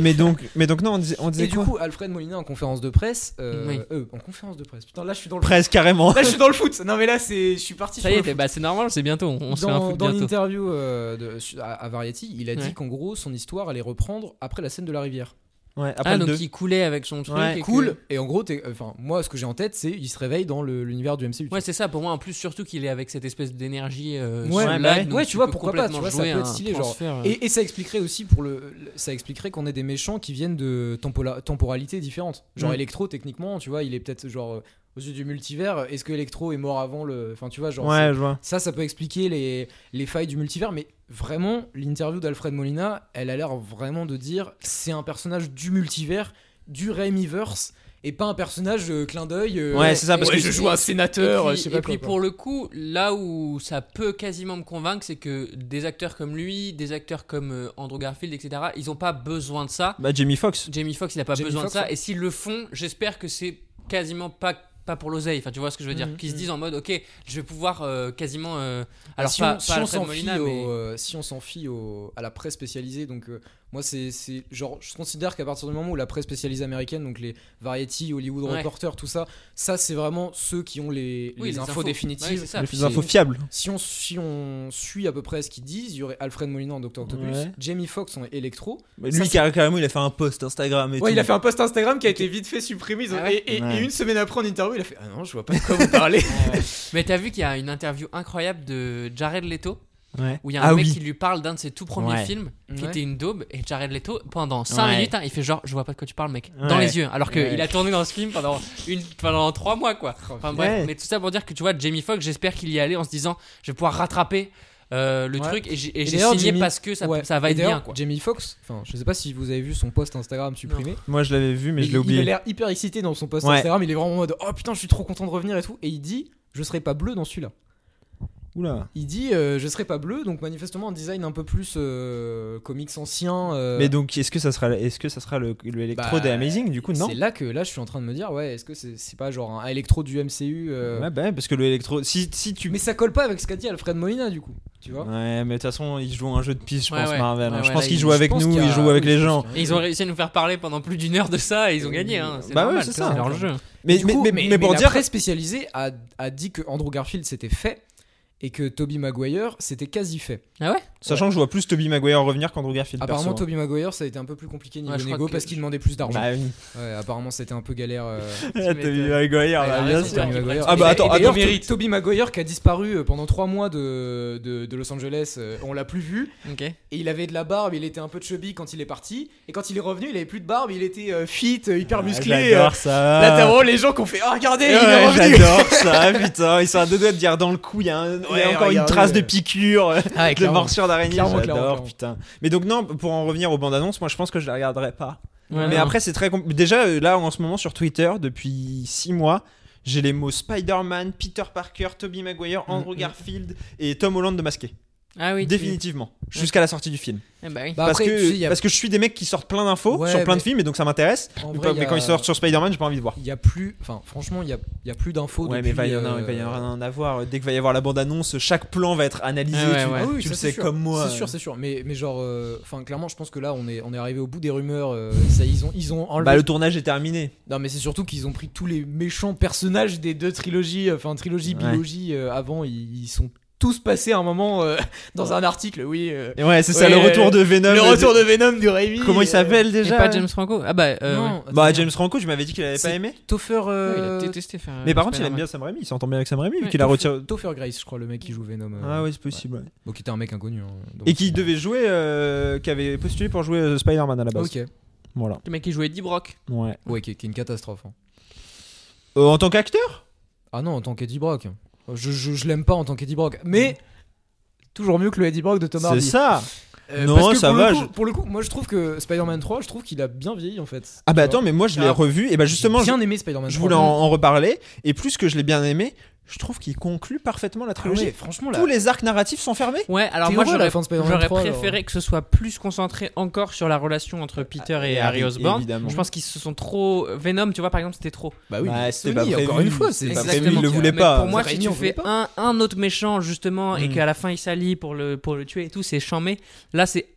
S3: Mais donc, mais donc, non, on disait, on disait
S5: Et du
S3: quoi
S5: coup, Alfred Molina en conférence de presse. euh,
S4: Oui.
S5: euh, en conférence de presse. Putain, là, je suis dans le.
S3: Presque carrément.
S5: Là, je suis dans le foot. Non, mais là, c'est, je suis parti.
S4: ça
S5: sur
S4: y
S5: le
S4: est bah c'est normal c'est bientôt on, on se fait un
S5: dans,
S4: foot
S5: dans
S4: bientôt
S5: l'interview euh, de- su- à, à Variety, il a
S4: Ouais.
S5: dit qu'en gros, son histoire allait reprendre après la scène de la rivière.
S3: Ouais, après
S4: ah
S3: le
S4: donc
S3: deux.
S4: il coulait avec son truc
S3: Ouais.
S4: et que-
S5: Cool. Et en gros, t'es- euh, enfin, moi, ce que j'ai en tête, c'est il se réveille dans le- l'univers du MCU. tu
S4: Ouais, c'est ça, pour moi, en plus, surtout qu'il est avec cette espèce d'énergie. euh,
S5: Ouais,
S4: sur
S3: bah
S4: le lac,
S3: ouais.
S4: donc
S5: Ouais, tu vois,
S4: peux
S5: pourquoi pas,
S4: complètement
S5: tu vois, ça
S4: jouer
S5: peut être
S4: un
S5: stylé, genre.
S4: transfert, euh.
S5: vois. Et, et ça expliquerait aussi pour le, le- ça expliquerait qu'on ait des méchants qui viennent de tempola- temporalités différentes. Genre
S3: Mm.
S5: Electro, techniquement, tu vois, il est peut-être genre euh, aux yeux du multivers. Est-ce que Electro est mort avant le, enfin, tu vois, genre.
S3: Ouais, je vois.
S5: Ça, ça peut expliquer les, les failles du multivers, mais vraiment, l'interview d'Alfred Molina, elle a l'air vraiment de dire c'est un personnage du multivers, du Ramiverse, et pas un personnage euh, clin d'œil. euh,
S3: Ouais, c'est ça, parce
S5: ouais,
S3: que-
S5: je joue un sénateur,
S4: et
S5: euh,
S4: puis,
S5: je sais
S4: et
S5: pas
S4: puis
S5: quoi,
S4: pour le coup, là où ça peut quasiment me convaincre, c'est que des acteurs comme lui, des acteurs comme euh, Andrew Garfield, etc., ils n'ont pas besoin de ça.
S3: Bah, Jamie Foxx.
S4: Jamie Foxx, il n'a pas
S5: Jamie
S4: besoin
S5: Foxx,
S4: de ça.
S5: ouais.
S4: Et s'ils le font, j'espère que c'est quasiment pas pas pour l'oseille, enfin tu vois ce que je veux dire,
S5: Mhm,
S4: qu'ils se
S5: mhm.
S4: disent en mode ok, je vais pouvoir euh, quasiment euh, alors
S5: Ah, si
S4: pas,
S5: on,
S4: pas
S5: si on
S4: Alfred
S5: s'en
S4: Molina
S5: fie, au-
S4: mais
S5: euh, si on s'en fie au- à la presse spécialisée, donc euh, moi c'est c'est- genre je considère qu'à partir du moment où la presse spécialisée américaine, donc les Variety, Hollywood
S4: Ouais.
S5: Reporter, tout ça, ça c'est vraiment ceux qui ont les,
S4: Oui,
S5: les infos, définitives.
S4: Ouais, c'est ça.
S3: Les
S4: Puis
S3: infos fiables.
S5: Si on, si on suit à peu près ce qu'ils disent, il y aurait Alfred Molina en Docteur Octopus,
S3: Ouais.
S5: Jamie Foxx en Electro.
S3: Mais
S5: Ça,
S3: lui,
S5: c'est-
S3: carrément, il a fait un post Instagram et tout.
S5: Ouais, il a fait un post Instagram qui a été vite fait supprimé. ils ont-
S4: Ah ouais
S5: et, et- et
S3: Ouais.
S5: une semaine après, en interview, il a fait Ah non, je vois pas de quoi vous parlez.
S4: Mais t'as vu qu'il y a une interview incroyable de Jared Leto
S3: Ouais.
S4: où il y a un
S3: Ah
S4: mec
S3: oui.
S4: qui lui parle d'un de ses tout premiers
S3: Ouais.
S4: films qui
S5: Ouais.
S4: était une daube et Jared Leto pendant 5
S3: Ouais.
S4: minutes hein, il fait genre je vois pas de quoi tu parles mec dans
S3: Ouais.
S4: les yeux alors qu'il
S3: Ouais.
S4: a tourné dans ce film pendant une pendant 3 mois quoi enfin bref
S3: Ouais.
S4: mais tout ça pour dire que tu vois Jamie Foxx j'espère qu'il y est allé en se disant je vais pouvoir rattraper euh, le
S5: Ouais.
S4: truc et j'ai et
S5: Et
S4: j'ai
S5: d'ailleurs,
S4: signé
S5: Jamie-
S4: parce que ça,
S5: Ouais.
S4: ça va
S5: Et
S4: être
S5: d'ailleurs,
S4: bien quoi
S5: Jamie Foxx, enfin, je sais pas si vous avez vu son post Instagram supprimé.
S3: Moi, je l'avais vu, mais je l'ai
S5: il, il a
S3: oublié.
S5: l'air hyper excité dans son post
S3: Ouais.
S5: Instagram. Il est vraiment en mode Oh putain, je suis trop content de revenir et tout. Et il dit Je serai pas bleu dans celui-là.
S3: Oula.
S5: Il dit euh, Je serai pas bleu, donc manifestement un design un peu plus euh, comics ancien. euh,
S3: Mais donc, est-ce que ça sera, est-ce que ça sera le, le électro
S5: Bah,
S3: des Amazing du coup Non.
S5: C'est là que là je suis en train de me dire ouais est-ce que c'est c'est pas genre un électro du MCU euh,
S3: Ouais, bah, parce que le électro, si, si tu,
S5: mais ça colle pas avec ce qu'a dit Alfred Molina du coup. tu vois.
S3: Ouais, mais de toute façon, ils jouent un jeu de piste, je
S4: Ouais,
S3: pense,
S4: ouais.
S3: Marvel. hein.
S4: Ouais,
S3: je
S4: ouais,
S3: pense
S4: là,
S3: qu'ils
S4: ils-
S3: jouent
S5: je
S3: avec
S5: pense
S3: nous,
S5: qu'il y
S3: ils
S5: a-
S3: jouent avec les gens.
S4: Et ils ont réussi à nous faire parler pendant plus d'une heure de ça et ils ont gagné. Hein. C'est
S3: Bah ouais,
S4: normal,
S3: c'est
S4: tu
S3: ça.
S4: vois, leur jeu.
S3: Mais,
S5: Du
S3: mais,
S5: coup,
S3: mais- mais pour
S5: la
S3: dire.
S5: presse spécialisée a, a dit que Andrew Garfield s'était fait et que Toby Maguire s'était quasi fait.
S4: Ah ouais
S3: Sachant que je vois plus Toby Maguire revenir qu'Andrew Garfield.
S5: Apparemment,
S3: perso, hein.
S5: Toby Maguire, ça a été un peu plus compliqué niveau
S4: Ouais, je crois
S5: négo
S4: que-
S5: parce qu'il demandait plus d'argent.
S3: Bah oui.
S5: Ouais, apparemment, c'était un peu galère. euh,
S3: Toby Maguire,
S4: Ouais,
S3: bah,
S4: il a
S3: bien
S4: raison,
S3: sûr.
S4: Toby Maguire.
S3: Ah
S5: Et
S3: bah
S5: d'a-
S3: attends,
S5: et d'ailleurs,
S3: attends,
S5: To- Toby Maguire qui a disparu euh, pendant 3 mois de, de, de Los Angeles, euh, on l'a plus vu.
S4: Ok.
S5: Et il avait de la barbe, il était un peu chubby quand il est parti. Et quand il est revenu, il avait plus de barbe, il était euh, fit, euh, hyper
S3: Ah,
S5: musclé. euh,
S3: J'adore ça.
S5: Latéraux, les gens qui ont fait Ah, regardez, il est
S3: Ouais,
S5: revenu
S3: J'adore ça, putain. Ils sont à deux doigts de dire Ah, dans le cou, il y a, un- il y a
S5: Ouais,
S3: encore une
S5: regardez.
S3: trace de piqûre, euh,
S5: Ah, ouais,
S3: de
S5: clairement.
S3: morsure d'araignée.
S5: Clairement, clairement,
S3: J'adore,
S5: clairement.
S3: putain. Mais donc, non, pour en revenir aux bandes annonces, moi je pense que je la regarderai pas.
S5: Ah
S4: Ouais,
S3: Mais
S4: non.
S3: après, c'est très compliqué. Déjà, euh, là, en ce moment, sur Twitter, depuis 6 mois, j'ai les mots Spider-Man, Peter Parker, Toby Maguire,
S5: Mm,
S3: Andrew Garfield et Tom Holland de masqué.
S4: Ah oui. tu-
S3: Définitivement. Jusqu'à la sortie du film.
S4: Eh bah oui.
S5: Bah,
S3: parce,
S5: après,
S3: que,
S5: tu sais, il y a-
S3: parce que je suis des mecs qui sortent plein d'infos
S5: Ouais,
S3: sur plein de
S5: mais-
S3: films et donc ça m'intéresse.
S5: En
S3: Mais
S5: vrai,
S3: pas-
S5: il y
S3: mais
S5: a-
S3: quand ils sortent sur Spider-Man, j'ai pas envie de voir.
S5: Il y a plus, enfin, franchement, il y a, il y a plus d'infos. euh,
S3: Ouais, mais il va y en avoir-
S5: avoir
S3: il va y en avoir un à voir. Dès qu'il va y avoir la bande-annonce, chaque plan va être analysé.
S4: Ah ouais,
S3: tu
S4: ouais.
S5: Ah oui,
S3: tu
S5: ça,
S3: le
S5: c'est
S3: sais
S5: sûr.
S3: comme moi.
S5: C'est sûr, c'est sûr. Mais, mais genre, euh, enfin, clairement, je pense que là, on est, on est arrivé au bout des rumeurs. euh, ça, ils ont, ils ont enlevé.
S3: Bah, le tournage est terminé.
S5: Non, mais c'est surtout qu'ils ont pris tous les méchants personnages des deux trilogies, euh, enfin, trilogie,
S3: Ouais.
S5: biologie, euh, avant, ils, ils sont tous passés à un moment euh, dans un article, oui. euh,
S3: Et ouais, c'est ça,
S5: Ouais,
S3: le euh,
S5: euh,
S3: retour de Venom.
S5: le
S3: et de-
S5: retour de Venom du Raimi.
S3: Ah,
S5: euh,
S3: Comment il s'appelle
S4: Et
S3: déjà
S4: pas James Franco Ah bah. euh, ouais.
S5: Non,
S3: Bah,
S5: attends,
S3: James Franco, tu m'avais dit qu'il avait pas
S5: C'est-
S3: aimé.
S5: Topher.
S4: Ouais, il a
S5: euh,
S4: détesté faire.
S3: Mais
S4: euh,
S3: par contre, il aime
S4: Spider-Man.
S3: bien Sam Raimi, il s'entend bien avec Sam Raimi, vu
S4: Ouais,
S3: qu'il a
S5: Topher-
S3: retiré.
S5: Topher Grace, je crois, le mec qui joue Venom. euh,
S3: Ah oui, c'est possible. ouais.
S5: Bon, qui était un mec inconnu. hein, donc-
S3: Et qui devait jouer, euh, qui avait postulé pour jouer euh, Spider-Man à la base.
S5: Ok.
S3: Voilà.
S4: Le mec qui jouait Eddie Brock.
S3: Ouais.
S5: Ouais, qui, qui est une catastrophe. hein.
S3: Euh, en tant qu'acteur
S5: Ah non, en tant qu'Eddie Brock. Je, je, je l'aime pas en tant qu'Eddie Brock. Mais toujours mieux que le Eddie Brock de Tom
S3: C'est
S5: Hardy.
S3: ça
S5: Euh,
S3: Non,
S5: parce que
S3: ça
S5: pour
S3: va,
S5: Le coup,
S3: je-
S5: Pour le coup, moi je trouve que Spider-Man 3, je trouve qu'il a bien vieilli en fait.
S3: Ah bah
S5: Tu vois.
S3: attends, mais moi je l'ai
S5: Ah.
S3: revu, et bah justement,
S5: J'ai
S3: je,
S5: bien aimé Spider-Man 3.
S3: je voulais en, en reparler, et plus que je l'ai bien aimé, je trouve qu'il conclut parfaitement la
S5: Ah ouais,
S3: trilogie.
S5: franchement là.
S3: Tous les arcs narratifs sont fermés
S4: Ouais, alors
S5: T'es
S4: moi
S5: heureux, la
S4: j'aurais
S5: fin de Spider-Man
S4: j'aurais
S5: 3,
S4: préféré que ce soit plus concentré encore sur la relation entre Peter Ah, et, Harry Osborn.
S3: évidemment.
S4: Je pense qu'ils se sont trop Venom, tu vois par exemple, c'était trop.
S5: Bah oui,
S3: Bah,
S5: mais
S3: c'était
S5: Sony,
S3: pas prévu,
S5: encore une fois, c'est
S3: c'était
S5: pas
S3: pas
S5: prévu.
S3: prévu, il le voulait
S4: Mais
S3: pas.
S4: Pour moi,
S5: Ça
S4: si
S5: réunit,
S4: tu
S5: on voulait
S4: fais
S5: pas.
S4: un, un autre méchant justement et
S3: Mm.
S4: qu'à la fin il s'allie pour le pour le tuer et tout, c'est chambé. Là, c'est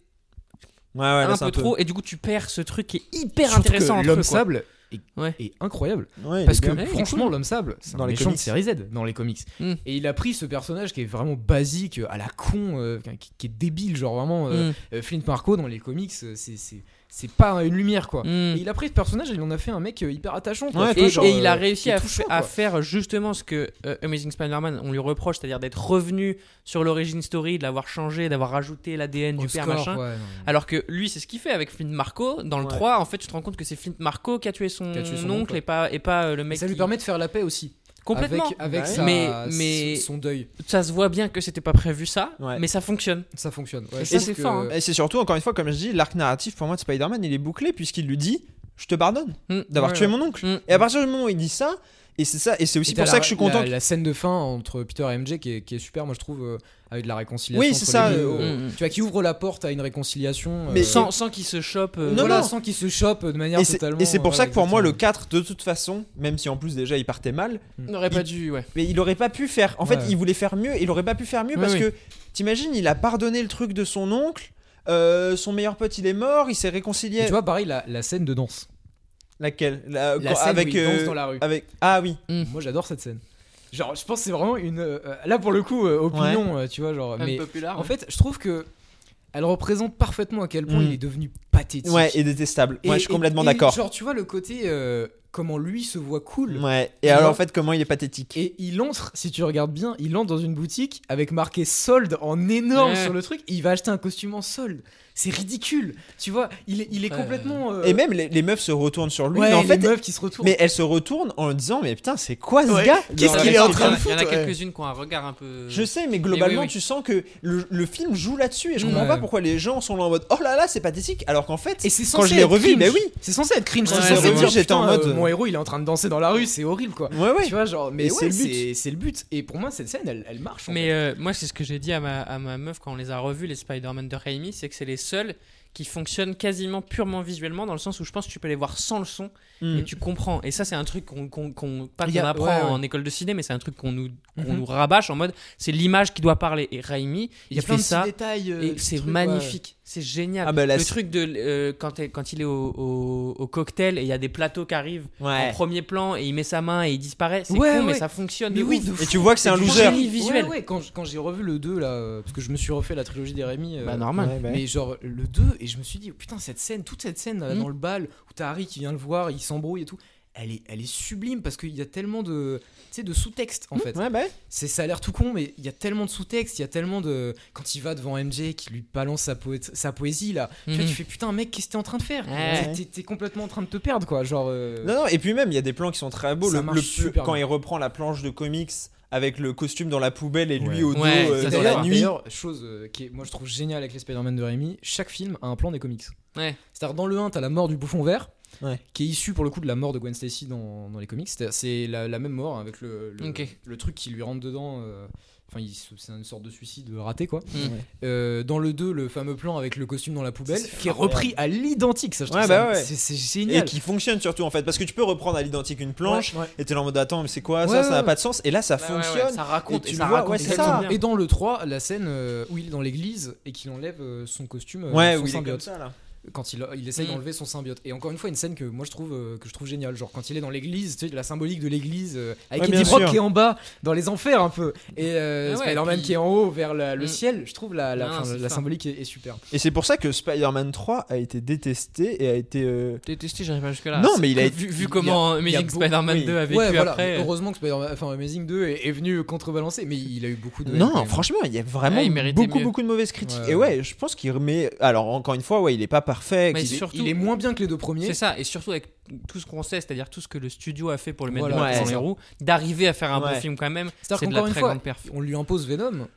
S3: Ouais, ouais, là,
S4: un
S3: c'est
S4: peu trop et du coup tu perds ce truc qui est hyper
S5: Surtout que
S4: intéressant. entre eux,
S5: L'homme
S4: quoi.
S5: sable est,
S4: Ouais.
S5: est incroyable.
S3: Ouais, il est
S5: Parce que
S3: bien.
S4: Ouais, il est
S5: franchement, l'homme sable, c'est
S3: Dans
S5: dans
S3: les
S5: les
S3: comics.
S5: de série Z, dans les comics.
S4: Mm.
S5: Et il a pris ce personnage qui est vraiment basique, à la con, euh, qui, qui est débile, genre vraiment. euh,
S4: Mm.
S5: euh, Flint Marco dans les comics, euh, c'est- c'est c'est pas une lumière quoi.
S4: Mm.
S5: Et il a pris ce personnage et il en a fait un mec euh, hyper attachant. quoi.
S3: Ouais,
S5: Tu
S4: Et,
S5: vois, genre,
S4: et il a
S5: euh, qui
S4: réussi
S5: est
S4: à,
S5: touchant,
S4: fa- à
S5: quoi.
S4: faire justement ce que euh, Amazing Spider-Man, on lui reproche, c'est-à-dire d'être revenu sur l'origin story, de l'avoir changé, d'avoir rajouté l'ADN du
S5: Au
S4: père,
S5: score,
S4: machin.
S5: ouais, non,
S4: Alors que lui, c'est ce qu'il fait avec Flint Marco. Dans le
S3: Ouais.
S4: 3, en fait, tu te rends compte que c'est Flint Marco qui a tué son,
S5: Qui a tué son
S4: oncle,
S5: oncle,
S4: et pas, et pas euh, le
S5: mais
S4: mec
S5: ça lui
S4: qui-
S5: permet de faire la paix aussi.
S4: Complètement.
S5: Avec, avec
S3: Ouais.
S5: sa-
S4: Mais- mais-
S5: son deuil,
S4: Ça se voit bien que c'était pas prévu ça,
S3: Ouais.
S4: mais ça fonctionne.
S5: ça fonctionne. Ouais,
S4: Et
S5: je
S4: ça,
S5: pense
S4: c'est
S5: que-
S4: fort, hein.
S3: Et c'est surtout, encore une fois, comme je dis, l'arc narratif pour moi de Spider-Man, il est bouclé puisqu'il lui dit Je te pardonne
S4: Mm.
S3: d'avoir
S5: Ouais,
S3: tué
S5: ouais.
S3: mon oncle.
S4: Mm.
S3: Et à partir du moment où il dit ça, et c'est ça, et c'est aussi
S5: Et
S3: pour
S5: t'as
S3: ça
S5: la-
S3: que je suis content.
S5: La,
S3: que-
S5: la scène de fin entre Peter et MJ qui est, qui est super, moi je trouve, euh, avec la réconciliation.
S3: Oui,
S5: entre
S3: c'est
S5: les
S3: ça,
S5: deux,
S3: euh,
S5: euh, Tu vois, qui ouvre la porte à une réconciliation.
S3: Mais
S5: euh,
S4: Sans, sans qu'il se chope. euh,
S3: Non,
S5: voilà,
S3: non.
S5: sans qu'il se chope de manière
S3: Et c'est-
S5: totalement.
S3: et c'est pour
S5: euh,
S3: ça que pour moi, le
S5: exactement.
S3: 4, de toute façon, même si en plus déjà il partait mal,
S4: N'aurait pas dû, ouais.
S3: mais il aurait pas pu faire. En fait,
S5: Ouais.
S3: il voulait faire mieux, et il aurait pas pu faire mieux
S5: Oui,
S3: parce
S5: oui.
S3: que, t'imagines, il a pardonné le truc de son oncle, euh, son meilleur pote il est mort, il s'est
S5: Et
S3: réconcilié.
S5: Tu vois, pareil, la, la scène de danse.
S3: Laquelle La-
S5: La
S3: quand-
S5: scène
S3: avec,
S5: où il danse
S3: euh,
S5: dans la rue.
S3: avec. Ah oui.
S5: Moi j'adore cette scène. Genre, je pense que c'est vraiment une. euh, là pour le coup, euh, opinion, euh, tu vois, genre. Mais
S4: populaire. hein.
S5: en fait, je trouve que elle représente parfaitement à quel point
S3: Mm.
S5: il est devenu pathétique.
S3: Ouais, et détestable.
S5: Et-
S3: ouais, je suis
S5: et-
S3: complètement
S5: et
S3: d'accord.
S5: Genre, tu vois, le côté. euh, comment lui se voit cool.
S3: Ouais, et
S5: Tu
S3: alors
S5: vois
S3: en fait, comment il est pathétique
S5: Et il entre, si tu regardes bien, il entre dans une boutique avec marqué solde en énorme
S4: Ouais.
S5: sur le truc. Il va acheter un costume en solde. C'est ridicule. Tu vois, il est, il est
S4: Ouais.
S5: complètement. euh,
S3: Et même les, les meufs se retournent sur lui,
S5: ouais,
S3: mais en
S5: les
S3: fait,
S5: meufs qui se retournent.
S3: mais elles se retournent en disant mais putain c'est quoi ce
S5: Ouais.
S3: gars
S5: Qu'est-ce
S3: Dans la
S5: qu'il est en
S3: réalité.
S5: train de
S4: Il y en a
S5: foutre, ouais.
S4: quelques-unes qui ont un regard un peu.
S3: Je sais, mais
S4: Mais
S3: globalement
S4: oui, oui.
S3: tu sens que le, le film joue là-dessus et je
S4: Mm.
S3: comprends pas
S5: Ouais.
S3: pourquoi les gens sont là en mode oh là là c'est pathétique alors qu'en fait
S5: Et c'est censé
S3: quand je l'ai
S5: être
S3: revu
S5: cringe.
S3: mais oui
S5: C'est censé être cringe.
S4: Ouais,
S5: c'est censé
S4: ouais,
S5: dire,
S4: ouais.
S3: J'étais en
S5: putain, euh,
S3: mode-
S5: mon héros, il est en train de danser dans la rue. C'est horrible, quoi.
S3: ouais ouais
S5: Tu vois, genre, mais
S3: Et c'est
S5: ouais,
S3: le but.
S5: c'est c'est le but. Et pour moi, cette scène, elle, elle marche. en
S4: Mais euh, moi, c'est ce que j'ai dit à ma, à ma meuf quand on les a revus, les Spider-Man de Raimi, c'est que c'est les seuls qui fonctionnent quasiment purement visuellement, dans le sens où je pense que tu peux les voir sans le son
S3: Hmm.
S4: et tu comprends. Et ça, c'est un truc qu'on, qu'on, qu'on- pas
S5: Mm. Il y
S4: qu'on
S5: a-
S4: apprend
S5: ouais, ouais.
S4: en école de ciné, mais c'est un truc qu'on nous, qu'on
S5: Mhm.
S4: nous rabâche en mode c'est l'image qui doit parler. Et Raimi, il, fait ça.
S5: détails. euh,
S4: Et
S5: des
S4: c'est
S5: trucs, ouais.
S4: magnifique, c'est génial.
S3: Ah bah, la
S4: le
S3: s-
S4: truc de euh, quand, t'es- quand il est au, au- au cocktail et il y a des plateaux qui arrivent en
S3: Ouais.
S4: premier plan et il met sa main et il disparaît, c'est
S5: Ouais,
S4: con mais
S5: ouais.
S4: ça fonctionne.
S5: Mais
S4: de
S5: oui,
S4: ouf.
S5: euh, de
S3: Et
S5: fou.
S3: tu vois que c'est un
S5: du
S3: loser.
S5: génie
S4: visuel.
S5: Ouais, ouais, quand, je- quand j'ai revu le 2, là, euh, parce que je me suis refait la trilogie des Rémi. euh,
S4: Bah normal.
S3: Ouais, bah,
S5: Mais genre le 2, et je me suis dit, oh, putain, cette scène, toute cette scène là,
S4: Mm.
S5: dans le bal, où t'as Harry qui vient le voir, il s'embrouille et tout, elle est, elle est sublime parce qu'il y a tellement de, tu sais, de sous-texte en fait.
S3: Ouais, bah ouais.
S5: C'est, ça a l'air tout con, mais il y a tellement de sous-texte, il y a tellement de. Quand il va devant MJ qui lui balance sa, poét- sa poésie là, tu, vois,
S4: Mhm.
S5: tu fais putain, mec, qu'est-ce que t'es en train de faire
S4: Ouais.
S5: T'es- t'es, t'es complètement en train de te perdre quoi, genre. euh,
S3: Non, non, et puis même, il y a des plans qui sont très beaux.
S5: Ça
S3: Le-
S5: marche
S3: le-
S5: super
S3: quand
S5: bien.
S3: il reprend la planche de comics avec le costume dans la poubelle et lui
S5: Ouais.
S3: au dos
S4: Ouais,
S3: euh,
S4: ça,
S3: dans
S4: c'est
S3: la
S4: vrai.
S3: nuit.
S5: D'ailleurs, chose euh, qui est, moi je trouve géniale avec les Spider-Man de Raimi, chaque film a un plan des comics.
S4: Ouais.
S5: C'est-à-dire dans le 1, t'as la mort du bouffon vert,
S3: Ouais.
S5: qui est issue pour le coup de la mort de Gwen Stacy dans, dans les comics. C'est-à-dire, C'est la, la même mort hein, avec le, le,
S4: Ok.
S5: le truc qui lui rentre dedans. euh, Enfin, il se- c'est une sorte de suicide raté quoi.
S4: Mm.
S3: Ouais.
S5: Euh, dans le 2, le fameux plan avec le costume dans la poubelle,
S3: C'est
S5: qui est repris à l'identique. Ça, je trouve
S3: Ouais,
S5: ça-
S3: bah ouais.
S5: c'est, c'est
S3: Et
S5: génial.
S3: qui fonctionne surtout en fait. Parce que tu peux reprendre à l'identique une planche
S5: Ouais, ouais.
S3: et t'es là en mode attends, mais c'est quoi ça
S5: Ouais,
S3: Ça
S5: ouais,
S3: n'a
S5: ouais.
S3: pas de sens. Et là, ça
S4: Ouais, ouais, ouais,
S3: fonctionne.
S4: ça raconte
S3: Et
S4: et,
S3: tu
S4: ça
S3: vois,
S4: raconte
S3: ouais, c'est
S4: exactement
S3: ça.
S4: bien.
S5: Et dans le 3, la scène euh, où il est dans l'église et qu'il enlève euh, son costume, euh,
S3: Ouais,
S5: son
S3: oui,
S5: symbiote.
S3: ça là.
S5: quand il, il essaye
S4: Mm.
S5: d'enlever son symbiote. Et encore une fois, une scène que moi je trouve, euh, que je trouve géniale. Genre quand il est dans l'église, tu sais, la symbolique de l'église, euh, avec
S3: Ouais, bien
S5: Eddie Brock
S3: sûr.
S5: qui est en bas, dans les enfers un peu, et euh,
S4: Ah ouais,
S5: Spider-Man
S4: puis-
S5: qui est en haut vers la- le
S4: Mm.
S5: ciel, je trouve la, la,
S4: Non,
S5: enfin,
S4: c'est
S5: la
S4: fort.
S5: symbolique est, est super.
S3: Et c'est pour ça que Spider-Man 3 a été détesté et a été. euh,
S4: Détesté, j'arrive pas jusque là.
S3: Non, mais il a-
S4: vu,
S5: il y
S4: vu
S5: a-
S4: comment
S5: il y a
S4: Amazing
S5: beaucoup-
S4: Spider-Man
S3: oui.
S4: 2 a vécu
S5: Ouais, voilà.
S4: après. euh.
S5: Heureusement que Spider-Man, enfin, Amazing 2 est, est venu contrebalancer, mais il a eu beaucoup de.
S3: Non,
S5: de-
S3: franchement, il y a vraiment
S4: Ouais, il méritait
S3: beaucoup,
S4: mieux.
S3: beaucoup de mauvaises critiques.
S5: Ouais,
S3: Et
S5: ouais.
S3: ouais, je pense qu'il remet. Alors, encore une fois, ouais, il est pas parfait.
S4: Mais
S3: qu'il est-
S4: surtout,
S5: Il est moins bien que les deux premiers.
S4: C'est ça, et surtout avec tout ce qu'on sait, c'est-à-dire tout ce que le studio a fait pour le mettre
S5: Voilà,
S4: dans
S3: ouais.
S4: les roues, d'arriver à faire un
S3: Ouais.
S4: bon film quand même,
S5: C'est-à-dire
S4: c'est de la
S5: qu'encore une
S4: très
S5: fois,
S4: grande perf.
S5: on lui impose Venom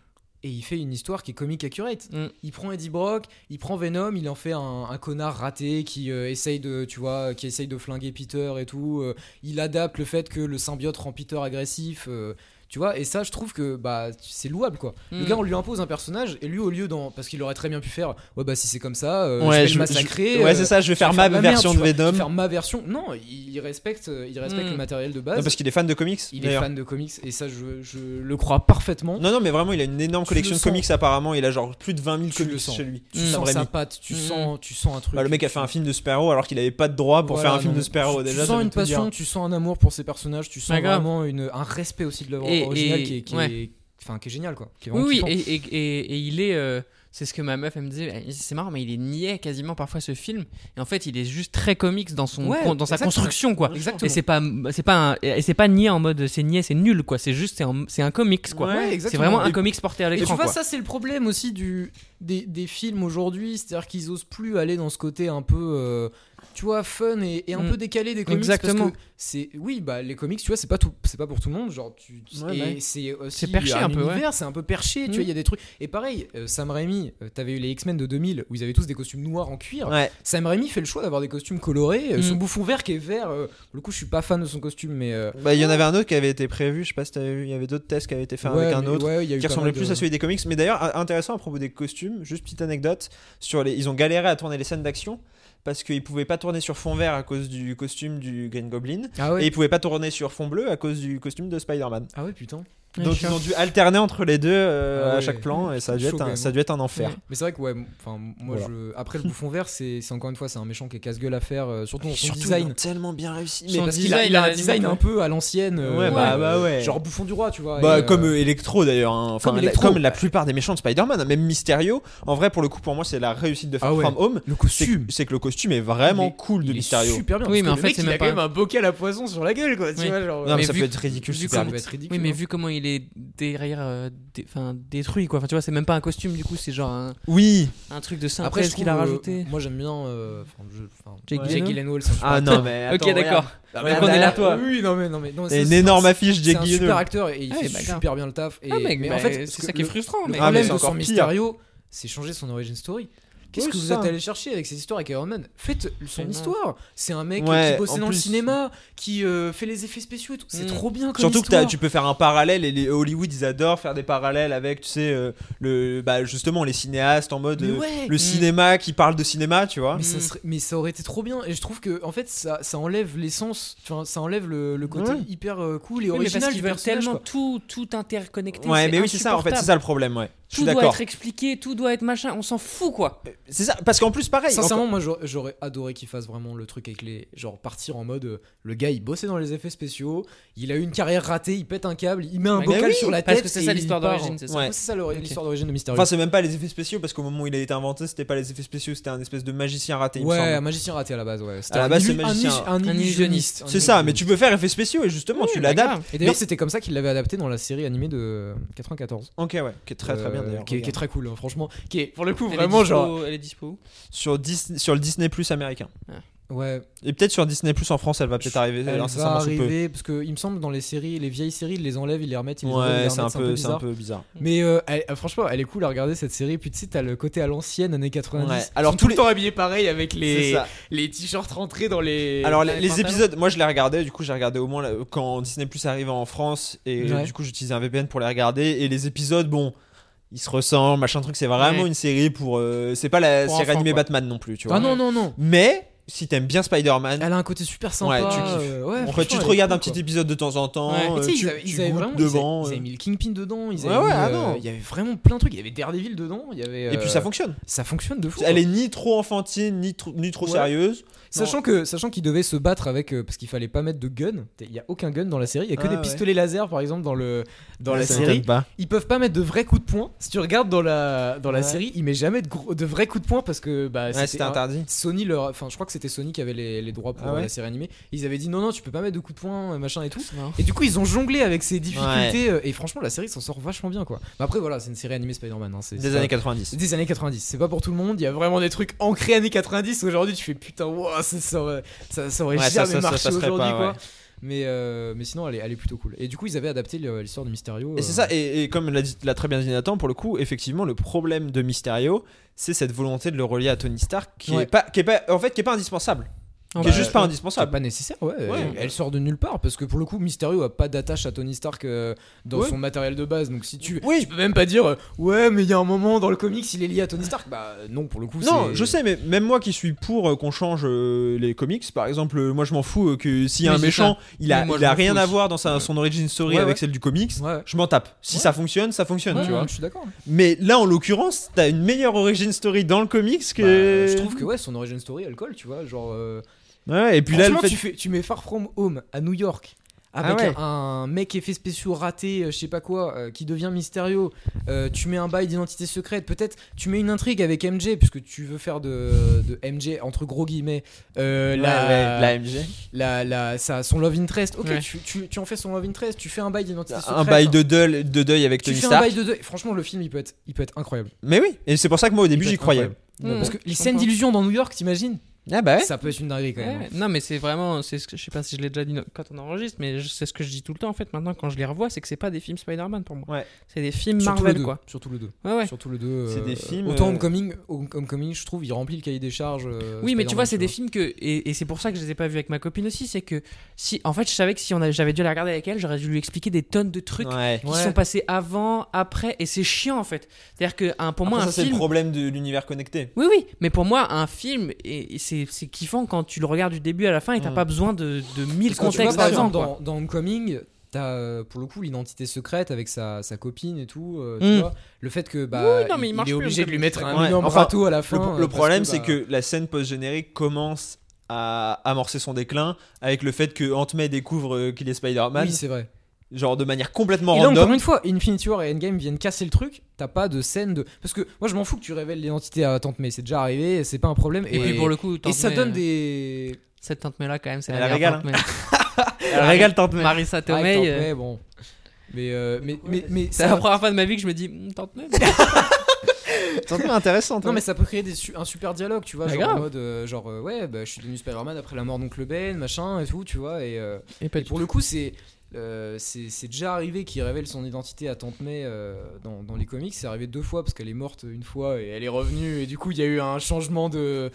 S5: et il fait une histoire qui est comique accurate.
S4: Mm.
S5: Il prend Eddie Brock, il prend Venom, il en fait un, un connard raté qui euh, essaye de, tu vois, qui essaye de flinguer Peter et tout. euh, il adapte le fait que le symbiote rend Peter agressif. euh, tu vois, et ça, je trouve que bah, c'est louable quoi. Le
S4: Mm.
S5: gars, on lui impose un personnage, et lui, au lieu d'en. Parce qu'il aurait très bien pu faire, ouais, bah si c'est comme ça, euh,
S3: Ouais,
S5: je vais
S3: je-
S5: le massacrer.
S3: Ouais,
S5: euh,
S3: c'est ça, je vais
S5: je vais
S3: faire ma
S5: merde,
S3: version
S5: tu
S3: de
S5: vois, je vais
S3: Venom.
S5: faire ma version. Non, il il respecte, euh, il respecte
S4: Mm.
S5: le matériel de base.
S3: Non, parce qu'il est fan de comics.
S5: Il est
S3: d'ailleurs.
S5: fan de comics et ça je, je le crois parfaitement.
S3: Non, non, mais vraiment, il a une énorme
S5: Tu
S3: collection
S5: le
S3: de
S5: sens.
S3: comics apparemment. Il a genre plus de 20 000
S5: Tu le
S3: comics
S5: sens.
S3: chez lui.
S5: Tu
S3: Sam
S5: sens
S3: Raimi.
S5: sa patte, tu
S4: Mm.
S5: sens, tu sens un truc.
S3: Bah, le mec a fait un film de super-héros alors qu'il avait pas de droit pour
S5: Voilà,
S3: faire un film
S5: non,
S3: de super-héros
S5: tu-
S3: déjà.
S5: Tu
S3: ça
S5: sens
S3: veut
S5: une
S3: tout dire.
S5: passion, tu sens un amour pour ces personnages, tu sens
S4: Ouais, grave.
S5: vraiment une, un respect aussi de l'œuvre
S4: Et-
S5: originale
S4: et-
S5: qui, est- qui
S4: ouais.
S5: est, enfin, qui est génial quoi. qui est
S4: Oui,
S5: vraiment
S4: oui,
S5: kiffant.
S4: et, et, et, et il est. euh, c'est ce que ma meuf, elle me disait. elle- C'est marrant, mais il est niais quasiment parfois ce film. Et en fait, il est juste très comics dans, son,
S5: Ouais,
S4: con- dans sa
S5: exactement.
S4: construction, quoi. Et
S5: Exactement.
S4: c'est pas, c'est pas, un- et c'est pas niais en mode c'est niais, c'est nul, quoi. C'est juste, c'est un, c'est un comics, quoi.
S5: Ouais,
S4: c'est
S5: exactement.
S4: vraiment un
S5: Et-
S4: comics porté à
S5: Et tu
S4: l'écran,
S5: vois,
S4: quoi.
S5: ça c'est le problème aussi du, des, des films aujourd'hui, c'est-à-dire qu'ils osent plus aller dans ce côté un peu, euh, tu vois, fun et, et un
S4: Mm.
S5: peu décalé des comics.
S4: Exactement.
S5: Parce que c'est, oui, bah les comics, tu vois, c'est pas tout, c'est pas pour tout le monde. Genre, tu,
S3: Ouais,
S5: et
S3: ouais.
S5: c'est aussi
S4: C'est perché un peu, ouais.
S5: univers, c'est un peu perché. Tu vois, il y a des trucs. Et pareil, euh, Sam Raimi, euh, t'avais eu les X-Men de 2000 où ils avaient tous des costumes noirs en cuir.
S3: Ouais.
S5: Sam Raimi fait le choix d'avoir des costumes colorés. euh, Son
S4: Mm.
S5: bouffon vert qui est vert. euh, pour le coup, je suis pas fan de son costume, mais euh,
S3: Bah, il y en avait un autre qui avait été prévu. Je sais pas si t'avais vu. Il y avait d'autres tests qui avaient été faits
S5: ouais,
S3: avec un
S5: mais
S3: autre.
S5: ouais, il y a eu
S3: qui
S5: pas mal
S3: ressemblait plus
S5: de-
S3: à celui des comics. Mais d'ailleurs, un- intéressant à propos des costumes, juste petite anecdote, sur les, ils ont galéré à tourner les scènes d'action parce qu'ils pouvaient pas tourner sur fond vert à cause du costume du Green Goblin
S5: Ah
S3: et
S5: ouais.
S3: ils pouvaient pas tourner sur fond bleu à cause du costume de Spider-Man.
S5: Ah ouais, putain.
S4: Ouais,
S3: Donc
S4: je
S3: ils ont dû alterner entre les deux euh,
S5: Ah
S3: à
S5: ouais.
S3: chaque plan et ça a dû,
S5: Chaud,
S3: être
S5: quand
S3: un,
S5: même.
S3: ça a dû être un enfer.
S4: Ouais.
S5: Mais c'est vrai que ouais, m- enfin m- moi
S3: Voilà.
S5: je après le bouffon vert c'est c'est encore une fois c'est un méchant qui est casse-gueule à faire euh, surtout dans son
S3: Surtout, ils l'ont
S5: design.
S3: tellement bien réussi.
S4: Son
S5: parce qu'il a,
S4: design,
S5: il a un
S4: l'animation,
S5: design un
S4: ouais.
S5: peu à l'ancienne euh,
S3: Ouais, bah,
S5: euh,
S3: bah ouais.
S5: genre bouffon du roi tu vois.
S3: Bah,
S5: et, euh,
S3: comme euh, Electro d'ailleurs, hein. enfin,
S5: comme
S3: la-
S5: Electro,
S3: comme la
S5: ouais.
S3: plupart des méchants de Spider-Man, hein. même Mysterio. En vrai, pour le coup, pour moi, c'est la réussite de
S5: Ah
S3: Far
S5: ouais.
S3: From Home.
S5: le
S3: C'est
S5: costume
S3: c'est que le costume est vraiment
S5: Il est-
S3: cool de
S5: il est
S3: Mysterio.
S5: super bien.
S4: Oui, mais
S5: parce que
S4: en
S5: le
S4: fait,
S5: mec,
S4: c'est
S5: il
S4: même
S5: a quand
S4: pas
S5: même un bocal à poisson sur la gueule quoi, tu
S4: Oui.
S5: vois genre. euh,
S3: Non, mais,
S4: Mais
S3: ça
S4: vu-
S3: peut être ridicule
S4: vu
S3: super
S4: comment-
S5: peut
S3: vite.
S5: être ridicule.
S4: Oui, mais
S5: hein.
S4: vu comment il est derrière, euh, dé- enfin détruit quoi. Enfin, tu vois, c'est même pas un costume du coup, c'est genre un,
S3: Oui.
S4: un truc de
S5: Après
S4: synthèse
S5: je euh,
S4: qu'il a rajouté.
S5: moi j'aime bien euh, enfin, je- enfin,
S4: Jake
S5: Jake Gyllenhaal c'est un super
S3: Ah non, mais. Ah,
S4: Ok, d'accord.
S5: Ah,
S3: mais
S4: on est là,
S3: toi.
S5: Oui, non mais non mais non,
S3: C'est une
S5: c'est-
S3: énorme
S5: c'est-
S3: affiche,
S5: C'est
S3: Jake
S5: un super
S3: Gyllenhaal.
S5: acteur et il
S4: Ah,
S5: fait
S4: mais bah,
S5: super bien le taf et
S4: Ah, mais,
S5: mais
S4: bah,
S5: en fait ce
S4: c'est ça
S5: que
S4: qui est
S5: le-
S4: frustrant.
S5: Le
S4: mais-
S3: Ah, mais
S5: problème
S3: c'est
S5: de son
S3: encore pire.
S5: Mysterio, c'est changer son origin story. Qu'est-ce
S3: Oui,
S5: que
S3: c'est
S5: vous
S3: ça.
S5: êtes allé chercher avec cette histoire avec Iron Man Faites son
S4: Fais-le.
S5: histoire. C'est un mec
S3: Ouais,
S5: qui bossait
S3: en
S5: dans
S3: plus.
S5: le cinéma, qui euh, fait les effets spéciaux et tout. C'est
S3: Mm.
S5: trop bien comme
S3: Surtout que
S5: histoire.
S3: t'as- tu peux faire un parallèle et les Hollywood ils adorent faire des parallèles avec tu sais euh, le bah, justement les cinéastes en mode
S5: Mais
S3: euh,
S5: ouais.
S3: le
S5: Mm.
S3: cinéma qui parle de cinéma tu vois.
S5: Mais ça,
S4: Mm.
S5: serait- mais ça aurait été trop bien. Et je trouve que, en fait, ça, ça enlève l'essence, enfin, ça enlève le, le côté
S3: Ouais.
S5: hyper euh, cool et
S4: Oui, mais
S5: original.
S4: parce qu'ils
S5: du
S4: veulent
S5: personnage,
S4: tellement
S5: quoi.
S4: tout, tout interconnecter.
S3: Ouais mais oui c'est ça en fait c'est ça le problème ouais. Je suis
S4: Tout doit
S3: d'accord.
S4: être expliqué, tout doit être machin, on s'en fout quoi.
S3: C'est ça parce qu'en plus pareil.
S5: Sincèrement, moi j'aurais- j'aurais adoré qu'il fasse vraiment le truc avec les. Genre partir en mode. euh, le gars il bossait dans les effets spéciaux, il a eu une carrière ratée, il pète un câble, il met un
S4: Mais
S5: bocal
S3: oui,
S5: sur la tête.
S4: Parce que c'est
S5: et
S4: ça
S5: il
S4: l'histoire
S5: part.
S4: d'origine, c'est ça.
S3: Ouais.
S5: Ouais, c'est ça le- l'histoire d'origine de Mysterio.
S3: Enfin, c'est même pas les effets spéciaux parce qu'au moment où il a été inventé, c'était pas les effets spéciaux, c'était un espèce de magicien raté. il me
S5: ouais,
S3: semble.
S5: un magicien raté à la base, ouais. C'était
S3: À la
S5: un
S3: base, c'est
S5: illu- un
S3: magicien.
S5: illu- Un
S4: Un
S5: illusionniste.
S3: C'est ça, mais tu peux faire effets spéciaux et justement tu
S5: bah,
S3: l'adaptes.
S5: Et d'ailleurs,
S3: mais-
S5: c'était comme ça qu'il l'avait adapté dans la série animée de 94.
S3: Ok, ouais, qui est très très bien
S5: Euh,
S3: d'ailleurs.
S5: Qui, est- qui est très cool, hein, franchement. Qui est, pour le coup,
S4: Elle est
S5: vraiment
S4: dispo-
S5: genre.
S4: Elle est dispo où
S3: Sur, Disney, sur le Disney Plus américain.
S5: Ouais,
S3: Et peut-être sur Disney Plus en France, elle va peut-être arriver
S5: elle va
S3: incessamment sous peu.
S5: arriver parce que il me semble dans les séries, les vieilles séries, ils les enlèvent, ils les remettent, ils les enlèvent, ils
S3: Ouais,
S5: les
S3: c'est un,
S5: remettent,
S3: peu- c'est un
S5: bizarre.
S3: peu bizarre.
S5: Mais euh, elle- euh, franchement, elle est cool à regarder cette série. Puis tu sais, t'as le côté à l'ancienne, années 90.
S3: Ouais.
S5: Ils
S3: Alors,
S5: sont
S3: tous
S5: tout
S3: les-
S5: le temps habillés pareil avec
S3: C'est
S5: les
S3: ça.
S5: les t-shirts rentrés dans les.
S3: Alors,
S4: les
S3: les, les
S4: pantalons.
S3: épisodes, moi je les regardais, du coup, j'ai regardé au moins la- quand Disney Plus arrivait en France et
S5: Ouais.
S3: du coup, j'utilisais un VPN pour les regarder. Et les épisodes, bon. Ils se ressemblent, machin truc, c'est vraiment
S4: Ouais.
S3: une série pour. euh, c'est pas la
S4: Pour
S3: série
S4: enfants,
S3: animée
S4: quoi.
S3: Batman non plus, tu vois.
S5: ah non non non.
S3: Mais si t'aimes bien Spider-Man,
S5: Elle a un côté super sympa.
S3: Ouais, tu kiffes.
S5: euh, ouais,
S3: en
S5: franchement,
S3: fait, tu
S5: elle
S3: te
S5: est
S3: regardes
S5: cool,
S3: un petit
S5: quoi.
S3: épisode de temps en temps,
S4: Ouais.
S3: euh,
S5: Mais tu sais,
S3: tu,
S5: ils avaient,
S3: tu
S5: ils avaient
S3: goûtes
S5: vraiment, ils
S3: devant.
S5: avaient- ils avaient
S3: euh,
S5: mis le Kingpin dedans, ils
S3: Ouais,
S5: avaient
S3: ouais,
S5: mis,
S3: ah
S5: euh,
S3: non.
S5: il y avait vraiment plein de trucs, il y avait Daredevil dedans, il y avait
S3: Et puis
S5: euh,
S3: ça fonctionne.
S5: ça fonctionne de fou. hein.
S3: Elle
S5: quoi.
S3: est ni trop enfantine, ni, tr- ni trop
S5: Ouais.
S3: sérieuse.
S5: Sachant que sachant qu'il devait se battre avec euh, parce qu'il fallait pas mettre de gun, il y a aucun gun dans la série, il y a que
S3: Ah,
S5: des
S3: ouais.
S5: pistolets laser par exemple dans le dans la
S3: Ça
S5: série.
S3: m'étonne pas.
S5: Ils peuvent pas mettre de vrais coups de poing. Si tu regardes dans la dans la
S3: Ouais.
S5: série, il met jamais de gros- de vrais coups de poing parce que bah
S3: Ouais, c'était
S5: un-
S3: interdit.
S5: Sony leur enfin je crois que c'était Sony qui avait les, les droits pour
S3: Ah ouais
S5: euh, la série animée. Ils avaient dit non non, tu peux pas mettre de coups de poing euh, machin et tout.
S4: C'est marrant.
S5: Et du coup, ils ont jonglé avec ces difficultés euh, et franchement la série s'en sort vachement bien quoi. Mais après voilà, c'est une série animée Spider-Man hein, c'est c'est
S3: Des
S5: pas-
S3: années 90.
S5: c'est des années 90, c'est pas pour tout le monde, il y a vraiment des trucs ancrés années 90 aujourd'hui tu fais putain wow, ça, ça aurait, ça- ça aurait
S3: Ouais, ça-
S5: jamais
S3: ça- ça- ça
S5: marché
S3: passerait
S5: aujourd'hui
S3: pas,
S5: quoi.
S3: ouais.
S5: Mais, euh, mais sinon elle est, elle est plutôt cool. Et du coup ils avaient adapté le- l'histoire de Mysterio. euh,
S3: Et c'est ça, et, et comme l'a dit- l'a très bien dit Nathan, pour le coup, effectivement, le problème de Mysterio, c'est cette volonté de le relier à Tony Stark, qui,
S5: Ouais.
S3: est, pas, qui est pas, en fait, qui est pas indispensable,
S4: Ah
S3: qui est
S4: bah,
S3: juste pas
S5: euh, C'est
S3: indispensable.
S5: pas nécessaire, ouais.
S3: Ouais.
S5: Elle, elle sort de nulle part parce que pour le coup, Mysterio a pas d'attache à Tony Stark euh, dans
S3: Ouais.
S5: son matériel de base. Donc si tu,
S3: Oui.
S5: tu peux même pas dire euh, ouais, mais il y a un moment dans le comics, il est lié à Tony Stark. Bah non, pour le coup.
S3: Non,
S5: c'est-
S3: je sais, mais même moi qui suis pour euh, qu'on change euh, les comics, par exemple, euh, moi je m'en fous euh, que s'il y a
S4: Oui,
S3: un
S4: c'est
S3: méchant, il a,
S4: Mais moi,
S3: il
S4: je
S3: a
S4: m'en
S3: rien
S4: fous
S3: à
S4: aussi.
S3: voir dans sa- son origin story
S5: Ouais,
S3: avec
S5: ouais.
S3: celle du comics,
S5: Ouais.
S3: je m'en tape. Si
S5: Ouais.
S3: ça fonctionne, ça fonctionne,
S5: Ouais,
S3: tu vois.
S5: Je suis d'accord. hein.
S3: Mais là, en l'occurrence, t'as une meilleure origin story dans le comics
S5: Bah,
S3: que.
S5: je trouve que ouais, son origin story, elle colle, tu vois, genre. euh,
S3: Ouais, et puis là, le
S5: Franchement,
S3: fait.
S5: tu, fais, tu mets Far From Home à New York avec
S3: Ah ouais.
S5: un mec effet spéciaux raté, euh, je sais pas quoi, euh, qui devient Mysterio. euh, tu mets un bail d'identité secrète. Peut-être tu mets une intrigue avec MJ puisque tu veux faire de, de MJ entre gros guillemets euh,
S3: Ouais,
S5: la,
S3: ouais, la MG.
S5: la- la- sa- son love interest. Ok,
S4: Ouais.
S5: tu, tu- tu en fais son love interest. Tu fais un bail d'identité secrète.
S3: Un bail de deuil, de deuil avec
S5: tu
S3: Tony
S5: fais un
S3: Stark.
S5: bail de deux. Franchement, le film il peut être, il peut être incroyable.
S3: Mais oui, et c'est pour ça que moi au
S5: Il
S3: début
S5: peut
S3: j'y
S5: être
S3: croyais.
S5: incroyable.
S4: Mmh,
S5: Parce que les
S4: je
S5: scènes
S4: comprends.
S5: d'illusion dans New York, t'imagines
S3: Ah bah ouais.
S5: Ça peut être une dinguerie quand même. hein.
S4: Ouais, Non mais c'est vraiment, c'est ce que, je sais pas si je l'ai déjà dit no- quand on enregistre, mais je- c'est ce que je dis tout le temps en fait maintenant quand je les revois, c'est que c'est pas des films Spider-Man pour moi.
S3: Ouais.
S4: C'est des films
S5: Surtout le
S4: Marvel
S5: deux,
S4: quoi.
S5: Surtout le 2.
S4: Ouais ouais.
S5: Surtout le 2.
S3: C'est des films,
S5: Autant
S3: euh,
S5: Homecoming, Home- Homecoming, je trouve, il remplit le cahier des charges. euh,
S4: Oui mais tu
S5: Spider-Man,
S4: vois c'est des films que et, et c'est pour ça que je les ai pas vus avec ma copine aussi, c'est que si en fait je savais que si on a- j'avais dû la regarder avec elle, j'aurais dû lui expliquer des tonnes de trucs
S3: Ouais.
S4: qui
S5: Ouais.
S4: sont passés avant, après et c'est chiant en fait. C'est-à-dire que un- pour moi
S3: Après,
S4: un
S3: ça c'est le
S4: film
S3: problème de l'univers connecté.
S4: Oui, oui, mais pour moi, un film, et et c'est c'est kiffant quand tu le regardes du début à la fin et t'as
S3: Mm.
S4: pas besoin de, de mille
S5: Parce que tu vois,
S4: contextes
S5: par
S4: avant.
S5: exemple,
S4: quoi.
S5: dans, dans Homecoming, t'as euh, pour le coup l'identité secrète avec sa, sa copine et tout. euh,
S4: Mm.
S5: tu vois, le fait que bah,
S4: Oui, non, mais il
S5: il,
S4: marche
S5: est
S4: plus,
S5: obligé de lui
S4: Homecoming,
S5: mettre un
S3: ouais.
S5: énorme
S3: Enfin,
S5: râteau à la
S3: Le,
S5: fin.
S3: pro-
S5: euh,
S3: le
S5: parce
S3: problème
S5: bah,
S3: c'est que la scène post-générique commence à amorcer son déclin avec le fait que Ant-May découvre euh, qu'il est Spider-Man,
S5: Oui, c'est vrai.
S3: genre de manière complètement
S5: Et là, encore
S3: random.
S5: une fois, Infinity War et Endgame viennent casser le truc. T'as pas de scène de. Parce que moi, je m'en fous que tu révèles l'identité à Tante May. C'est déjà arrivé, c'est pas un problème.
S4: Et, puis pour le coup,
S5: et
S4: Tante
S5: ça
S4: May,
S5: donne
S4: euh,
S5: des.
S4: Cette tante May là, quand même, c'est
S3: Elle
S4: la
S3: la
S4: meilleure
S3: régale,
S4: tante
S3: Elle régale
S4: May.
S3: Tante-May.
S4: Marissa
S5: Ouais,
S4: Tomei,
S5: Ah, Tante
S4: euh,
S5: May, bon. Mais, euh, mais, mais, mais
S4: c'est
S5: ça-
S4: la première fois de ma vie que je me dis Hum, Tante May.
S3: Tante-May intéressante.
S5: Non
S3: ouais.
S5: mais ça peut créer des su- un super dialogue, tu vois,
S4: Bah,
S5: genre
S4: grave.
S5: en mode euh, genre euh, ouais, bah, je suis devenu Spider-Man après la mort d'oncle Ben, machin et tout, tu vois et, euh,
S4: Et pas
S5: et
S4: du tout.
S5: pour le coup, c'est euh, c'est c'est déjà arrivé qu'il révèle son identité à Tante May euh, dans, dans les comics. C'est arrivé deux fois parce qu'elle est morte une fois et elle est revenue. Et du coup, il y a eu un changement de.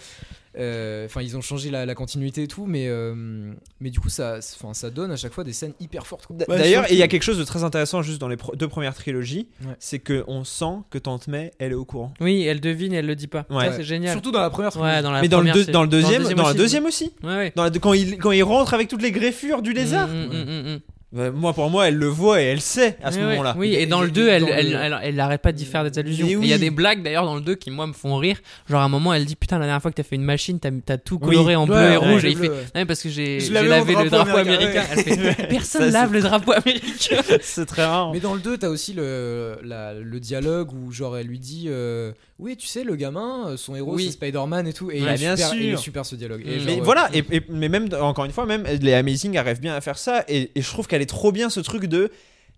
S5: euh, Enfin, ils ont changé la, la continuité et tout, mais, euh, mais du coup, ça, enfin, ça donne à chaque fois des scènes hyper fortes. quoi.
S2: Bah,
S3: D'ailleurs,
S2: surtout-
S3: il y a quelque chose de très intéressant juste dans les pro- deux premières trilogies,
S5: Ouais.
S3: c'est que on sent que Tante May, elle est au courant.
S4: Oui, elle devine, elle le dit pas.
S3: Ouais.
S4: Ça, c'est génial.
S5: Surtout dans la première
S4: Ouais, dans la
S3: Mais dans le,
S4: première,
S3: deux-
S4: c'est-
S3: dans le deuxième, dans, la
S4: aussi.
S3: deuxième aussi.
S4: Ouais, ouais.
S3: Dans la- quand, il, quand il rentre avec toutes les greffures du lézard.
S4: Mm, mm, mm, mm, mm.
S3: Bah, moi, pour moi, elle le voit et elle sait à ce
S4: Ouais, ouais.
S3: moment-là.
S4: Oui, et dans
S5: Et-
S4: le
S5: et
S4: 2, elle,
S5: dans le-
S4: elle, elle, elle arrête pas d'y faire des allusions.
S3: Mais
S4: Et Il
S3: oui.
S4: y a des blagues d'ailleurs dans le 2 qui, moi, me font rire. Genre, à un moment, elle dit Putain, la dernière fois que t'as fait une machine, t'as t'as tout
S3: Oui.
S4: coloré en
S5: Ouais,
S4: bleu et
S5: ouais,
S4: rouge. Et
S5: le
S4: il fait
S5: bleu,
S4: Non,
S5: ouais.
S4: mais parce que j'ai
S5: Je
S4: j'ai
S5: l'avais au
S4: lavé le
S5: drapeau
S4: drapeau américain.
S5: américain,
S4: Elle fait, Personne
S3: Ça,
S4: lave
S3: c'est-
S4: le drapeau américain.
S3: c'est très rare.
S5: Mais dans le 2, t'as aussi le, la- le dialogue où genre elle lui dit euh, Oui, tu sais, le gamin, euh, son héros,
S4: Oui.
S5: c'est Spider-Man et tout. Et
S3: Bah,
S5: il, est
S3: bien
S5: super,
S3: sûr.
S5: il est super ce dialogue. Et
S4: Mm.
S5: genre, euh,
S3: Mais
S5: ouais.
S3: voilà, et, et- mais même encore une fois, même les Amazing arrivent bien à faire ça, et, et je trouve qu'elle est trop bien ce truc de,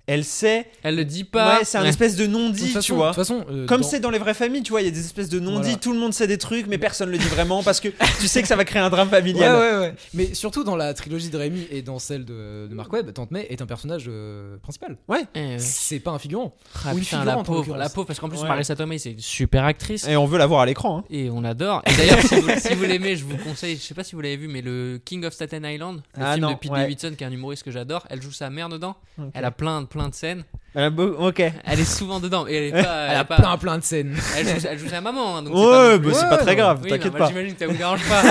S3: elle sait,
S4: Elle le dit pas.
S3: ouais, c'est un
S4: Ouais.
S3: espèce de
S5: De toute
S3: non-dit, tu
S5: façon-
S3: vois.
S5: de toute façon, euh,
S3: Comme
S5: dans-
S3: c'est dans les vraies familles, tu vois, il y a des espèces de non-dits,
S5: Voilà.
S3: tout le monde sait des trucs, mais personne le dit vraiment parce que tu sais que ça va créer un drame familial.
S5: Ouais, ouais, ouais. Mais surtout dans la trilogie de Rémi et dans celle de, de Mark Webb, Tante May est un personnage euh, principal.
S4: Eh, ouais.
S5: C'est pas un figurant.
S4: Ah,
S5: Ou une
S4: putain, la
S5: figurante, en
S4: pauvre,
S5: l'occurrence.
S4: la pauvre, parce qu'en plus,
S3: Ouais.
S4: Marissa Tomei, c'est une super actrice.
S3: Et on veut la voir à l'écran. hein.
S4: Et on adore. Et d'ailleurs, si vous, si vous l'aimez, je vous conseille, je sais pas si vous l'avez vu, mais le King of Staten Island, le
S3: Ah
S4: film
S3: non,
S4: de Pete
S3: ouais.
S4: Davidson, qui est un humoriste que j'adore, elle joue sa mère dedans. Elle a plein, de- plein de scènes.
S3: Elle a beau- Ok. Ouais,
S4: Elle est souvent dedans. Et elle est pas.
S5: Elle
S4: est
S5: a
S4: Ah, pas-
S5: plein plein de scènes.
S4: elle joue, elle joue sa maman. hein, donc
S3: bah,
S4: c'est
S3: c'est
S5: Ouais,
S3: pas très
S5: non.
S3: grave,
S4: pas non plus- Oui, non,
S3: t'inquiète
S4: bah,
S3: pas.
S4: J'imagine que ça vous dérange pas.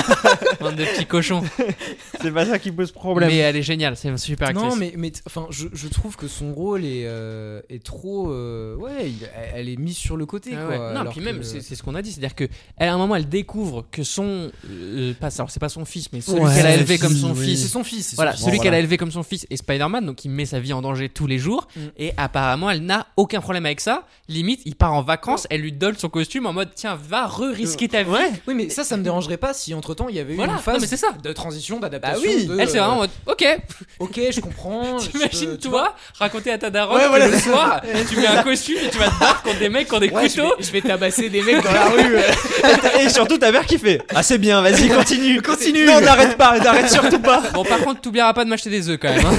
S4: Bande de petits cochons.
S3: C'est pas ça qui pose problème.
S4: Mais elle est géniale, c'est une super actrice.
S5: Non, mais, mais t- enfin, je, je trouve que son rôle est, euh, est trop. euh, ouais, il- elle est mise sur le côté.
S4: Ah
S5: quoi,
S4: ouais. Non,
S5: alors
S4: puis
S5: que-
S4: même, c'est c'est ce qu'on a dit, c'est-à-dire que elle, à un moment, elle découvre que son, euh, pas, alors c'est pas son fils, mais celui
S5: Ouais,
S4: qu'elle a
S5: son
S4: élevé comme
S5: fils,
S4: son
S5: oui.
S4: fils,
S5: C'est son fils. c'est
S4: Voilà,
S5: son fils.
S4: celui
S5: Bon,
S4: qu'elle a
S5: voilà.
S4: élevé comme son fils est Spider-Man, donc il met sa vie en danger tous les jours.
S5: Mm.
S4: Et apparemment, elle n'a aucun problème avec ça. Limite, il part en vacances, elle lui donne son costume en mode tiens, va re-risquer ta vie.
S5: Oui, mais ça, ça me dérangerait pas si entre temps il y avait eu
S4: Voilà,
S5: une
S4: non,
S5: phase
S4: mais c'est ça.
S5: de transition, d'adaptation.
S3: Bah oui.
S5: de,
S4: Elle, c'est vraiment en
S5: euh,
S4: mode ok,
S5: Ok, je comprends. je-
S4: t'imagines
S5: tu vois,
S4: toi raconter à ta daronne
S3: Ouais,
S4: que
S3: voilà,
S4: le soir, tu mets un costume et tu vas te battre contre des mecs qui ont des
S5: Ouais, je
S4: couteaux.
S5: vais- je vais tabasser des mecs dans la rue. euh.
S3: Et surtout ta mère qui fait Ah, c'est bien, vas-y, continue.
S5: Continue.
S3: Non, n'arrête pas, n'arrête surtout pas.
S4: Bon, par contre, t'oublieras pas de m'acheter des œufs quand même. hein.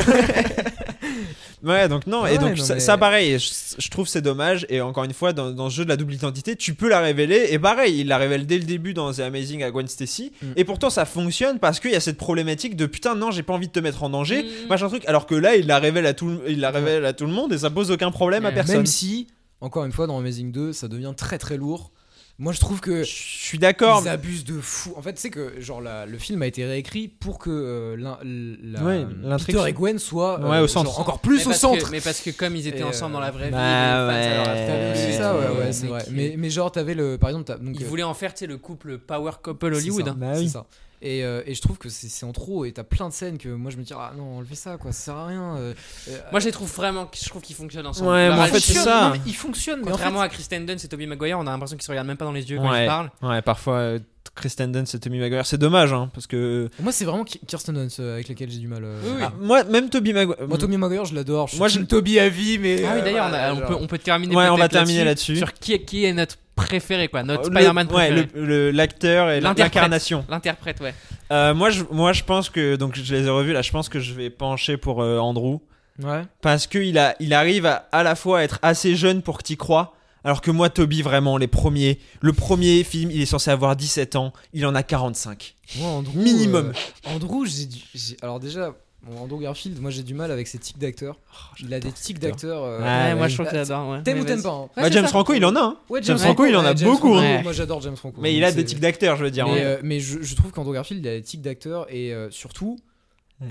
S3: Ouais, donc non,
S5: Ouais,
S3: et donc
S5: non,
S3: ça,
S5: mais-
S3: ça, pareil, je, je trouve c'est dommage. Et encore une fois, dans, dans ce jeu de la double identité, tu peux la révéler. Et pareil, il la révèle dès le début dans The Amazing à Gwen Stacy.
S5: Mm.
S3: Et pourtant, ça fonctionne parce qu'il y a cette problématique de putain, non, j'ai pas envie de te mettre en danger,
S4: Mm.
S3: machin truc. Alors que là, il la révèle à tout, le- il la révèle à tout le monde et ça pose aucun problème à
S4: Ouais.
S3: personne.
S5: Même si, encore une fois, dans Amazing 2, ça devient très très lourd. Moi, je trouve que
S3: Je suis d'accord.
S5: ils abusent de fou. En fait, c'est que genre la- le film a été réécrit pour que euh, l'in- l'in- la,
S3: Ouais, l'intrigue-
S5: Peter et Gwen soient euh,
S3: Ouais, au centre.
S5: genre, encore
S4: Mais
S5: plus au
S4: parce que-
S5: centre.
S4: mais parce que comme ils étaient
S5: Et, euh,
S4: ensemble dans la vraie
S3: bah
S4: vie, les fans, ça leur a
S3: ouais.
S4: fait
S5: T'avais aussi
S4: et
S5: ça,
S4: tout,
S5: ouais, ouais,
S4: et
S5: c'est
S4: qui-
S5: vrai. Mais, mais genre, t'avais le, par exemple, t'as- donc
S4: Ils
S5: euh,
S4: voulaient en faire, tu sais, le couple power couple
S5: c'est
S4: Hollywood.
S5: ça,
S4: hein.
S3: Bah
S5: c'est
S3: oui.
S5: ça. Et, euh, et je trouve que c'est c'est en trop. Et t'as plein de scènes que moi je me dis ah non enlevez ça quoi, ça sert à rien. euh, euh, ah,
S4: Moi, je les trouve vraiment, je trouve qu'ils fonctionnent ensemble.
S3: Ouais,
S4: Leur
S3: mais Bah, en fait, c'est
S4: relation-
S3: ça.
S5: Non, mais ils fonctionnent. Mais en fait,
S4: Contrairement à Chris Tendon et Tobey Maguire, on a l'impression qu'ils se regardent même pas dans les yeux quand
S3: Ouais.
S4: ils parlent.
S3: Ouais, parfois, euh, Kristen Dunst et Tommy Maguire, c'est dommage, hein, parce que.
S5: moi c'est vraiment Ki- Kirsten Dunst euh, avec laquelle j'ai du mal. euh,
S4: Oui, oui.
S5: ah,
S3: Ah, moi, même Toby Maguire.
S5: Moi Tommy Maguire je l'adore.
S3: Moi,
S5: Moi
S3: je-
S5: je Toby à vie mais.
S4: Ah oui,
S5: euh,
S4: d'ailleurs, on,
S5: voilà,
S4: a- on
S5: genre.
S4: peut, on peut terminer.
S3: Ouais, on va
S4: peut-être
S3: terminer là-dessus.
S4: Sur qui est, qui est notre préféré, quoi, notre
S3: Euh, le-
S4: Spider-Man
S3: ouais,
S4: préféré.
S3: le- le- l'acteur et
S4: L'interprète.
S3: l'incarnation.
S4: L'interprète, ouais.
S3: Euh, moi, je, moi, je pense que donc je les ai revus là. Je pense que je vais pencher pour euh, Andrew
S5: Ouais.
S3: parce que il a, il arrive à, à la fois à être assez jeune pour que t'y crois. Alors que moi, Toby, vraiment, les premiers, le premier film, il est censé avoir 17 ans, il en a 45.
S5: Moi, Andrew,
S3: Minimum.
S5: euh, Andrew, j'ai du- j'ai- alors déjà, bon, Andrew Garfield, moi j'ai du mal avec ses tics d'acteur.
S3: Oh,
S5: Il a des tics d'acteur. euh,
S3: Ah,
S4: ouais,
S3: ouais.
S4: moi je trouve que
S5: Ah,
S4: j'adore. Ouais.
S5: T'aimes
S4: Mais
S5: ou t'aimes
S4: vas-y.
S5: pas hein
S3: bah, James Franco, il en a, hein.
S5: Ouais,
S3: James Franco, il en a
S5: James
S3: beaucoup,
S5: Franco,
S4: hein.
S5: Moi j'adore James Franco.
S3: mais il a
S5: C'est-
S3: des tics d'acteur, je veux dire.
S5: Mais,
S3: hein.
S5: euh, mais je, je trouve qu'Andrew Garfield, il a des tics d'acteur et euh, surtout,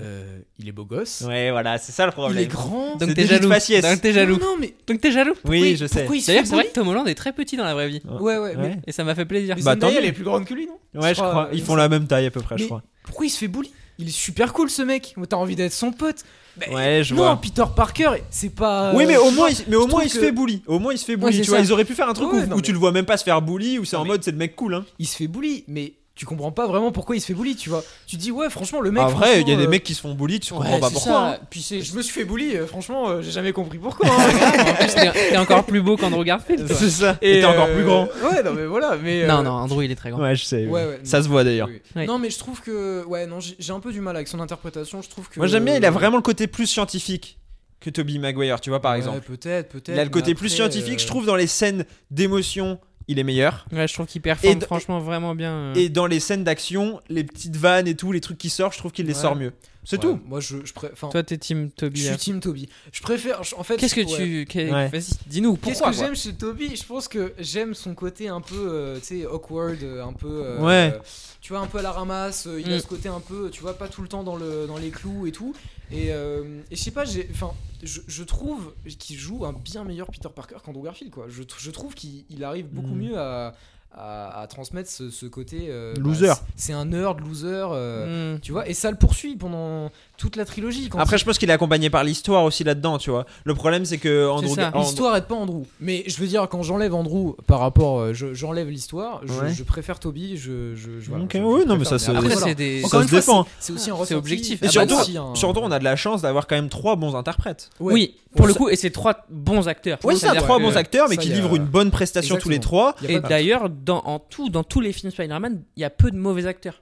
S5: euh, il est beau gosse.
S3: Ouais, voilà, c'est ça le
S5: Il
S3: problème.
S5: est
S3: Oh,
S5: grand.
S3: C'est
S4: Donc t'es
S3: David
S4: jaloux.
S3: Faciès.
S4: Donc t'es jaloux.
S5: Non, non, mais.
S4: Donc t'es jaloux.
S3: Oui,
S5: pourquoi-
S3: je sais.
S5: Pourquoi il se fait
S4: D'ailleurs, c'est vrai
S5: bully
S4: que Tom Holland est très petit dans la vraie vie.
S5: Ouais, ouais, mais.
S3: Ouais.
S4: Et ça m'a fait plaisir.
S5: mais
S3: Bah, tant
S5: Zendaya, elle
S3: mieux.
S5: est plus grande que lui, non
S3: Ouais, je crois. Ils font la même taille à peu près, je
S5: Mais-
S3: crois.
S5: Pourquoi il se fait bully Il est super cool ce mec. T'as envie d'être son pote.
S4: eh,
S5: Bah,
S3: Ouais, je
S5: non,
S3: vois.
S5: Peter Parker, c'est pas. euh,
S3: Oui, mais au moins, il, mais au
S5: je
S3: moins,
S5: trouve
S3: il se
S5: que-
S3: fait bully. Au moins, il se fait bully.
S5: c'est
S3: tu vois,
S5: ça.
S3: ils auraient pu faire un truc
S5: Ouais,
S3: où,
S5: non,
S3: où tu
S5: mais-
S3: le vois même pas se faire bully, où c'est
S5: Non,
S3: en
S5: mais-
S3: mode c'est le mec cool, hein.
S5: il se fait bully, mais tu comprends pas vraiment pourquoi il se fait bully, tu vois. Tu te dis ouais, franchement, le mec.
S3: En Ah, vrai, il y a
S5: franchement,
S3: des
S5: euh,
S3: mecs qui se font bully, tu comprends
S4: Ouais,
S3: pas
S4: c'est
S3: pourquoi.
S4: ça.
S3: hein.
S4: Puis c'est.
S5: Je me suis fait bully, euh, franchement, euh, j'ai jamais compris pourquoi. hein.
S4: En plus, t'es t'es encore plus beau qu'Andrew Garfield. toi.
S3: C'est ça. Et t'es encore
S5: euh,
S3: plus grand.
S5: Ouais, non mais voilà, mais. euh,
S4: Non, non, Andrew, il est très grand.
S3: Ouais, je sais.
S5: Ouais,
S3: ouais.
S5: ouais.
S3: Ça se voit d'ailleurs.
S5: Oui.
S4: Ouais.
S5: Non mais je trouve que ouais non j'ai j'ai un peu du mal avec son interprétation je trouve que
S3: Moi, j'aime bien, il a vraiment le côté plus scientifique que Toby Maguire, tu vois, par
S5: Ouais,
S3: exemple.
S5: peut-être peut-être
S3: Il a le
S5: mais
S3: côté plus
S5: après,
S3: scientifique,
S5: euh,
S3: je trouve, dans les scènes d'émotion, il est meilleur.
S4: Ouais, je trouve qu'il
S3: Et
S4: performe
S3: d-
S4: franchement vraiment bien. euh.
S3: Et dans les scènes d'action, les petites vannes et tout, les trucs qui sortent, je trouve qu'il les
S5: Ouais.
S3: sort mieux. C'est
S5: ouais,
S3: tout.
S5: moi je je pré- enfin,
S4: Toi, t'es team
S5: je
S4: Toby.
S5: suis
S4: hein.
S5: team Toby je préfère je- en fait
S4: Qu'est-ce que
S5: ouais.
S4: tu. qu'est-
S3: Ouais.
S4: Vas-y, dis-nous
S5: Qu'est-ce
S4: pourquoi.
S5: que
S4: quoi.
S5: j'aime chez Toby Je pense que j'aime son côté un peu, euh, tu sais, awkward, euh, un peu. euh,
S3: Ouais.
S5: euh, tu vois, un peu à la ramasse. euh, il a
S4: Mm.
S5: ce côté un peu, tu vois, pas tout le temps dans, le, dans les clous et tout. Et, euh, et je sais pas, j'ai- enfin, je, je trouve qu'il joue un bien meilleur Peter Parker qu'Andrew Garfield, quoi. Je, tr- je trouve qu'il il arrive beaucoup
S3: Mm.
S5: mieux à, à- à transmettre ce, ce côté. euh,
S3: Loser. Mm.
S5: c'est- C'est un nerd, loser. euh,
S3: Mmh.
S4: Hmm.
S5: Tu vois, et ça le poursuit pendant toute la trilogie. Quand
S3: Après, je pense qu'il est accompagné par l'histoire aussi là-dedans, tu vois. Le problème, c'est que Andrew,
S4: ça.
S3: Gar- Andrew-
S5: L'histoire aide pas Andrew. Mais je veux dire, quand j'enlève Andrew par rapport. euh, je- j'enlève l'histoire, je,
S3: Ouais.
S5: je préfère Toby. Je, je, je- voilà,
S3: Ok,
S5: je- je
S3: oui, non, mais
S5: préfère.
S3: ça,
S5: après,
S3: c'est-
S4: Après,
S5: voilà.
S4: c'est des.
S5: Encore
S3: Ça
S5: une
S3: se hein.
S5: fois,
S3: dépend.
S5: c'est- C'est aussi un
S4: C'est
S5: ressenti.
S4: objectif.
S3: Et
S4: Ah bah,
S3: surtout,
S5: aussi un-
S3: surtout, on a de la chance d'avoir quand même trois bons interprètes.
S5: hein. Ouais.
S4: Oui, pour
S5: Ouais,
S4: le
S5: ça-
S4: coup, et c'est trois bons acteurs.
S3: Oui, c'est
S4: C'est-à-dire
S3: trois
S4: que-
S3: bons acteurs, mais
S5: ça,
S3: qui
S5: y a-
S3: livrent une bonne prestation tous les trois.
S5: Y a
S4: Et
S5: pas de-
S4: d'ailleurs, dans, en tout, dans tous les films Spider-Man, il y a peu de mauvais acteurs.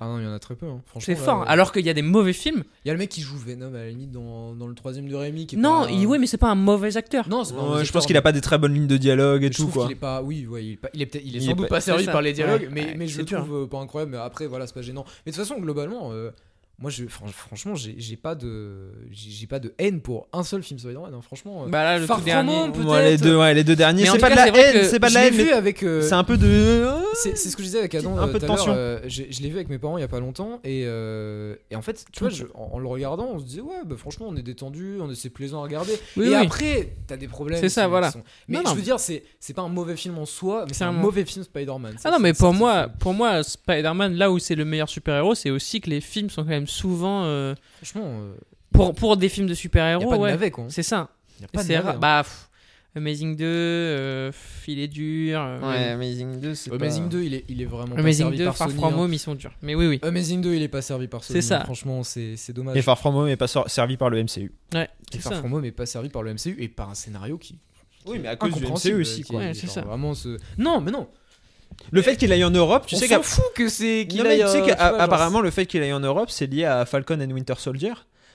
S5: Ah non, il y en a très peu. hein. Franchement,
S4: C'est
S5: là,
S4: fort.
S5: ouais.
S4: Alors qu'il y a des mauvais films.
S5: Il y a le mec qui joue Venom à la limite dans, dans le troisième de Rémi. Qui est
S4: Non,
S5: pas-
S4: il- oui, mais c'est pas un mauvais acteur.
S5: Non, c'est pas un
S3: Ouais, Euh, je
S5: acteur,
S3: pense qu'il a
S5: mais-
S3: pas des très bonnes lignes de dialogue et
S5: je
S3: tout,
S5: trouve
S3: quoi.
S5: qu'il est pas, oui, ouais, il est, pas- il est peut-être, il est
S3: Il
S5: sans
S3: est
S5: doute
S3: pas-
S5: pas servi
S4: c'est ça.
S5: par les dialogues,
S4: Ouais,
S5: mais,
S4: ouais,
S5: mais je
S4: c'est
S5: le
S4: dur.
S5: trouve euh, pas incroyable. Mais après, voilà, c'est pas gênant. Mais de toute façon, globalement, euh, moi, je, fran- franchement, j'ai j'ai pas de, j'ai j'ai pas de haine pour un seul film Spider-Man. hein. franchement, euh,
S4: Bah là, le
S5: Far
S4: tout
S5: From
S4: dernier.
S5: Home, peut-être.
S3: Ouais, les deux, ouais, les deux derniers.
S4: Mais en
S3: C'est
S4: tout
S3: pas de la
S4: cas, c'est vrai
S3: haine,
S4: que
S3: c'est pas de
S5: je
S3: la
S5: l'ai
S3: haine,
S5: vu
S3: mais
S5: avec. euh,
S3: c'est un peu de.
S5: c'est c'est ce que je disais avec Adam.
S3: Un
S5: euh,
S3: peu de
S5: tout à l'heure,
S3: tension.
S5: euh, je je l'ai vu avec mes parents il y a pas longtemps et, euh, et en fait, tu vois, je- en, en le regardant, on se disait ouais, bah, franchement, on est détendu, on est c'est plaisant à regarder.
S4: Oui,
S5: et
S4: oui.
S5: après, t'as des problèmes.
S4: C'est ça,
S5: qui
S4: voilà.
S5: sont- Mais
S4: Non,
S5: je
S4: non.
S5: veux dire, c'est c'est pas un mauvais film en soi, mais c'est un
S4: un-
S5: mauvais film Spider-Man. Ça,
S4: Ah non, mais
S5: c'est-
S4: pour
S5: ça,
S4: moi,
S5: c'est-
S4: pour moi, Spider-Man, là où c'est le meilleur super-héros, c'est aussi que les films sont quand même souvent. euh,
S5: franchement, euh,
S4: pour, pour des films de
S5: y a
S4: super-héros,
S5: pas de
S4: ouais.
S5: navet quoi. hein.
S4: C'est ça.
S5: Y a pas de
S4: C'est
S5: navet,
S4: rare.
S5: hein.
S4: Bah, pff, Amazing 2, euh, pff, il est dur. euh,
S3: Amazing 2, c'est
S5: Amazing 2, il est, il est vraiment pas
S4: Amazing
S5: servi
S4: 2,
S5: par
S4: Far
S5: Sony.
S4: From
S5: hein.
S4: Home, ils sont durs. Mais oui, oui.
S5: Amazing 2, il est pas servi par Sony.
S4: C'est ça.
S5: hein. Franchement, c'est c'est dommage.
S3: Et Far From Home est pas sor- servi par le MCU.
S4: Ouais,
S5: Et
S4: c'est
S5: Far
S4: ça.
S5: From Home est pas servi par le MCU et par un scénario qui
S3: Oui, mais à
S5: cause du MCU aussi quoi.
S4: Ouais, c'est
S5: Genre,
S4: ça.
S5: Vraiment ce Non, mais non.
S3: Le fait qu'il aille en Europe, tu
S5: on
S3: sais
S5: s'en
S3: qu'à
S5: fout que c'est qu'il
S3: Non, mais tu
S5: aille,
S3: sais
S5: euh,
S3: qu'à-
S5: tu vois, genre,
S3: apparemment, le fait qu'il aille en Europe, c'est lié à Falcon and Winter Soldier.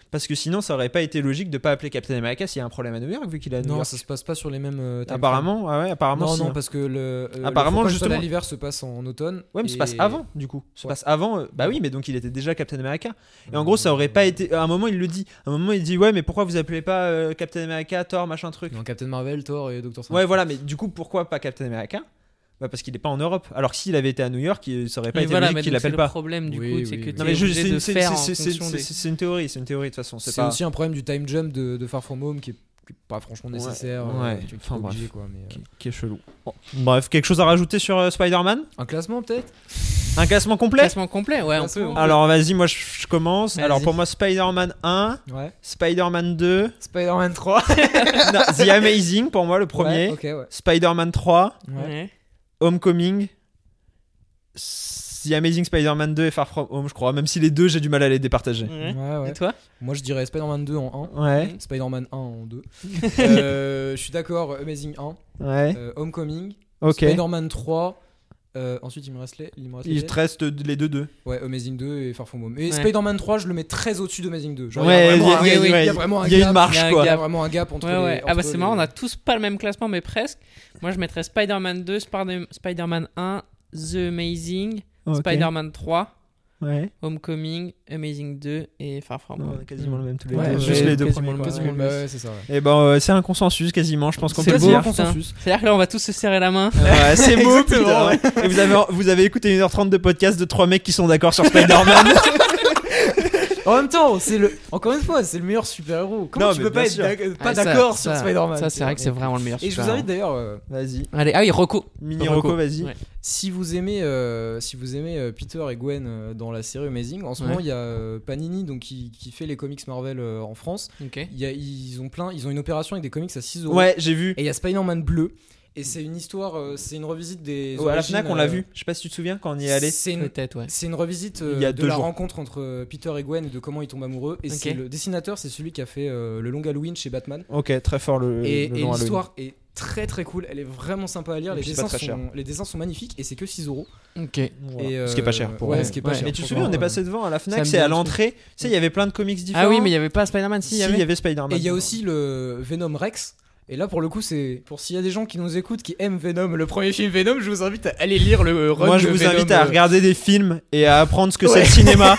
S3: Parce que sinon, ça aurait pas été logique de pas appeler Captain America s'il y a un problème à New York, vu qu'il est à New
S5: non,
S3: York.
S5: ça se passe pas sur les mêmes euh, timeframes.
S3: Apparemment, ah ouais, apparemment,
S5: non,
S3: si,
S5: non,
S3: hein.
S5: parce que le euh,
S3: Apparemment,
S5: le
S3: justement.
S5: l'hiver se passe en automne.
S3: Ouais, mais
S5: et-
S3: se passe avant, du coup. Se
S5: Ouais.
S3: passe avant. euh, bah oui, mais donc il était déjà Captain America. Et en gros, ça
S5: euh,
S3: aurait pas été. À un moment, il le dit. À un moment, il dit Ouais, mais pourquoi vous appelez pas euh, Captain America, Thor, machin truc
S5: Dans Captain Marvel, Thor et Doctor Strange.
S3: Ouais, voilà, mais du coup, pourquoi pas Captain America bah parce qu'il est pas en Europe. Alors que s'il avait été à New York, il- ça aurait pas
S4: Mais
S3: été
S4: voilà, mais
S3: logique qu'il
S4: donc c'est
S3: l'appelle
S4: le
S3: pas.
S4: problème du
S5: Oui,
S4: coup,
S5: oui,
S4: c'est que
S5: oui.
S4: t'es
S3: Non mais je-
S4: obligé
S3: c'est
S4: de
S3: une- c'est-
S4: faire en
S3: c'est- c'est-
S4: fonction
S3: c'est-
S4: des-
S3: c'est- c'est une théorie, c'est une théorie de toute façon.
S5: C'est
S3: pas...
S5: aussi un problème du time jump de, de Far From Home qui est, qui est pas franchement
S3: Ouais,
S5: nécessaire. euh,
S3: ouais,
S5: tu- tu es
S3: enfin,
S5: obligé, quoi, mais, euh,
S3: qui, qui est chelou. Bon. Bref, quelque chose à rajouter sur euh, Spider-Man
S5: Un classement peut-être
S3: Un classement complet
S4: Classement complet, ouais, on peut.
S5: Classement.
S4: on peut.
S3: Alors vas-y, moi je, je commence.
S4: Vas-y.
S3: Alors pour moi, Spider-Man 1,
S5: Ouais.
S3: Spider-Man 2,
S5: Spider-Man 3.
S3: non, The Amazing pour moi le premier,
S5: Ouais, ok, ouais.
S3: Spider-Man 3,
S5: Ouais.
S4: Ouais.
S3: Homecoming, S- The Amazing Spider-Man 2 et Far From Home, je crois. Même si les deux, j'ai du mal à les départager.
S4: Ouais.
S5: Ouais, ouais.
S4: Et toi
S5: Moi je dirais Spider-Man 2 en
S3: Ouais,
S5: 1, Spider-Man 1 en 2. Euh, je suis d'accord, Amazing 1,
S3: ouais,
S5: euh, Homecoming,
S3: ok.
S5: Spider-Man 3. euh, ensuite, il me reste les. Il me reste
S3: Il
S5: les-
S3: te reste les deux deux.
S5: Ouais, Amazing 2 et Far From Home. Et
S4: Ouais.
S5: Spider-Man 3, je le mets très au-dessus d'Amazing 2. Genre,
S3: Ouais,
S5: il y a vraiment
S4: il y a-
S5: un-
S4: oui,
S5: il y
S3: oui.
S5: a vraiment un
S3: Il y a
S5: gap.
S3: une
S4: il y
S3: marche
S4: a un
S3: quoi.
S5: Il y a vraiment un gap entre
S4: Ouais,
S5: les-
S4: ouais. Ah
S5: entre
S4: bah c'est
S5: les-
S4: marrant, on a tous pas le même classement, mais presque. Moi je mettrais Spider-Man 2, Spider- Spider-Man 1, The Amazing,
S3: Ok.
S4: Spider-Man 3,
S3: Ouais.
S4: Homecoming, Amazing 2 et Far From
S3: Non,
S4: Home.
S3: on a quasiment le même tous les
S5: Ouais,
S3: deux.
S5: ouais,
S3: Juste les deux
S4: quasiment
S3: premiers.
S4: le
S3: quoi.
S4: même.
S5: Quasiment le même. Ouais, c'est ça. ouais.
S3: Et ben euh, c'est un consensus quasiment, je pense qu'on
S4: C'est
S3: peut le
S4: beau, hein,
S3: dire.
S4: putain. C'est-à-dire que là on va tous se serrer la main.
S3: Ouais, c'est beau, putain.
S5: Exactement,
S3: Et vous avez, vous avez écouté 1h30 de podcast de trois mecs qui sont d'accord sur Spider-Man.
S5: En même temps, c'est le. Encore une fois, c'est le meilleur super-héros. Comment
S3: Non,
S5: tu
S3: mais
S5: peux pas
S3: bien
S5: être
S3: sûr.
S5: d'ac- pas
S4: Ah, ça-
S5: d'accord sur
S4: ça-
S5: Spider-Man
S4: Ça c'est vrai que c'est vraiment le meilleur.
S5: Et je vous
S4: super-héros.
S5: invite d'ailleurs. euh,
S3: Vas-y.
S4: Allez, ah oui, Rocco.
S3: Mini
S4: Rocco.
S3: Rocco, vas-y.
S4: Ouais.
S5: Si vous aimez, euh, si vous aimez euh, Peter et Gwen euh, dans la série Amazing, en ce
S4: Ouais.
S5: moment il y a euh, Panini donc qui, qui fait les comics Marvel euh, en France.
S4: Ok.
S5: Il y a- ils ont plein, ils ont une opération avec des comics à 6 euros.
S3: Ouais, j'ai vu.
S5: Et il y a Spider-Man bleu. Et c'est une histoire, euh, c'est une revisite des.
S3: Oh, à la
S5: origines,
S3: Fnac, on l'a
S5: euh,
S3: vu. Je sais pas si tu te souviens quand on y est allé.
S5: C'est une,
S4: Peut-être, ouais.
S5: c'est une revisite euh,
S3: Il y a
S5: de
S3: deux
S5: la
S3: jours.
S5: rencontre entre euh, Peter et Gwen et de comment ils tombent amoureux. Et
S4: Ok.
S5: c'est le dessinateur, c'est celui qui a fait euh, le long Halloween chez Batman.
S3: Ok, très fort le.
S5: et
S3: le
S5: et
S3: nom à
S5: l'histoire est très très cool. Elle est vraiment sympa à lire.
S3: Et
S5: Les
S3: puis c'est pas
S5: dessins,
S3: très cher.
S5: sont, les dessins sont magnifiques et c'est que 6 euros.
S4: Ok.
S3: l'œil. Voilà.
S5: Et, euh,
S3: Ce qui est pas cher. Pour
S5: ouais,
S4: eux.
S5: ce qui est pas
S4: Ouais.
S5: cher.
S3: Mais tu te
S5: pour
S3: souviens,
S5: eux.
S3: on est passé devant à la
S4: Ça
S3: Fnac,
S4: me
S3: c'est à
S4: dit un
S3: l'entrée. Tu sais, il y avait plein de comics différents.
S4: Ah oui, mais il n'y avait pas Spider-Man, si, il y avait.
S3: Spider-Man.
S5: Et il y a aussi le Venom Rex. Et là, pour le coup, c'est pour s'il y a des gens qui nous écoutent qui aiment Venom, le premier film Venom, je vous invite à aller lire le run
S3: Moi, je
S5: de
S3: vous
S5: Venom,
S3: invite à
S5: euh,
S3: regarder des films et à apprendre ce que c'est
S5: Ouais.
S3: le cinéma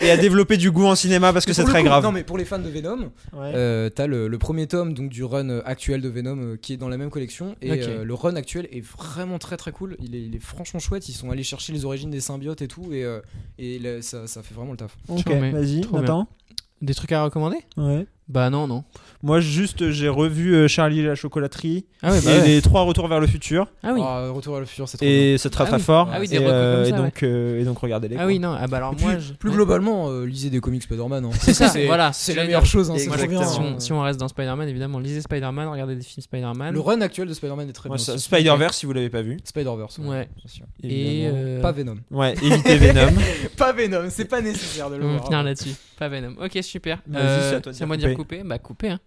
S3: et à développer du goût en cinéma parce que
S5: Mais
S3: c'est
S5: pour le
S3: très
S5: coup,
S3: grave.
S5: Non, mais pour les fans de Venom, euh, t'as le, le premier tome donc du run euh, actuel de Venom euh, qui est dans la même collection et
S4: Ok.
S5: euh, le run actuel est vraiment très très cool. Il est, il est franchement chouette. Ils sont allés chercher les origines des symbiotes et tout et, euh, et là, ça, ça fait vraiment le taf.
S3: Ok,
S4: Tiens, mais
S3: vas-y,
S4: trop
S3: attends.
S4: Des trucs à recommander
S3: Ouais.
S4: Bah non, non.
S3: Moi, juste, j'ai revu euh, Charlie et la chocolaterie
S4: Ah ouais, bah
S3: et
S4: ouais.
S3: les trois retours vers le futur.
S4: Ah oui.
S5: Ah, Retour à le futur, c'est trop bien.
S3: Et c'est très
S4: Ah
S3: très
S4: oui.
S3: fort.
S5: Ah oui,
S4: des
S3: et,
S4: recos comme ça,
S3: et donc, euh, et donc, regardez-les.
S4: Ah
S3: quoi.
S4: oui, non. Ah bah alors
S5: Et puis,
S4: moi, je-
S5: Plus
S4: ouais.
S5: globalement, euh, lisez des comics Spider-Man. hein.
S4: C'est ça, voilà,
S5: C'est
S4: je
S5: la
S4: vais
S5: meilleure
S4: dire.
S5: chose. hein, c'est
S4: Moi,
S5: trop
S4: je-
S5: bien.
S4: si, on, si on reste dans Spider-Man, évidemment, lisez Spider-Man, regardez des films Spider-Man.
S5: Le run actuel de Spider-Man est très
S3: Moi,
S5: bien.
S3: ça-
S5: aussi.
S3: Spider-Verse, si vous l'avez pas vu.
S5: Spider-Verse. ouais,
S4: Ouais.
S5: bien sûr.
S4: Et.
S3: évidemment.
S4: euh,
S5: Pas Venom.
S3: Ouais, évitez Venom.
S5: Pas Venom, c'est pas nécessaire de
S4: On va finir là-dessus. Pas Venom. Ok, super. Euh,
S3: Vas-y, c'est à toi de
S4: c'est
S3: dire
S4: à moi de dire couper. Bah, couper, hein.